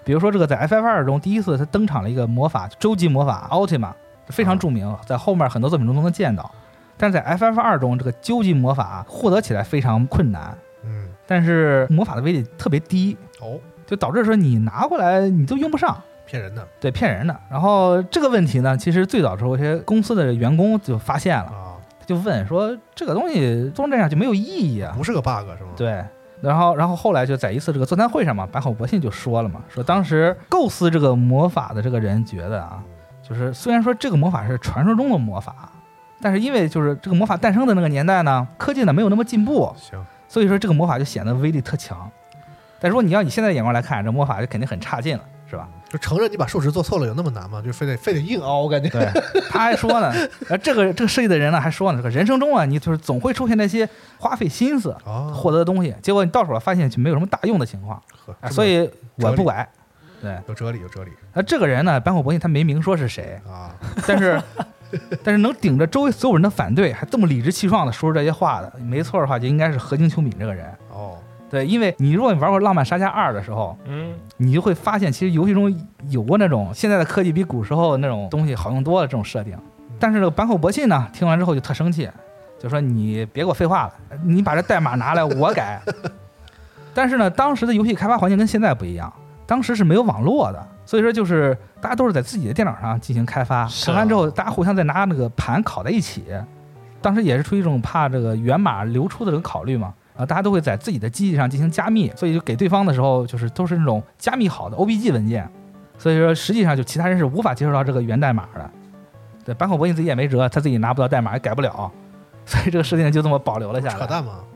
[SPEAKER 6] 比如说这个在 FF 二中第一次它登场了一个魔法终极魔法 Ultima，非常著名，在后面很多作品中都能见到。但是在 FF 二中，这个究极魔法获得起来非常困难，
[SPEAKER 4] 嗯，
[SPEAKER 6] 但是魔法的威力特别低，
[SPEAKER 4] 哦，
[SPEAKER 6] 就导致说你拿过来你都用不上。
[SPEAKER 4] 骗人的
[SPEAKER 6] 对，骗人的。然后这个问题呢，其实最早时候，一些公司的员工就发现了，
[SPEAKER 4] 啊，
[SPEAKER 6] 就问说这个东西光这样就没有意义啊。
[SPEAKER 4] 不是个 bug 是吗？，
[SPEAKER 6] 对，然后然后后来就在一次这个座谈会上嘛，坂口博信就说了嘛，说当时构思这个魔法的这个人觉得啊，就是虽然说这个魔法是传说中的魔法，但是因为就是这个魔法诞生的那个年代呢，科技呢没有那么进步，
[SPEAKER 4] 行，
[SPEAKER 6] 所以说这个魔法就显得威力特强。但如果你要以现在的眼光来看，这魔法就肯定很差劲了，是吧？
[SPEAKER 4] 就承认你把数值做错了有那么难吗？就非得非得硬凹，我感觉
[SPEAKER 6] 对， 他还说呢，呃，这个这个设计的人呢还说呢，这个人生中啊，你就是总会出现那些花费心思
[SPEAKER 4] 啊，
[SPEAKER 6] 获得的东西，结果你到手了发现就没有什么大用的情况，
[SPEAKER 4] 呵
[SPEAKER 6] 啊所以我不管。对，
[SPEAKER 4] 有哲理有哲理
[SPEAKER 6] 那这个人呢，坂口博信他没明说是谁，
[SPEAKER 4] 啊，
[SPEAKER 6] 但是但是能顶着周围所有人的反对，还这么理直气壮的说出这些话的，没错的话就应该是河井秋敏这个人。
[SPEAKER 4] 哦，
[SPEAKER 6] 对，因为你如果你玩过《浪漫沙加二》的时候，
[SPEAKER 5] 嗯，
[SPEAKER 6] 你就会发现，其实游戏中有过那种现在的科技比古时候那种东西好用多了这种设定。
[SPEAKER 5] 嗯
[SPEAKER 6] 但是这个坂口博信呢，听完之后就特生气，就说你别给我废话了，你把这代码拿来我改。 但是呢，当时的游戏开发环境跟现在不一样，当时是没有网络的，所以说就是大家都是在自己的电脑上进行开发，
[SPEAKER 5] 是
[SPEAKER 6] 开
[SPEAKER 5] 啊
[SPEAKER 6] 完之后大家互相再拿那个盘拷在一起。当时也是出于一种怕这个源码流出的这个考虑嘛，啊，大家都会在自己的机器上进行加密，所以就给对方的时候就是都是那种加密好的 OBG 文件，所以说实际上就其他人是无法接受到这个源代码的。对，坂口博信自己也没辙，他自己拿不到代码也改不了， 所以这个事情就这么保留了下
[SPEAKER 4] 扯
[SPEAKER 6] 来。
[SPEAKER 4] 淡吗？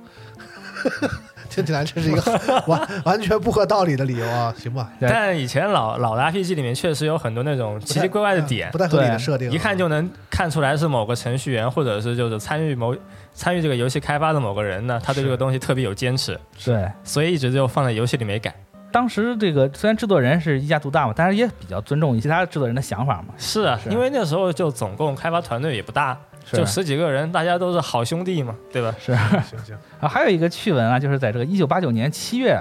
[SPEAKER 4] 听起来这是 一个完完全不合道理的理由啊，行吧？
[SPEAKER 6] 对
[SPEAKER 5] 但以前老老的 RPG 里面确实有很多那种奇奇怪怪的点
[SPEAKER 4] 不，太合理的
[SPEAKER 6] 对
[SPEAKER 4] 设定啊，
[SPEAKER 5] 一看就能看出来是某个程序员或者是就是参与某参与这个游戏开发的某个人呢，他对这个东西特别有坚持，
[SPEAKER 6] 对，
[SPEAKER 5] 所以一直就放在游戏里没改。
[SPEAKER 6] 当时这个虽然制作人是一家独大嘛，但是也比较尊重其他制作人的想法嘛。
[SPEAKER 5] 是啊，
[SPEAKER 6] 是
[SPEAKER 5] 因为那时候就总共开发团队也不大，
[SPEAKER 6] 是
[SPEAKER 5] 就十几个人，大家都是好兄弟嘛，对吧？
[SPEAKER 6] 是。啊，
[SPEAKER 4] 行行，
[SPEAKER 6] 还有一个趣闻啊，就是在这个一九八九年七月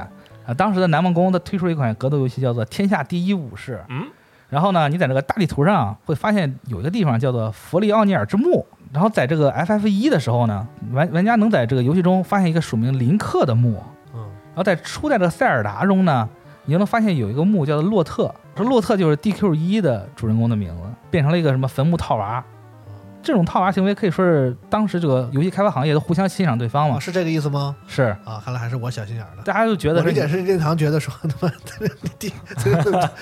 [SPEAKER 6] 啊，当时的南梦宫它推出了一款格斗游戏叫做《天下第一武士》。
[SPEAKER 5] 嗯。
[SPEAKER 6] 然后呢，你在这个大地图上会发现有一个地方叫做弗利奥尼尔之墓。然后在这个 FF 一的时候呢，玩玩家能在这个游戏中发现一个署名林克的墓。
[SPEAKER 4] 嗯，
[SPEAKER 6] 然后在初代的塞尔达中呢，你就能发现有一个墓叫做洛特，说洛特就是 DQ 一的主人公的名字，变成了一个什么坟墓套娃。这种套娃行为可以说是当时这个游戏开发行业都互相欣赏对方
[SPEAKER 4] 啊，
[SPEAKER 6] 嘛，
[SPEAKER 4] 是这个意思吗？
[SPEAKER 6] 是
[SPEAKER 4] 啊，看来还是我小心眼儿了。
[SPEAKER 6] 大家就觉得
[SPEAKER 4] 我理解
[SPEAKER 6] 是
[SPEAKER 4] 是任天堂觉得说他妈 的地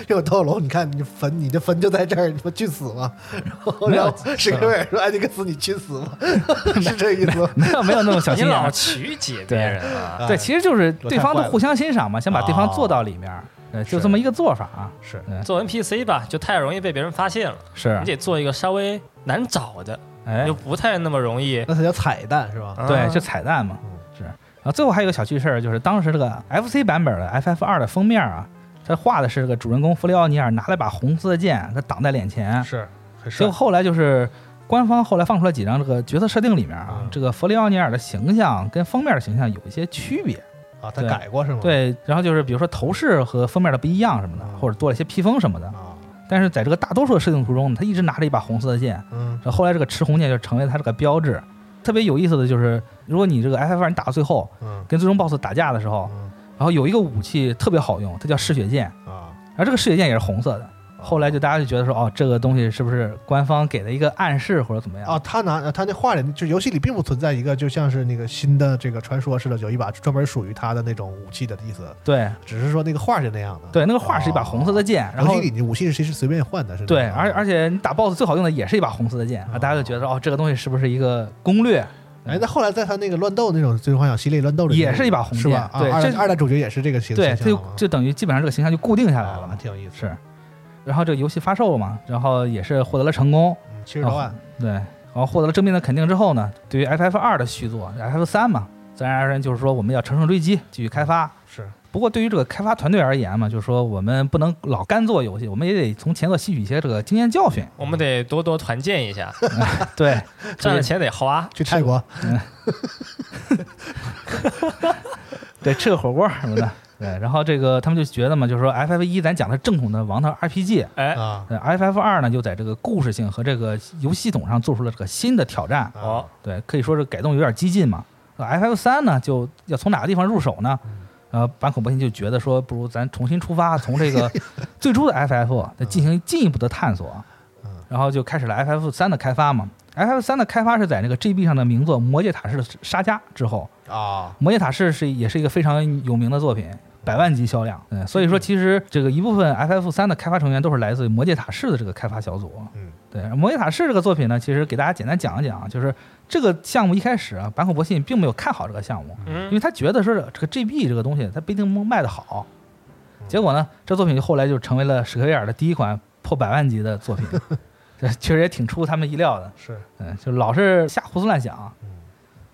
[SPEAKER 4] 又斗龙，你看你坟你的坟就在这儿，你他妈去死吧！然后
[SPEAKER 6] 没有
[SPEAKER 4] 然后史克威尔说埃尼克斯你去死吧，是这意思吗？哎
[SPEAKER 6] 没有没有那么小
[SPEAKER 5] 你
[SPEAKER 6] 心 眼
[SPEAKER 5] 老
[SPEAKER 6] 儿，
[SPEAKER 5] 曲解别
[SPEAKER 6] 对
[SPEAKER 5] 人啊，
[SPEAKER 6] 对，其实就是
[SPEAKER 4] 太
[SPEAKER 6] 对方都
[SPEAKER 4] 坏了啊
[SPEAKER 6] 互相欣赏嘛，先把对方做到里面儿，呃，就这么一个做法啊，
[SPEAKER 4] 是
[SPEAKER 6] 嗯
[SPEAKER 5] 做 NPC 吧，就太容易被别人发现了，
[SPEAKER 6] 是
[SPEAKER 5] 你，得做一个稍微难找的，
[SPEAKER 6] 哎
[SPEAKER 5] 又，不太那么容易。
[SPEAKER 4] 那才叫彩蛋是吧？
[SPEAKER 5] 啊
[SPEAKER 6] 对，就彩蛋嘛
[SPEAKER 4] 嗯，
[SPEAKER 6] 是。然后最后还有一个小趣事儿，就是当时这个 FC 版本的 FF 二的封面啊，它画的是这个主人公弗里奥尼尔拿了把红色的剑，他挡在脸前。
[SPEAKER 4] 是很
[SPEAKER 6] 结果后来就是官方后来放出了几张这个角色设定里面啊
[SPEAKER 4] 嗯，
[SPEAKER 6] 这个弗里奥尼尔的形象跟封面的形象有一些区别。
[SPEAKER 4] 啊，他
[SPEAKER 6] 对
[SPEAKER 4] 改过是吗？
[SPEAKER 6] 对，然后就是比如说头饰和封面的不一样什么的，
[SPEAKER 4] 嗯
[SPEAKER 6] 或者多了一些披风什么的。
[SPEAKER 4] 啊，
[SPEAKER 6] 但是在这个大多数的设定图中，他一直拿着一把红色的剑，
[SPEAKER 4] 嗯
[SPEAKER 6] 然后后来这个持红剑就成为了他这个标志。特别有意思的就是，如果你这个 FF 二你打到最后，
[SPEAKER 4] 嗯
[SPEAKER 6] 跟最终 BOSS 打架的时候，
[SPEAKER 4] 嗯
[SPEAKER 6] 然后有一个武器特别好用，它叫嗜血剑，
[SPEAKER 4] 啊，
[SPEAKER 6] 然后这个嗜血剑也是红色的。后来就大家就觉得说，哦，这个东西是不是官方给的一个暗示或者怎么样？
[SPEAKER 4] 哦，，他拿他那画里，就游戏里并不存在一个就像是那个新的这个传说似的，有一把专门属于他的那种武器的意思，
[SPEAKER 6] 对
[SPEAKER 4] 只是说那个画是那样的。哦
[SPEAKER 6] 对，那个画是一把红色的剑，然后
[SPEAKER 4] 游戏里武器其实随便换的，啊是
[SPEAKER 6] 对，而而
[SPEAKER 4] 且
[SPEAKER 6] 且你打 BOSS 最好用的也是一把红色的剑，啊，大家就觉得哦，这个东西是不是一个攻略？
[SPEAKER 4] 哎，那后来在他那个乱斗那种《最终幻想》系列乱斗里
[SPEAKER 6] 也是一把红
[SPEAKER 4] 是吧？啊
[SPEAKER 6] 剑对
[SPEAKER 4] 二
[SPEAKER 6] 这
[SPEAKER 4] 代二代主角也是这个形
[SPEAKER 6] 对，它
[SPEAKER 4] 形象
[SPEAKER 6] 就
[SPEAKER 4] 吗
[SPEAKER 6] 就等于基本上这个形象就固定下来了
[SPEAKER 4] 啊
[SPEAKER 6] 嘛。
[SPEAKER 4] 挺有意思。
[SPEAKER 6] 是，然后这个游戏发售嘛，然后也是获得了成功，
[SPEAKER 4] 嗯七十多万，
[SPEAKER 6] 对，然后获得了正面的肯定之后呢，对于 FF 二的续作，FF 三嘛，自然而然就是说我们要乘胜追击，继续开发。
[SPEAKER 4] 是
[SPEAKER 6] 不过对于这个开发团队而言嘛，就是说我们不能老干做游戏，我们也得从前作吸取一些这个经验教 训。
[SPEAKER 5] 我们得多多团建一 下，
[SPEAKER 6] 对，
[SPEAKER 5] 赚了钱得花。
[SPEAKER 4] 去泰国
[SPEAKER 6] 对，吃个火锅什么的。对，然后这个他们就觉得嘛，就是说 FF 一咱讲的是正统的王道 RPG，
[SPEAKER 5] 哎，
[SPEAKER 4] 啊
[SPEAKER 6] 呃，FF 二呢又在这个故事性和这个游戏系统上做出了这个新的挑战。
[SPEAKER 5] 哦，
[SPEAKER 6] 对，可以说是改动有点激进嘛。FF 三呢，就要从哪个地方入手呢？呃，坂口博信就觉得说，不如咱重新出发，从这个最初的 FF 再进行进一步的探索
[SPEAKER 4] 嗯，
[SPEAKER 6] 然后就开始了 FF 三的开发嘛。FF 三的开发是在那个 GB 上的名作《魔界塔式的沙加》之后，
[SPEAKER 4] 啊
[SPEAKER 6] 《魔戒塔士》是也是一个非常有名的作品，百万级销量。嗯，所以说其实这个一部分 FF 三的开发成员都是来自于《魔戒塔士》的这个开发小组。
[SPEAKER 4] 嗯，
[SPEAKER 6] 对，《魔戒塔士》这个作品呢，其实给大家简单讲一讲啊，就是这个项目一开始啊，坂口博信并没有看好这个项目，因
[SPEAKER 5] 嗯，
[SPEAKER 6] 为他觉得说这个 GB 这个东西它不一定能卖得好。结果呢，这作品后来就成为了史克威尔的第一款破百万级的作品，这确实也挺出他们意料的。
[SPEAKER 4] 是
[SPEAKER 6] 嗯，就老是瞎胡思乱想。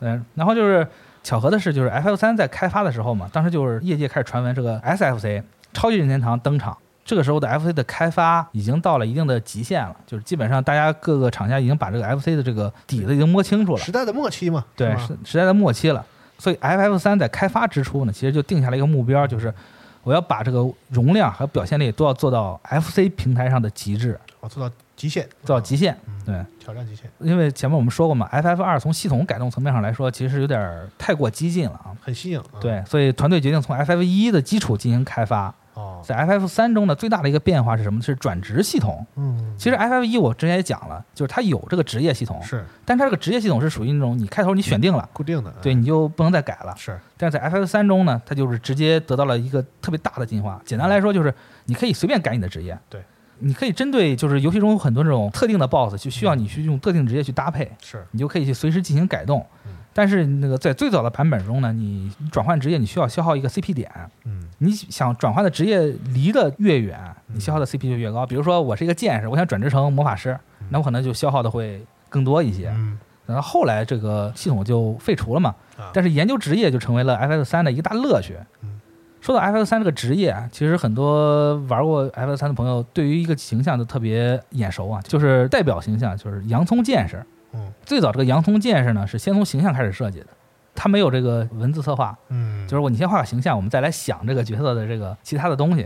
[SPEAKER 6] 嗯，然后就是巧合的是，就是 FF 三在开发的时候嘛，当时就是业界开始传闻这个 SFC 超级任天堂登场。这个时候的 FC 的开发已经到了一定的极限了，就是基本上大家各个厂家已经把这个 FC 的这个底子已经摸清楚了，
[SPEAKER 4] 时代的末期嘛？
[SPEAKER 6] 对，
[SPEAKER 4] 是
[SPEAKER 6] 时
[SPEAKER 4] 吗
[SPEAKER 6] 时代的末期了。所以 FF 三在开发之初呢，其实就定下了一个目标，就是我要把这个容量和表现力都要做到 FC 平台上的极致，
[SPEAKER 4] 我做到极限，
[SPEAKER 6] 做到极限。
[SPEAKER 4] 嗯
[SPEAKER 6] 对，
[SPEAKER 4] 挑战极限，
[SPEAKER 6] 因为前面我们说过嘛，FF 二从系统改动层面上来说，其实有点儿太过激进了啊。
[SPEAKER 4] 很新颖。啊，
[SPEAKER 6] 对，所以团队决定从 FF 一的基础进行开发。
[SPEAKER 4] 哦，
[SPEAKER 6] 在 FF 三中呢，最大的一个变化是什么？是转职系统。
[SPEAKER 4] 嗯，
[SPEAKER 6] 其实 FF 一我之前也讲了，就是它有这个职业系统，
[SPEAKER 4] 是
[SPEAKER 6] 但它这个职业系统是属于那种你开头你选定了，
[SPEAKER 4] 固定的，嗯
[SPEAKER 6] 对，你就不能再改了。
[SPEAKER 4] 是
[SPEAKER 6] 但是在 FF 三中呢，它就是直接得到了一个特别大的进化。简单来说，就是你可以随便改你的职业，
[SPEAKER 4] 对，
[SPEAKER 6] 你可以针对就是游戏中有很多这种特定的 BOSS，就
[SPEAKER 4] 嗯
[SPEAKER 6] 需要你去用特定职业去搭配，
[SPEAKER 4] 是
[SPEAKER 6] 你就可以去随时进行改动
[SPEAKER 4] 嗯。
[SPEAKER 6] 但是那个在最早的版本中呢，你转换职业你需要消耗一个 CP 点，
[SPEAKER 4] 嗯
[SPEAKER 6] 你想转换的职业离得越远，你消耗的 CP 就越高。比如说我是一个剑士，我想转职成魔法师，那我可能就消耗的会更多一些。
[SPEAKER 4] 嗯
[SPEAKER 6] 然后后来这个系统就废除了嘛
[SPEAKER 4] 啊，
[SPEAKER 6] 但是研究职业就成为了 FF 三的一个大乐趣
[SPEAKER 4] 嗯。
[SPEAKER 6] 说到 FF 三这个职业啊，其实很多玩过 FF 三的朋友对于一个形象都特别眼熟啊，就是代表形象就是洋葱剑士。
[SPEAKER 4] 嗯，
[SPEAKER 6] 最早这个洋葱剑士呢是先从形象开始设计的，它没有这个文字策划，
[SPEAKER 4] 嗯，
[SPEAKER 6] 就是我你先画个形象，我们再来想这个角色的这个其他的东西。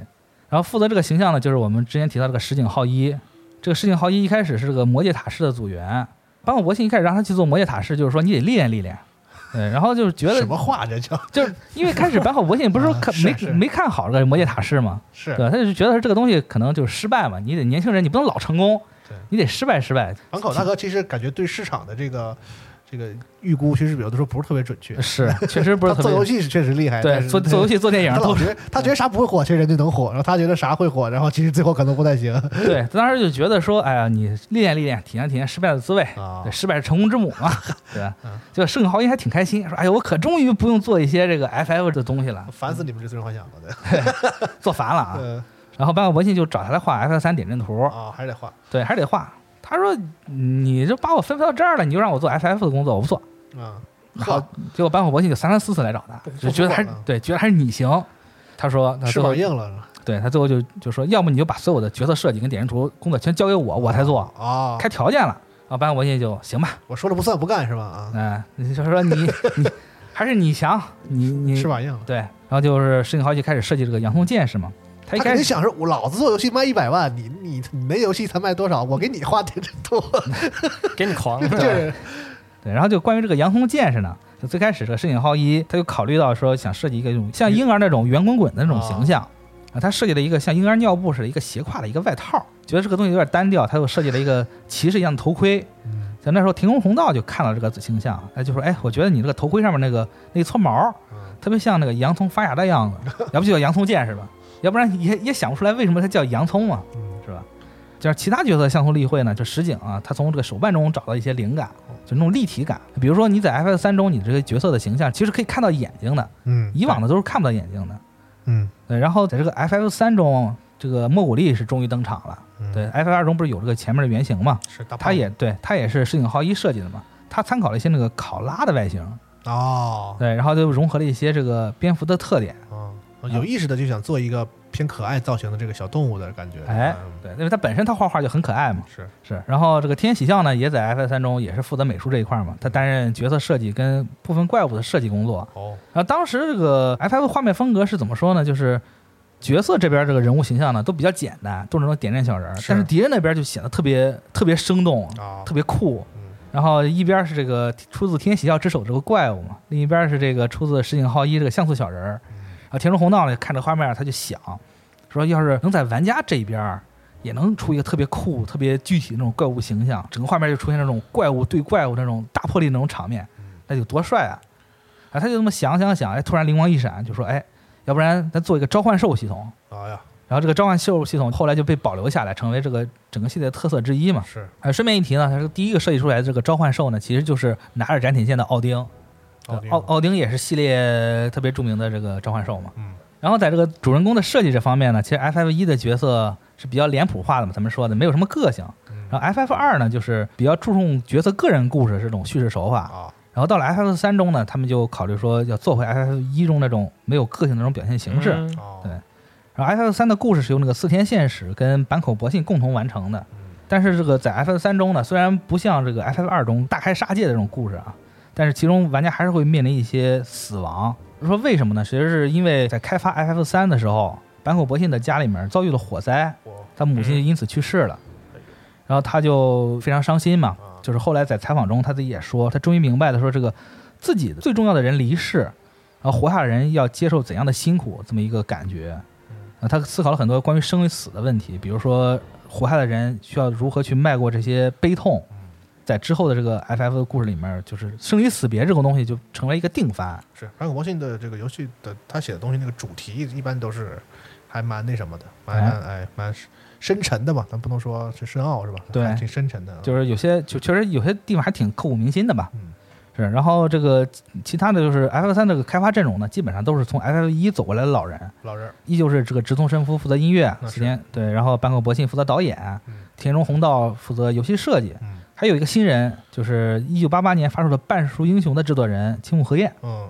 [SPEAKER 6] 然后负责这个形象呢，就是我们之前提到这个石井浩一。这个石井浩一一开始是这个魔界塔式的组员，坂口博信一开始让他去做魔界塔式，就是说你得历练历练。对，然后就是觉得
[SPEAKER 4] 什么话这叫
[SPEAKER 6] 就是因为开始坂口博信不是说
[SPEAKER 4] 啊
[SPEAKER 6] 看
[SPEAKER 4] 是
[SPEAKER 6] 没
[SPEAKER 4] 是
[SPEAKER 6] 没看好
[SPEAKER 4] 对
[SPEAKER 6] 你得失败失败。
[SPEAKER 4] 港口大哥其实感觉对市场的这个这个预估，其实有的时候不是特别准确。
[SPEAKER 6] 是，确实不是
[SPEAKER 4] 他
[SPEAKER 6] 特
[SPEAKER 4] 做
[SPEAKER 6] 别
[SPEAKER 4] 游戏是确实厉害，
[SPEAKER 6] 对
[SPEAKER 4] 但是
[SPEAKER 6] 做做游戏做电影
[SPEAKER 4] 他
[SPEAKER 6] 都
[SPEAKER 4] 老觉得他觉得啥不会火，这人就能火；然后他觉得啥会火，然后其实最后可能不太行
[SPEAKER 6] 对，当时就觉得说，哎呀，你历练历练，体验体验失败的滋味，
[SPEAKER 4] 啊
[SPEAKER 6] 对，。失败是成功之母嘛， 对吧
[SPEAKER 4] 嗯？
[SPEAKER 6] 就盛豪应该挺开心，说，哎呦，我可终于不用做一些这个 FF 的东西了，
[SPEAKER 4] 烦死你们这最终幻想了，对，
[SPEAKER 6] 做烦了啊。
[SPEAKER 4] 嗯
[SPEAKER 6] 然后班克博信就找他来画 FF 三点阵图，
[SPEAKER 4] 啊，还是得画
[SPEAKER 6] 对，还是得画。他说，你就把我分配到这儿了，你就让我做 FF 的工作，我不做。
[SPEAKER 4] 啊，
[SPEAKER 6] 然后结果班克博信就三番四次来找他，就觉得还是
[SPEAKER 4] 不不管了
[SPEAKER 6] 对，觉得还是你行。他说，他
[SPEAKER 4] 翅
[SPEAKER 6] 最后
[SPEAKER 4] 膀硬了，
[SPEAKER 6] 对他最后就就说，要么你就把所有的角色设计跟点阵图工作全交给我，我才做。
[SPEAKER 4] 啊。
[SPEAKER 6] 开条件了。啊，班克博信就行吧，
[SPEAKER 4] 我说了不算不干是吧？啊，
[SPEAKER 6] 嗯，你就说你你 还是你强，你你
[SPEAKER 4] 翅膀硬了。
[SPEAKER 6] 对，然后就是石井豪就开始设计这个洋葱剑士嘛，他一
[SPEAKER 4] 他
[SPEAKER 6] 哎开
[SPEAKER 4] 肯定
[SPEAKER 6] 始
[SPEAKER 4] 想是，我老子做游戏卖一百万，你你你那游戏才卖多少？我给你花的真多，
[SPEAKER 5] 给你 狂，
[SPEAKER 4] 就是
[SPEAKER 6] 对，然后就关于这个洋葱剑士呢，就最开始这个石井豪一他就考虑到说想设计一个这种像婴儿那种圆滚滚的那种形象。啊，他设计了一个像婴儿尿布似的一个斜挎的一个外套，觉得这个东西有点单调，他又设计了一个骑士一样的头盔。在那时候，田宫弘道就看到这个形象，哎，就说：“哎，我觉得你这个头盔上面那个那一撮毛儿，特别像那个洋葱发芽的样子，要不就叫洋葱剑士吧，要不然也也想不出来为什么它叫洋葱嘛，是吧？就是其他角色相互例会呢，就石井啊，他从这个手办中找到一些灵感，就那种立体感。比如说你在 F S 三中，你这个角色的形象其实可以看到眼睛的，
[SPEAKER 4] 嗯
[SPEAKER 6] 以往的都是看不到眼睛的。
[SPEAKER 4] 嗯
[SPEAKER 6] 对，然后在这个 F F 三中，这个莫古力是终于登场了。
[SPEAKER 4] 嗯
[SPEAKER 6] 对，F F 二中不是有这个前面的原型嘛？
[SPEAKER 4] 是大
[SPEAKER 6] 他也对，他也是石井浩一设计的嘛。他参考了一些那个考拉的外形，
[SPEAKER 4] 哦
[SPEAKER 6] 对，然后就融合了一些这个蝙蝠的特点。
[SPEAKER 4] 哦，
[SPEAKER 6] 嗯
[SPEAKER 4] 有意识的就想做一个偏可爱造型的这个小动物的感觉，
[SPEAKER 6] 哎
[SPEAKER 4] 嗯，
[SPEAKER 6] 对，因为他本身他画画就很可爱嘛。
[SPEAKER 4] 是
[SPEAKER 6] 是，然后这个天喜笑呢，也在 F 三中也是负责美术这一块嘛，他担任角色设计跟部分怪物的设计工作。
[SPEAKER 4] 哦，
[SPEAKER 6] 然后当时这个 F F 画面风格是怎么说呢？就是角色这边这个人物形象呢都比较简单，都是那种点阵小人儿，
[SPEAKER 4] 是
[SPEAKER 6] 但是敌人那边就显得特别特别生动，
[SPEAKER 4] 啊
[SPEAKER 6] 特别酷
[SPEAKER 4] 嗯。
[SPEAKER 6] 然后一边是这个出自《天喜笑之手》这个怪物嘛，另一边是这个出自石井浩一这个像素小人儿。啊，田中弘道呢看着画面，他就想说，要是能在玩家这边儿也能出一个特别酷、特别具体的那种怪物形象，整个画面就出现那种怪物对怪物那种大破裂那种场面，那有多帅啊！啊，他就这么想想想，哎，突然灵光一闪，就说，哎，要不然咱做一个召唤兽系统。
[SPEAKER 4] 哎呀，
[SPEAKER 6] 然后这个召唤兽系统后来就被保留下来，成为这个整个系列的特色之一嘛。
[SPEAKER 4] 是
[SPEAKER 6] 呃，顺便一提呢，他是第一个设计出来的这个召唤兽呢，其实就是拿着斩铁剑的奥丁。
[SPEAKER 4] 奥丁
[SPEAKER 6] 奥奥丁也是系列特别著名的这个召唤兽嘛。
[SPEAKER 4] 嗯。
[SPEAKER 6] 然后在这个主人公的设计这方面呢，其实 F F 一的角色是比较脸谱化的嘛，咱们说的没有什么个性。
[SPEAKER 4] 嗯
[SPEAKER 6] 然后 F F 二呢，就是比较注重角色个人故事这种叙事手法。
[SPEAKER 4] 啊，
[SPEAKER 6] 然后到了 F F 三中呢，他们就考虑说要做回 F F 一中那种没有个性的那种表现形式。
[SPEAKER 5] 嗯
[SPEAKER 4] 哦
[SPEAKER 6] 对然后 F F 三的故事是由那个四天现史跟坂口博信共同完成的，但是这个在 F F 三中呢，虽然不像这个 F F 二中大开杀戒的这种故事啊，但是其中玩家还是会面临一些死亡。说为什么呢？其实是因为在开发 F F 三的时候，坂口博信的家里面遭遇了火灾，他母亲就因此去世了，然后他就非常伤心嘛。就是后来在采访中他自己也说，他终于明白了说这个自己最重要的人离世，然后活下来的人要接受怎样的辛苦这么一个感觉。啊，他思考了很多关于生与死的问题，比如说活下来的人需要如何去迈过这些悲痛。在之后的这个 FF 的故事里面，就是生离死别这种东西就成为一个定番。
[SPEAKER 4] 是反恐博信的这个游戏的他写的东西，那个主题一般都是还蛮那什么的，蛮
[SPEAKER 6] 哎
[SPEAKER 4] 蛮哎蛮深沉的吧，咱不能说是深奥是吧？
[SPEAKER 6] 对
[SPEAKER 4] 还挺深沉的啊，
[SPEAKER 6] 就是有些就确实有些地方还挺刻骨铭心的吧。
[SPEAKER 4] 嗯，
[SPEAKER 6] 是。然后这个其他的就是 F 三这个开发阵容呢，基本上都是从 F 一走过来的老人，
[SPEAKER 4] 老人儿
[SPEAKER 6] 依旧是这个直通伸夫负责音乐，
[SPEAKER 4] 那是
[SPEAKER 6] 时间对，然后坂口博信负责导演，田中弘道负责游戏设计，
[SPEAKER 4] 嗯
[SPEAKER 6] 还有一个新人就是一九八八年发售的《半熟英雄》的制作人青木和彦，
[SPEAKER 4] 嗯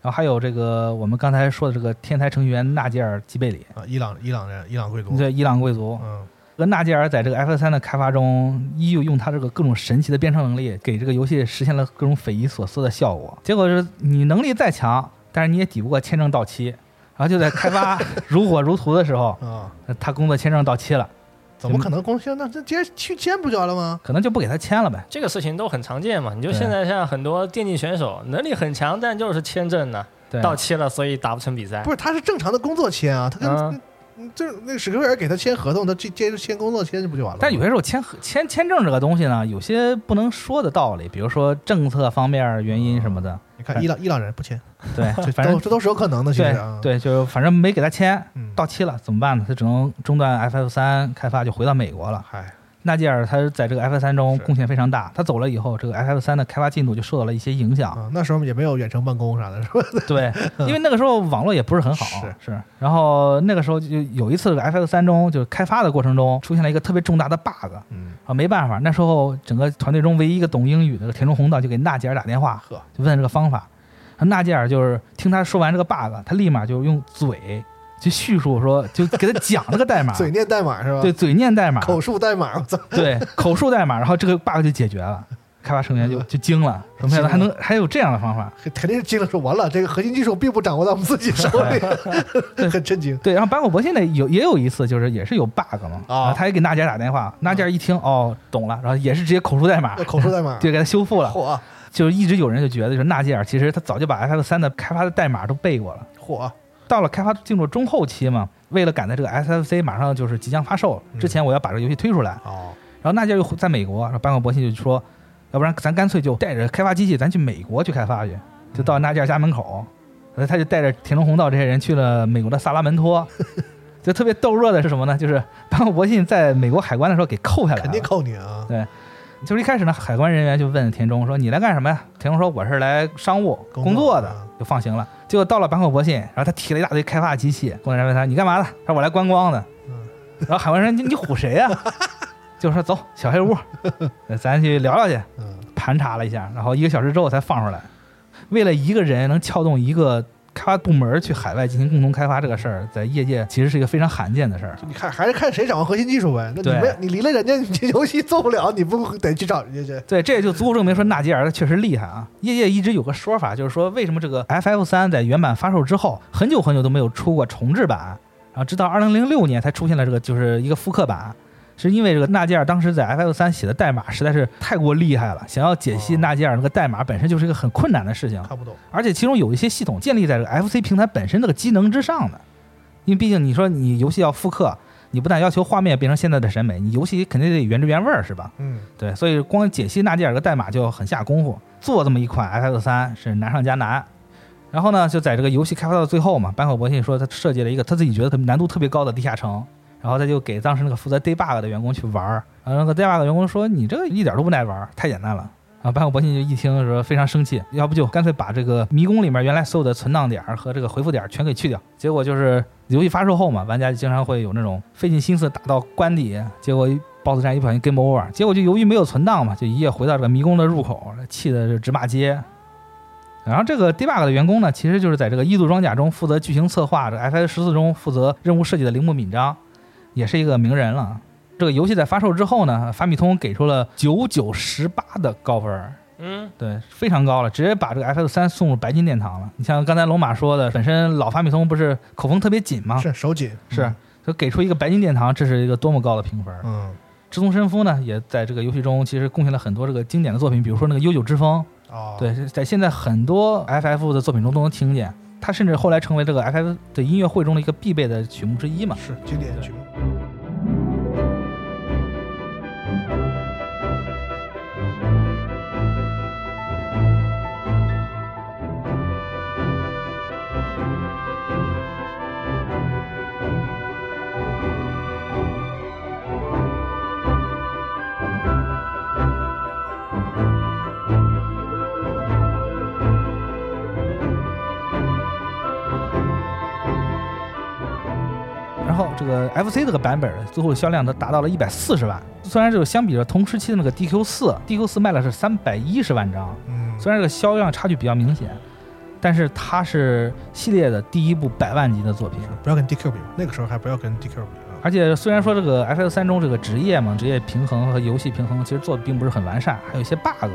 [SPEAKER 6] 然后还有这个我们刚才说的这个天才程序员纳吉尔基贝里，
[SPEAKER 4] 啊，伊朗伊朗人，伊朗贵族，
[SPEAKER 6] 对伊朗贵族，
[SPEAKER 4] 哦嗯
[SPEAKER 6] 这个纳吉尔在这个 F 三的开发中，依旧用他这个各种神奇的编程能力，给这个游戏实现了各种匪夷所思的效果。结果是你能力再强，但是你也抵不过签证到期。然后就在开发如火如荼的时候，
[SPEAKER 4] 啊，
[SPEAKER 6] 他工作签证到期了，
[SPEAKER 4] 怎么可能光鲜？那这接去签不就完了吗？
[SPEAKER 6] 可能就不给他签了呗。
[SPEAKER 5] 这个事情都很常见嘛。你就
[SPEAKER 6] 对
[SPEAKER 5] 现在像很多电竞选手，能力很强，但就是签证呢
[SPEAKER 6] 对，啊
[SPEAKER 5] 到期了，所以打不成比赛
[SPEAKER 4] 不。是，他是正常的工作签啊，他跟、
[SPEAKER 5] 嗯
[SPEAKER 4] 嗯就是那个史克威尔给他签合同，他接接着签工作签不就完了吗？
[SPEAKER 6] 但有些时候签合签签证这个东西呢，有些不能说的道理，比如说政策方面原因什么的，
[SPEAKER 4] 你看伊朗伊朗人不签，
[SPEAKER 6] 对
[SPEAKER 4] 这，
[SPEAKER 6] 啊
[SPEAKER 4] 哦
[SPEAKER 6] 反
[SPEAKER 4] 都
[SPEAKER 6] 正
[SPEAKER 4] 这都是有可能的，其实啊
[SPEAKER 6] 对，对，就反正没给他签，
[SPEAKER 4] 嗯，
[SPEAKER 6] 到期了怎么办呢？他只能中断 FF 三开发，就回到美国了。
[SPEAKER 4] 嗨，
[SPEAKER 6] 纳吉尔他在这个 FF 三中
[SPEAKER 4] 是
[SPEAKER 6] 贡献非常大，他走了以后，这个 FF 三的开发进度就受到了一些影响。
[SPEAKER 4] 啊，那时候也没有远程办公啥的，是吧？
[SPEAKER 6] 对，因为那个时候网络也不是很好，
[SPEAKER 4] 是
[SPEAKER 6] 然后那个时候就有一次 FF 三中就是开发的过程中出现了一个特别重大的 bug
[SPEAKER 4] 嗯，
[SPEAKER 6] 啊，没办法，那时候整个团队中唯一一个懂英语的田中弘道就给纳吉尔打电话，
[SPEAKER 4] 呵，
[SPEAKER 6] 就问这个方法。纳吉尔就是听他说完这个 bug，他立马就用嘴就叙述说，就给他讲这个代码，
[SPEAKER 4] 嘴念代码是吧？
[SPEAKER 6] 啊对，嘴念代码，
[SPEAKER 4] 口述代码，我操，
[SPEAKER 6] 对口述代码，然后这个 bug 就解决了，开发成员就就惊了，怎么想到还能还有这样的方法？
[SPEAKER 4] 肯定是惊了，说完了，这个核心技术并不掌握在我们自己手里，很震惊。
[SPEAKER 6] 对，然后坂口博现在有也有一次，就是也是有 bug 嘛，
[SPEAKER 4] 啊
[SPEAKER 6] 然后他也给娜姐打电话，娜姐一听哦懂了，然后也是直接口述代码，
[SPEAKER 4] 口述代码，啊
[SPEAKER 6] 就给他修复了。
[SPEAKER 4] 嚯
[SPEAKER 6] 就是一直有人就觉得，就是纳吉尔其实他早就把 FF 三的开发的代码都背过了。
[SPEAKER 4] 嚯，
[SPEAKER 6] 到了开发进入中后期嘛，为了赶在这个 SFC 马上就是即将发售
[SPEAKER 4] 嗯
[SPEAKER 6] 之前，我要把这个游戏推出来。
[SPEAKER 4] 哦，
[SPEAKER 6] 然后纳吉尔又在美国，然后坂口博信就说，要不然咱干脆就带着开发机器，咱去美国去开发去，就到纳吉尔家门口，呃他就带着田中弘道这些人去了美国的萨拉门托。 就特别逗乐的是什么呢？就是坂口博信在美国海关的时候给扣下来了，
[SPEAKER 4] 肯定扣你啊！
[SPEAKER 6] 就是一开始呢，海关人员就问田中说：“你来干什么呀？”田中说：“我是来商务
[SPEAKER 4] 工作
[SPEAKER 6] 工作的
[SPEAKER 4] 啊。”
[SPEAKER 6] 就放行了。结果到了坂口博信，然后他提了一大堆开发机器，工作人员问他：“你干嘛的？”他说：“我来观光的。
[SPEAKER 4] 嗯”
[SPEAKER 6] 然后海关人说：“你你唬谁呀、就说：“走，小黑屋， 呃咱去聊聊去。
[SPEAKER 4] 嗯，”
[SPEAKER 6] 盘查了一下，然后一个小时之后才放出来。为了一个人能撬动一个开发部门去海外进行共同开发这个事儿，在业界其实是一个非常罕见的事儿。
[SPEAKER 4] 你看还是看谁掌握核心技术呗。那你
[SPEAKER 6] 对
[SPEAKER 4] 没你离了人家，你这游戏做不了，你不得去找人家去？
[SPEAKER 6] 对，这也就足够证明说纳吉尔他确实厉害啊。业界一直有个说法，就是说为什么这个 FF 三在原版发售之后，很久很久都没有出过重制版，然后直到二零零六年才出现了这个就是一个复刻版，是因为这个纳吉尔当时在 FF 三写的代码实在是太过厉害了，想要解析
[SPEAKER 4] 哦
[SPEAKER 6] 纳吉尔那个代码本身就是一个很困难的事情，
[SPEAKER 4] 看不懂，
[SPEAKER 6] 而且其中有一些系统建立在这个 FC 平台本身这个机能之上的，因为毕竟你说你游戏要复刻，你不但要求画面变成现在的审美，你游戏肯定得原汁原味儿，是吧？
[SPEAKER 4] 嗯，
[SPEAKER 6] 对，所以光解析纳吉尔个代码就很下功夫，做这么一款 FF 三是难上加难。然后呢，就在这个游戏开发到最后嘛，坂口博信说他设计了一个他自己觉得特难度特别高的地下城，然后他就给当时那个负责 debug 的员工去玩儿，然后那个 debug 员工说你这个一点都不耐玩儿，太简单了。然后坂口博信就一听说非常生气，要不就干脆把这个迷宫里面原来所有的存档点儿和这个回复点儿全给去掉。结果就是游戏发售后嘛，玩家就经常会有那种费尽心思打到关底，结果 BOSS 战一不小心 game over，结果就由于没有存档嘛，就一夜回到这个迷宫的入口，气的是直骂街。然后这个 debug 的员工呢，其实就是在这个《异度装甲》中负责剧情策划，这 FF 十四中负责任务设计的铃木敏章，也是一个名人了。这个游戏在发售之后呢，法米通给出了九九十八的高分儿，
[SPEAKER 5] 嗯，
[SPEAKER 6] 对，非常高了，直接把这个 FF 三送入白金殿堂了。你像刚才龙马说的，本身老法米通不是口风特别紧吗？
[SPEAKER 4] 是手紧，
[SPEAKER 6] 啊是，就给出一个白金殿堂，这是一个多么高的评分儿！
[SPEAKER 4] 嗯，
[SPEAKER 6] 志宗申夫呢，也在这个游戏中其实贡献了很多这个经典的作品，比如说那个《悠久之风》，
[SPEAKER 4] 哦，
[SPEAKER 6] 对，是在现在很多 FF 的作品中都能听见。他甚至后来成为这个 FF 的音乐会中的一个必备的曲目之一嘛。
[SPEAKER 4] 是经典曲目。
[SPEAKER 6] 然后这个 FC 这个版本最后销量都达到了一百四十万，虽然这个相比着同时期的那个 DQ 四，DQ 四卖了是三百一十万张，
[SPEAKER 4] 嗯，
[SPEAKER 6] 虽然这个销量差距比较明显，但是它是系列的第一部百万级的作品。
[SPEAKER 4] 不要跟 DQ 比，那个时候还不要跟 DQ 比啊。
[SPEAKER 6] 而且虽然说这个 F F 三中这个职业嘛，职业平衡和游戏平衡其实做的并不是很完善，还有一些 bug。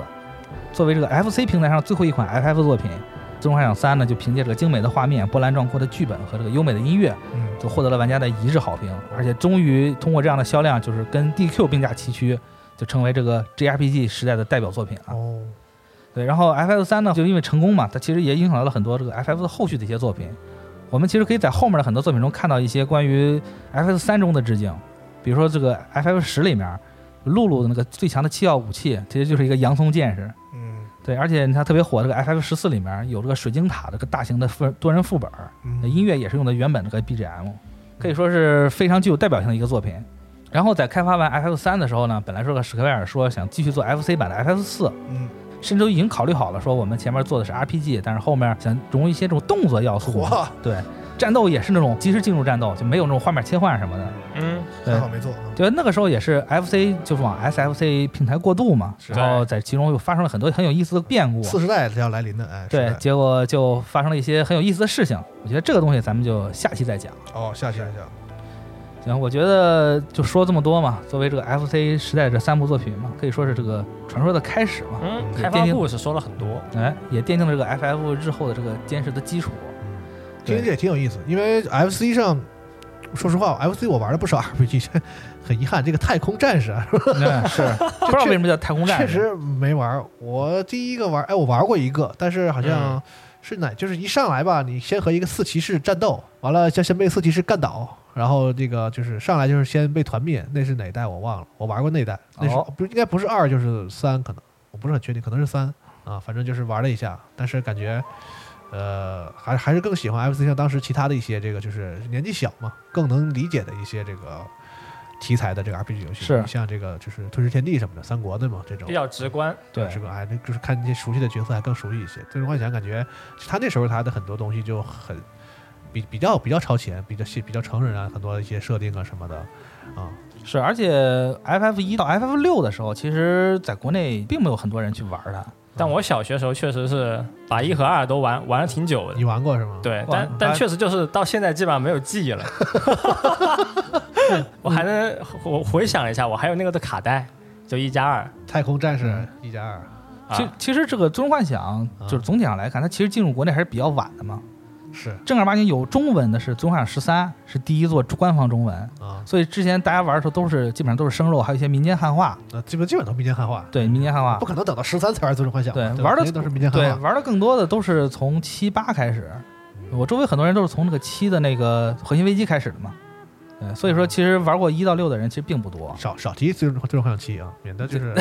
[SPEAKER 6] 作为这个 F C 平台上最后一款 F F 作品，《最终幻想三》呢，就凭借这个精美的画面、波澜壮阔的剧本和这个优美的音乐，
[SPEAKER 4] 嗯，
[SPEAKER 6] 就获得了玩家的一致好评。而且终于通过这样的销量，就是跟 D Q 并驾齐驱，就成为这个 J R P G 时代的代表作品了。啊
[SPEAKER 4] 哦，
[SPEAKER 6] 对，然后 FF 三呢，就因为成功嘛，它其实也影响到了很多这个 FF 的后续的一些作品，我们其实可以在后面的很多作品中看到一些关于 FF 三中的致敬，比如说这个 FF 十里面，露露的那个最强的气药武器，其实就是一个洋葱剑士。
[SPEAKER 4] 嗯
[SPEAKER 6] 对，而且它特别火，这个 FF 十四里面有这个水晶塔这个大型的副多人副本儿，
[SPEAKER 4] 嗯
[SPEAKER 6] 那音乐也是用的原本这个 BGM，可以说是非常具有代表性的一个作品。然后在开发完 FF 三的时候呢，本来说个史克威尔说想继续做 FC 版的 FF 四，
[SPEAKER 4] 嗯，
[SPEAKER 6] 甚至都已经考虑好了，说我们前面做的是 RPG，但是后面想融入一些这种动作要素，
[SPEAKER 4] 哇，
[SPEAKER 6] 对，战斗也是那种即时进入战斗，就没有那种画面切换什么的。
[SPEAKER 5] 嗯，
[SPEAKER 6] 对
[SPEAKER 4] 还好没做啊。
[SPEAKER 6] 对，那个时候也是 FC 就是往 SFC 平台过渡嘛，
[SPEAKER 5] 是
[SPEAKER 6] 然后在其中又发生了很多很有意思的变故。
[SPEAKER 4] 次时代是要来临的，哎，
[SPEAKER 6] 对
[SPEAKER 4] 时，代
[SPEAKER 6] 结果就发生了一些很有意思的事情。我觉得这个东西咱们就下期再讲。
[SPEAKER 4] 哦，下去下去，
[SPEAKER 6] 行，我觉得就说这么多嘛。作为这个 FC 时代这三部作品嘛，可以说是这个传说的开始嘛。
[SPEAKER 5] 嗯，
[SPEAKER 6] 对
[SPEAKER 5] 开
[SPEAKER 6] 奠
[SPEAKER 5] 发
[SPEAKER 6] 定
[SPEAKER 5] 故事说了很多，
[SPEAKER 6] 哎，也奠定了这个 FF 日后的这个坚实的 基础。
[SPEAKER 4] 其实
[SPEAKER 6] 对
[SPEAKER 4] 嗯这也挺有意思，因为 FC 上，说实话，FC 我玩了不少 RPG，很 遗憾，这个太空战士啊，
[SPEAKER 6] 嗯，是，不知道为什么叫太空战
[SPEAKER 4] 确
[SPEAKER 6] 士。
[SPEAKER 4] 实没玩儿。我第一个玩儿，哎，我玩过一个，但是好
[SPEAKER 6] 嗯
[SPEAKER 4] 像是哪，就是一上来吧，你先和一个四骑士战斗，完了先先被四骑士干倒，然后这个就是上来就是先被团灭，那是哪代我忘了，我玩过那代，那是、
[SPEAKER 6] 哦
[SPEAKER 4] 不是应该不是二就是三，可能我不是很确定，可能是三啊，反正就是玩了一下，但是感觉。呃，还还是更喜欢 FC 像当时其他的一些这个，就是年纪小嘛，更能理解的一些这个题材的这个 RPG 游戏，
[SPEAKER 6] 是
[SPEAKER 4] 像这个就是《吞噬天地》什么的，三国的嘛这种
[SPEAKER 5] 比较直观。
[SPEAKER 6] 对，
[SPEAKER 4] 是吧？哎，那就是看那些熟悉的角色还更熟悉一些。最终幻想感觉他那时候他的很多东西就很比比较比较超前，比较细比较成人啊，很多一些设定啊什么的啊。
[SPEAKER 6] 是，而且 FF 一到 FF 六的时候，其实在国内并没有很多人去玩它。
[SPEAKER 5] 但我小学时候确实是把一和二都玩玩了挺久的
[SPEAKER 4] 你，玩过是吗？，
[SPEAKER 5] 对，
[SPEAKER 6] 哇
[SPEAKER 5] 但但
[SPEAKER 6] 还
[SPEAKER 5] 确实就是到现在基本上没有记忆了。我还能我回想一下，我还有那个的卡带，就一加二
[SPEAKER 4] 太空战
[SPEAKER 6] 嗯
[SPEAKER 4] 士一加二，
[SPEAKER 6] 其
[SPEAKER 5] 啊，
[SPEAKER 6] 其实这个《最终幻想》就是总体上来看，它其实进入国内还是比较晚的嘛。
[SPEAKER 4] 是
[SPEAKER 6] 正儿八经有中文的是《最终幻想十三》，是第一座官方中文，
[SPEAKER 4] 啊，
[SPEAKER 6] 所以之前大家玩的时候都是基本上都是生肉，还有一些民间汉化。
[SPEAKER 4] 那基本基本都民间汉化，
[SPEAKER 6] 对，民间汉化
[SPEAKER 4] 不。可能啊等到十三才玩最终幻想
[SPEAKER 6] 对
[SPEAKER 4] 嘛，吧
[SPEAKER 6] 玩的
[SPEAKER 4] 肯定都是民间
[SPEAKER 6] 对，
[SPEAKER 4] 汉化。。
[SPEAKER 6] 玩的更多的都是从七八开始，我周围很多人都是从那个七的那个核心危机开始的嘛。对，所以说其实玩过一到六的人其实并不多
[SPEAKER 4] 少少提最终最终幻想七啊，免得 就是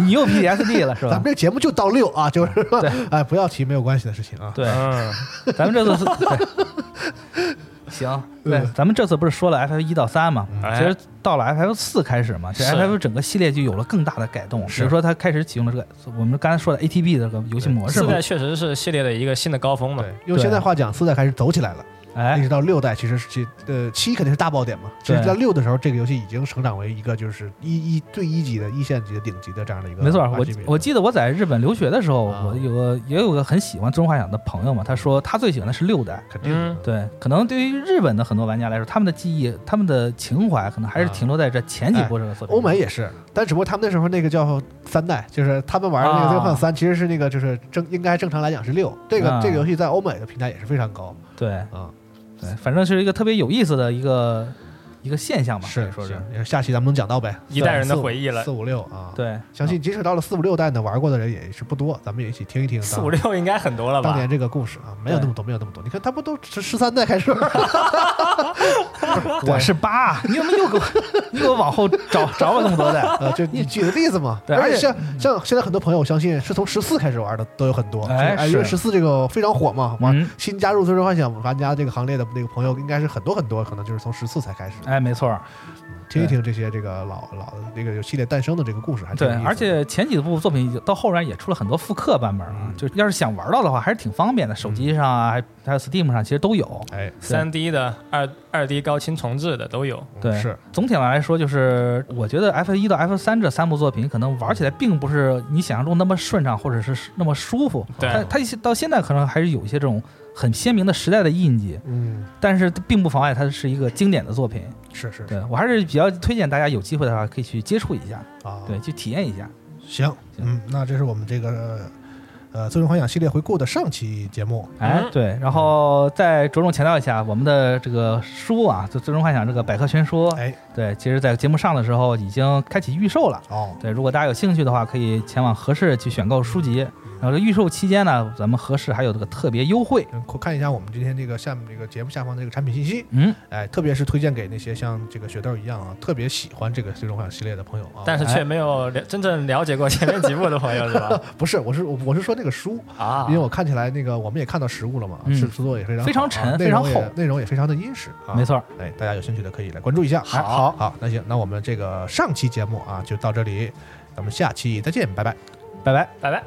[SPEAKER 6] 你有 PTSD 了是
[SPEAKER 4] 咱
[SPEAKER 6] 吧
[SPEAKER 4] 们？这节目就到六啊，就是说
[SPEAKER 6] 对
[SPEAKER 4] 哎，不要提没有关系的事情啊。
[SPEAKER 6] 对，
[SPEAKER 5] 嗯，
[SPEAKER 6] 咱们这次是对行，对，咱们这次不是说了 FF 一到三嘛？
[SPEAKER 4] 嗯
[SPEAKER 5] 哎
[SPEAKER 6] 其实到了 FF 四开始嘛，其实
[SPEAKER 5] 是
[SPEAKER 6] FF 整个系列就有了更大的改动，比如说它开始启用了这个我们刚才说的 ATB 的这个游戏模式
[SPEAKER 5] 四
[SPEAKER 6] 嘛
[SPEAKER 5] 代，确实是系列的一个新的高峰嘛
[SPEAKER 4] 对。，用现在话讲，四代开始走起来了。一
[SPEAKER 6] 哎，
[SPEAKER 4] 直到六代，其实是其呃七肯定是大爆点嘛。其实
[SPEAKER 6] 对
[SPEAKER 4] 到六的时候，这个游戏已经成长为一个就是一一最一级的一线级的顶级的这样的一个
[SPEAKER 6] 没错，我
[SPEAKER 4] RPG
[SPEAKER 6] 我记得我在日本留学的时候，
[SPEAKER 4] 啊
[SPEAKER 6] 我有个也有个很喜欢《最终幻想》的朋友嘛，他说他最喜欢的是六代。
[SPEAKER 4] 肯定是
[SPEAKER 5] 嗯
[SPEAKER 6] 对，可能对于日本的很多玩家来说，他们的记忆、他们的情怀，可能还是
[SPEAKER 4] 啊
[SPEAKER 6] 停留在这前几部这个作品。
[SPEAKER 4] 欧美也是，但只不过他们那时候那个叫三代，就是他们玩的那个《
[SPEAKER 6] 啊
[SPEAKER 4] 最终幻想三》，其实是那个就是正应该正常来讲是六。这个
[SPEAKER 6] 啊
[SPEAKER 4] 这个游戏在欧美的评价也是非常高
[SPEAKER 6] 对
[SPEAKER 4] 啊，
[SPEAKER 6] 对，反正是一个特别有意思的一个一个现象吧，可以说是
[SPEAKER 4] 是，也是下期咱们能讲到呗。
[SPEAKER 5] 一代人的回忆了
[SPEAKER 4] 四五六啊，，
[SPEAKER 6] 对，
[SPEAKER 4] 相信即使到了四五六代呢，玩过的人也是不多，咱们也一起听一听
[SPEAKER 5] 四
[SPEAKER 4] 当
[SPEAKER 5] 五六应该很多了
[SPEAKER 4] 当
[SPEAKER 5] 吧
[SPEAKER 4] 年？这个故事啊，没有那么多，没有那么多。你看，他不都十十三代开始玩儿
[SPEAKER 6] 我是八，你怎么又给 我你给我往后找找我那么多代？
[SPEAKER 4] 呃，就你举个例子嘛。
[SPEAKER 6] 对
[SPEAKER 4] 而
[SPEAKER 6] 而且
[SPEAKER 4] 且像像现在很多朋友，我相信是从十四开始玩的都有很多。
[SPEAKER 6] 哎
[SPEAKER 4] 就是
[SPEAKER 6] 是
[SPEAKER 4] 因为十四这个非常火嘛，玩、
[SPEAKER 6] 嗯
[SPEAKER 4] 新加入《最终幻想》玩家这个行列的那个朋友，应该是很多很多，可能就是从十四才开始。
[SPEAKER 6] 哎，没错儿，
[SPEAKER 4] 听一听这些这个老老的这个系列诞生的这个故事，还挺
[SPEAKER 6] 对
[SPEAKER 4] 有意思，的
[SPEAKER 6] 而且前几部作品已经到后边也出了很多复刻版本啊，
[SPEAKER 4] 嗯
[SPEAKER 6] 就要是想玩到的话，还是挺方便的，手机上啊，还还有 Steam 上其实都有。
[SPEAKER 4] 哎，
[SPEAKER 5] 三 D 的、二二 D 高清重置的都有。
[SPEAKER 4] 嗯
[SPEAKER 6] 对，
[SPEAKER 4] 是
[SPEAKER 6] 总体上来说，就是我觉得 F 一到 F 三这三部作品，可能玩起来并不是你想象中那么顺畅，或者是那么舒服。
[SPEAKER 5] 对
[SPEAKER 6] 它它一些到现在可能还是有一些这种很鲜明的时代的印记，
[SPEAKER 4] 嗯，
[SPEAKER 6] 但是并不妨碍它是一个经典的作品。
[SPEAKER 4] 是是
[SPEAKER 6] 对我还是比较推荐大家有机会的话可以去接触一下，
[SPEAKER 4] 啊，
[SPEAKER 6] 对，，去体验一下。
[SPEAKER 4] 行，嗯，那这是我们这个呃《最终幻想》系列回顾的上期节目，
[SPEAKER 6] 哎，对，然后再着重强调一下我们的这个书啊，就《最终幻想》这个百科全书，
[SPEAKER 4] 哎，
[SPEAKER 6] 对，其实，在节目上的时候已经开启预售了。
[SPEAKER 4] 哦，
[SPEAKER 6] 对，如果大家有兴趣的话，可以前往合适去选购书籍。然后这预售期间呢，咱们合适还有这个特别优惠。
[SPEAKER 4] 嗯看一下我们今天这个下面这个节目下方的这个产品信息，
[SPEAKER 6] 嗯，
[SPEAKER 4] 哎，特别是推荐给那些像这个雪豆一样啊，特别喜欢这个最终幻想系列的朋友啊。
[SPEAKER 5] 但是却没有了真正了解过前面几部的朋友 是吧？
[SPEAKER 4] 不是，我是我我是说这个书，
[SPEAKER 5] 啊
[SPEAKER 4] 因为，我看起来那个我们也看到实物了嘛，
[SPEAKER 6] 嗯
[SPEAKER 4] 是制作也非常
[SPEAKER 6] 非常
[SPEAKER 4] 好啊
[SPEAKER 6] 沉
[SPEAKER 4] 内
[SPEAKER 6] 非常
[SPEAKER 4] 容也
[SPEAKER 6] 厚
[SPEAKER 4] 内容也非常的殷实啊。
[SPEAKER 6] 没，错儿，
[SPEAKER 4] 哎，大家有兴趣的可以来关注一下。哎
[SPEAKER 6] 好好
[SPEAKER 4] 好，那行，那我们这个上期节目啊就到这里，咱们下期再见，拜拜。
[SPEAKER 6] 拜拜。
[SPEAKER 5] 拜拜。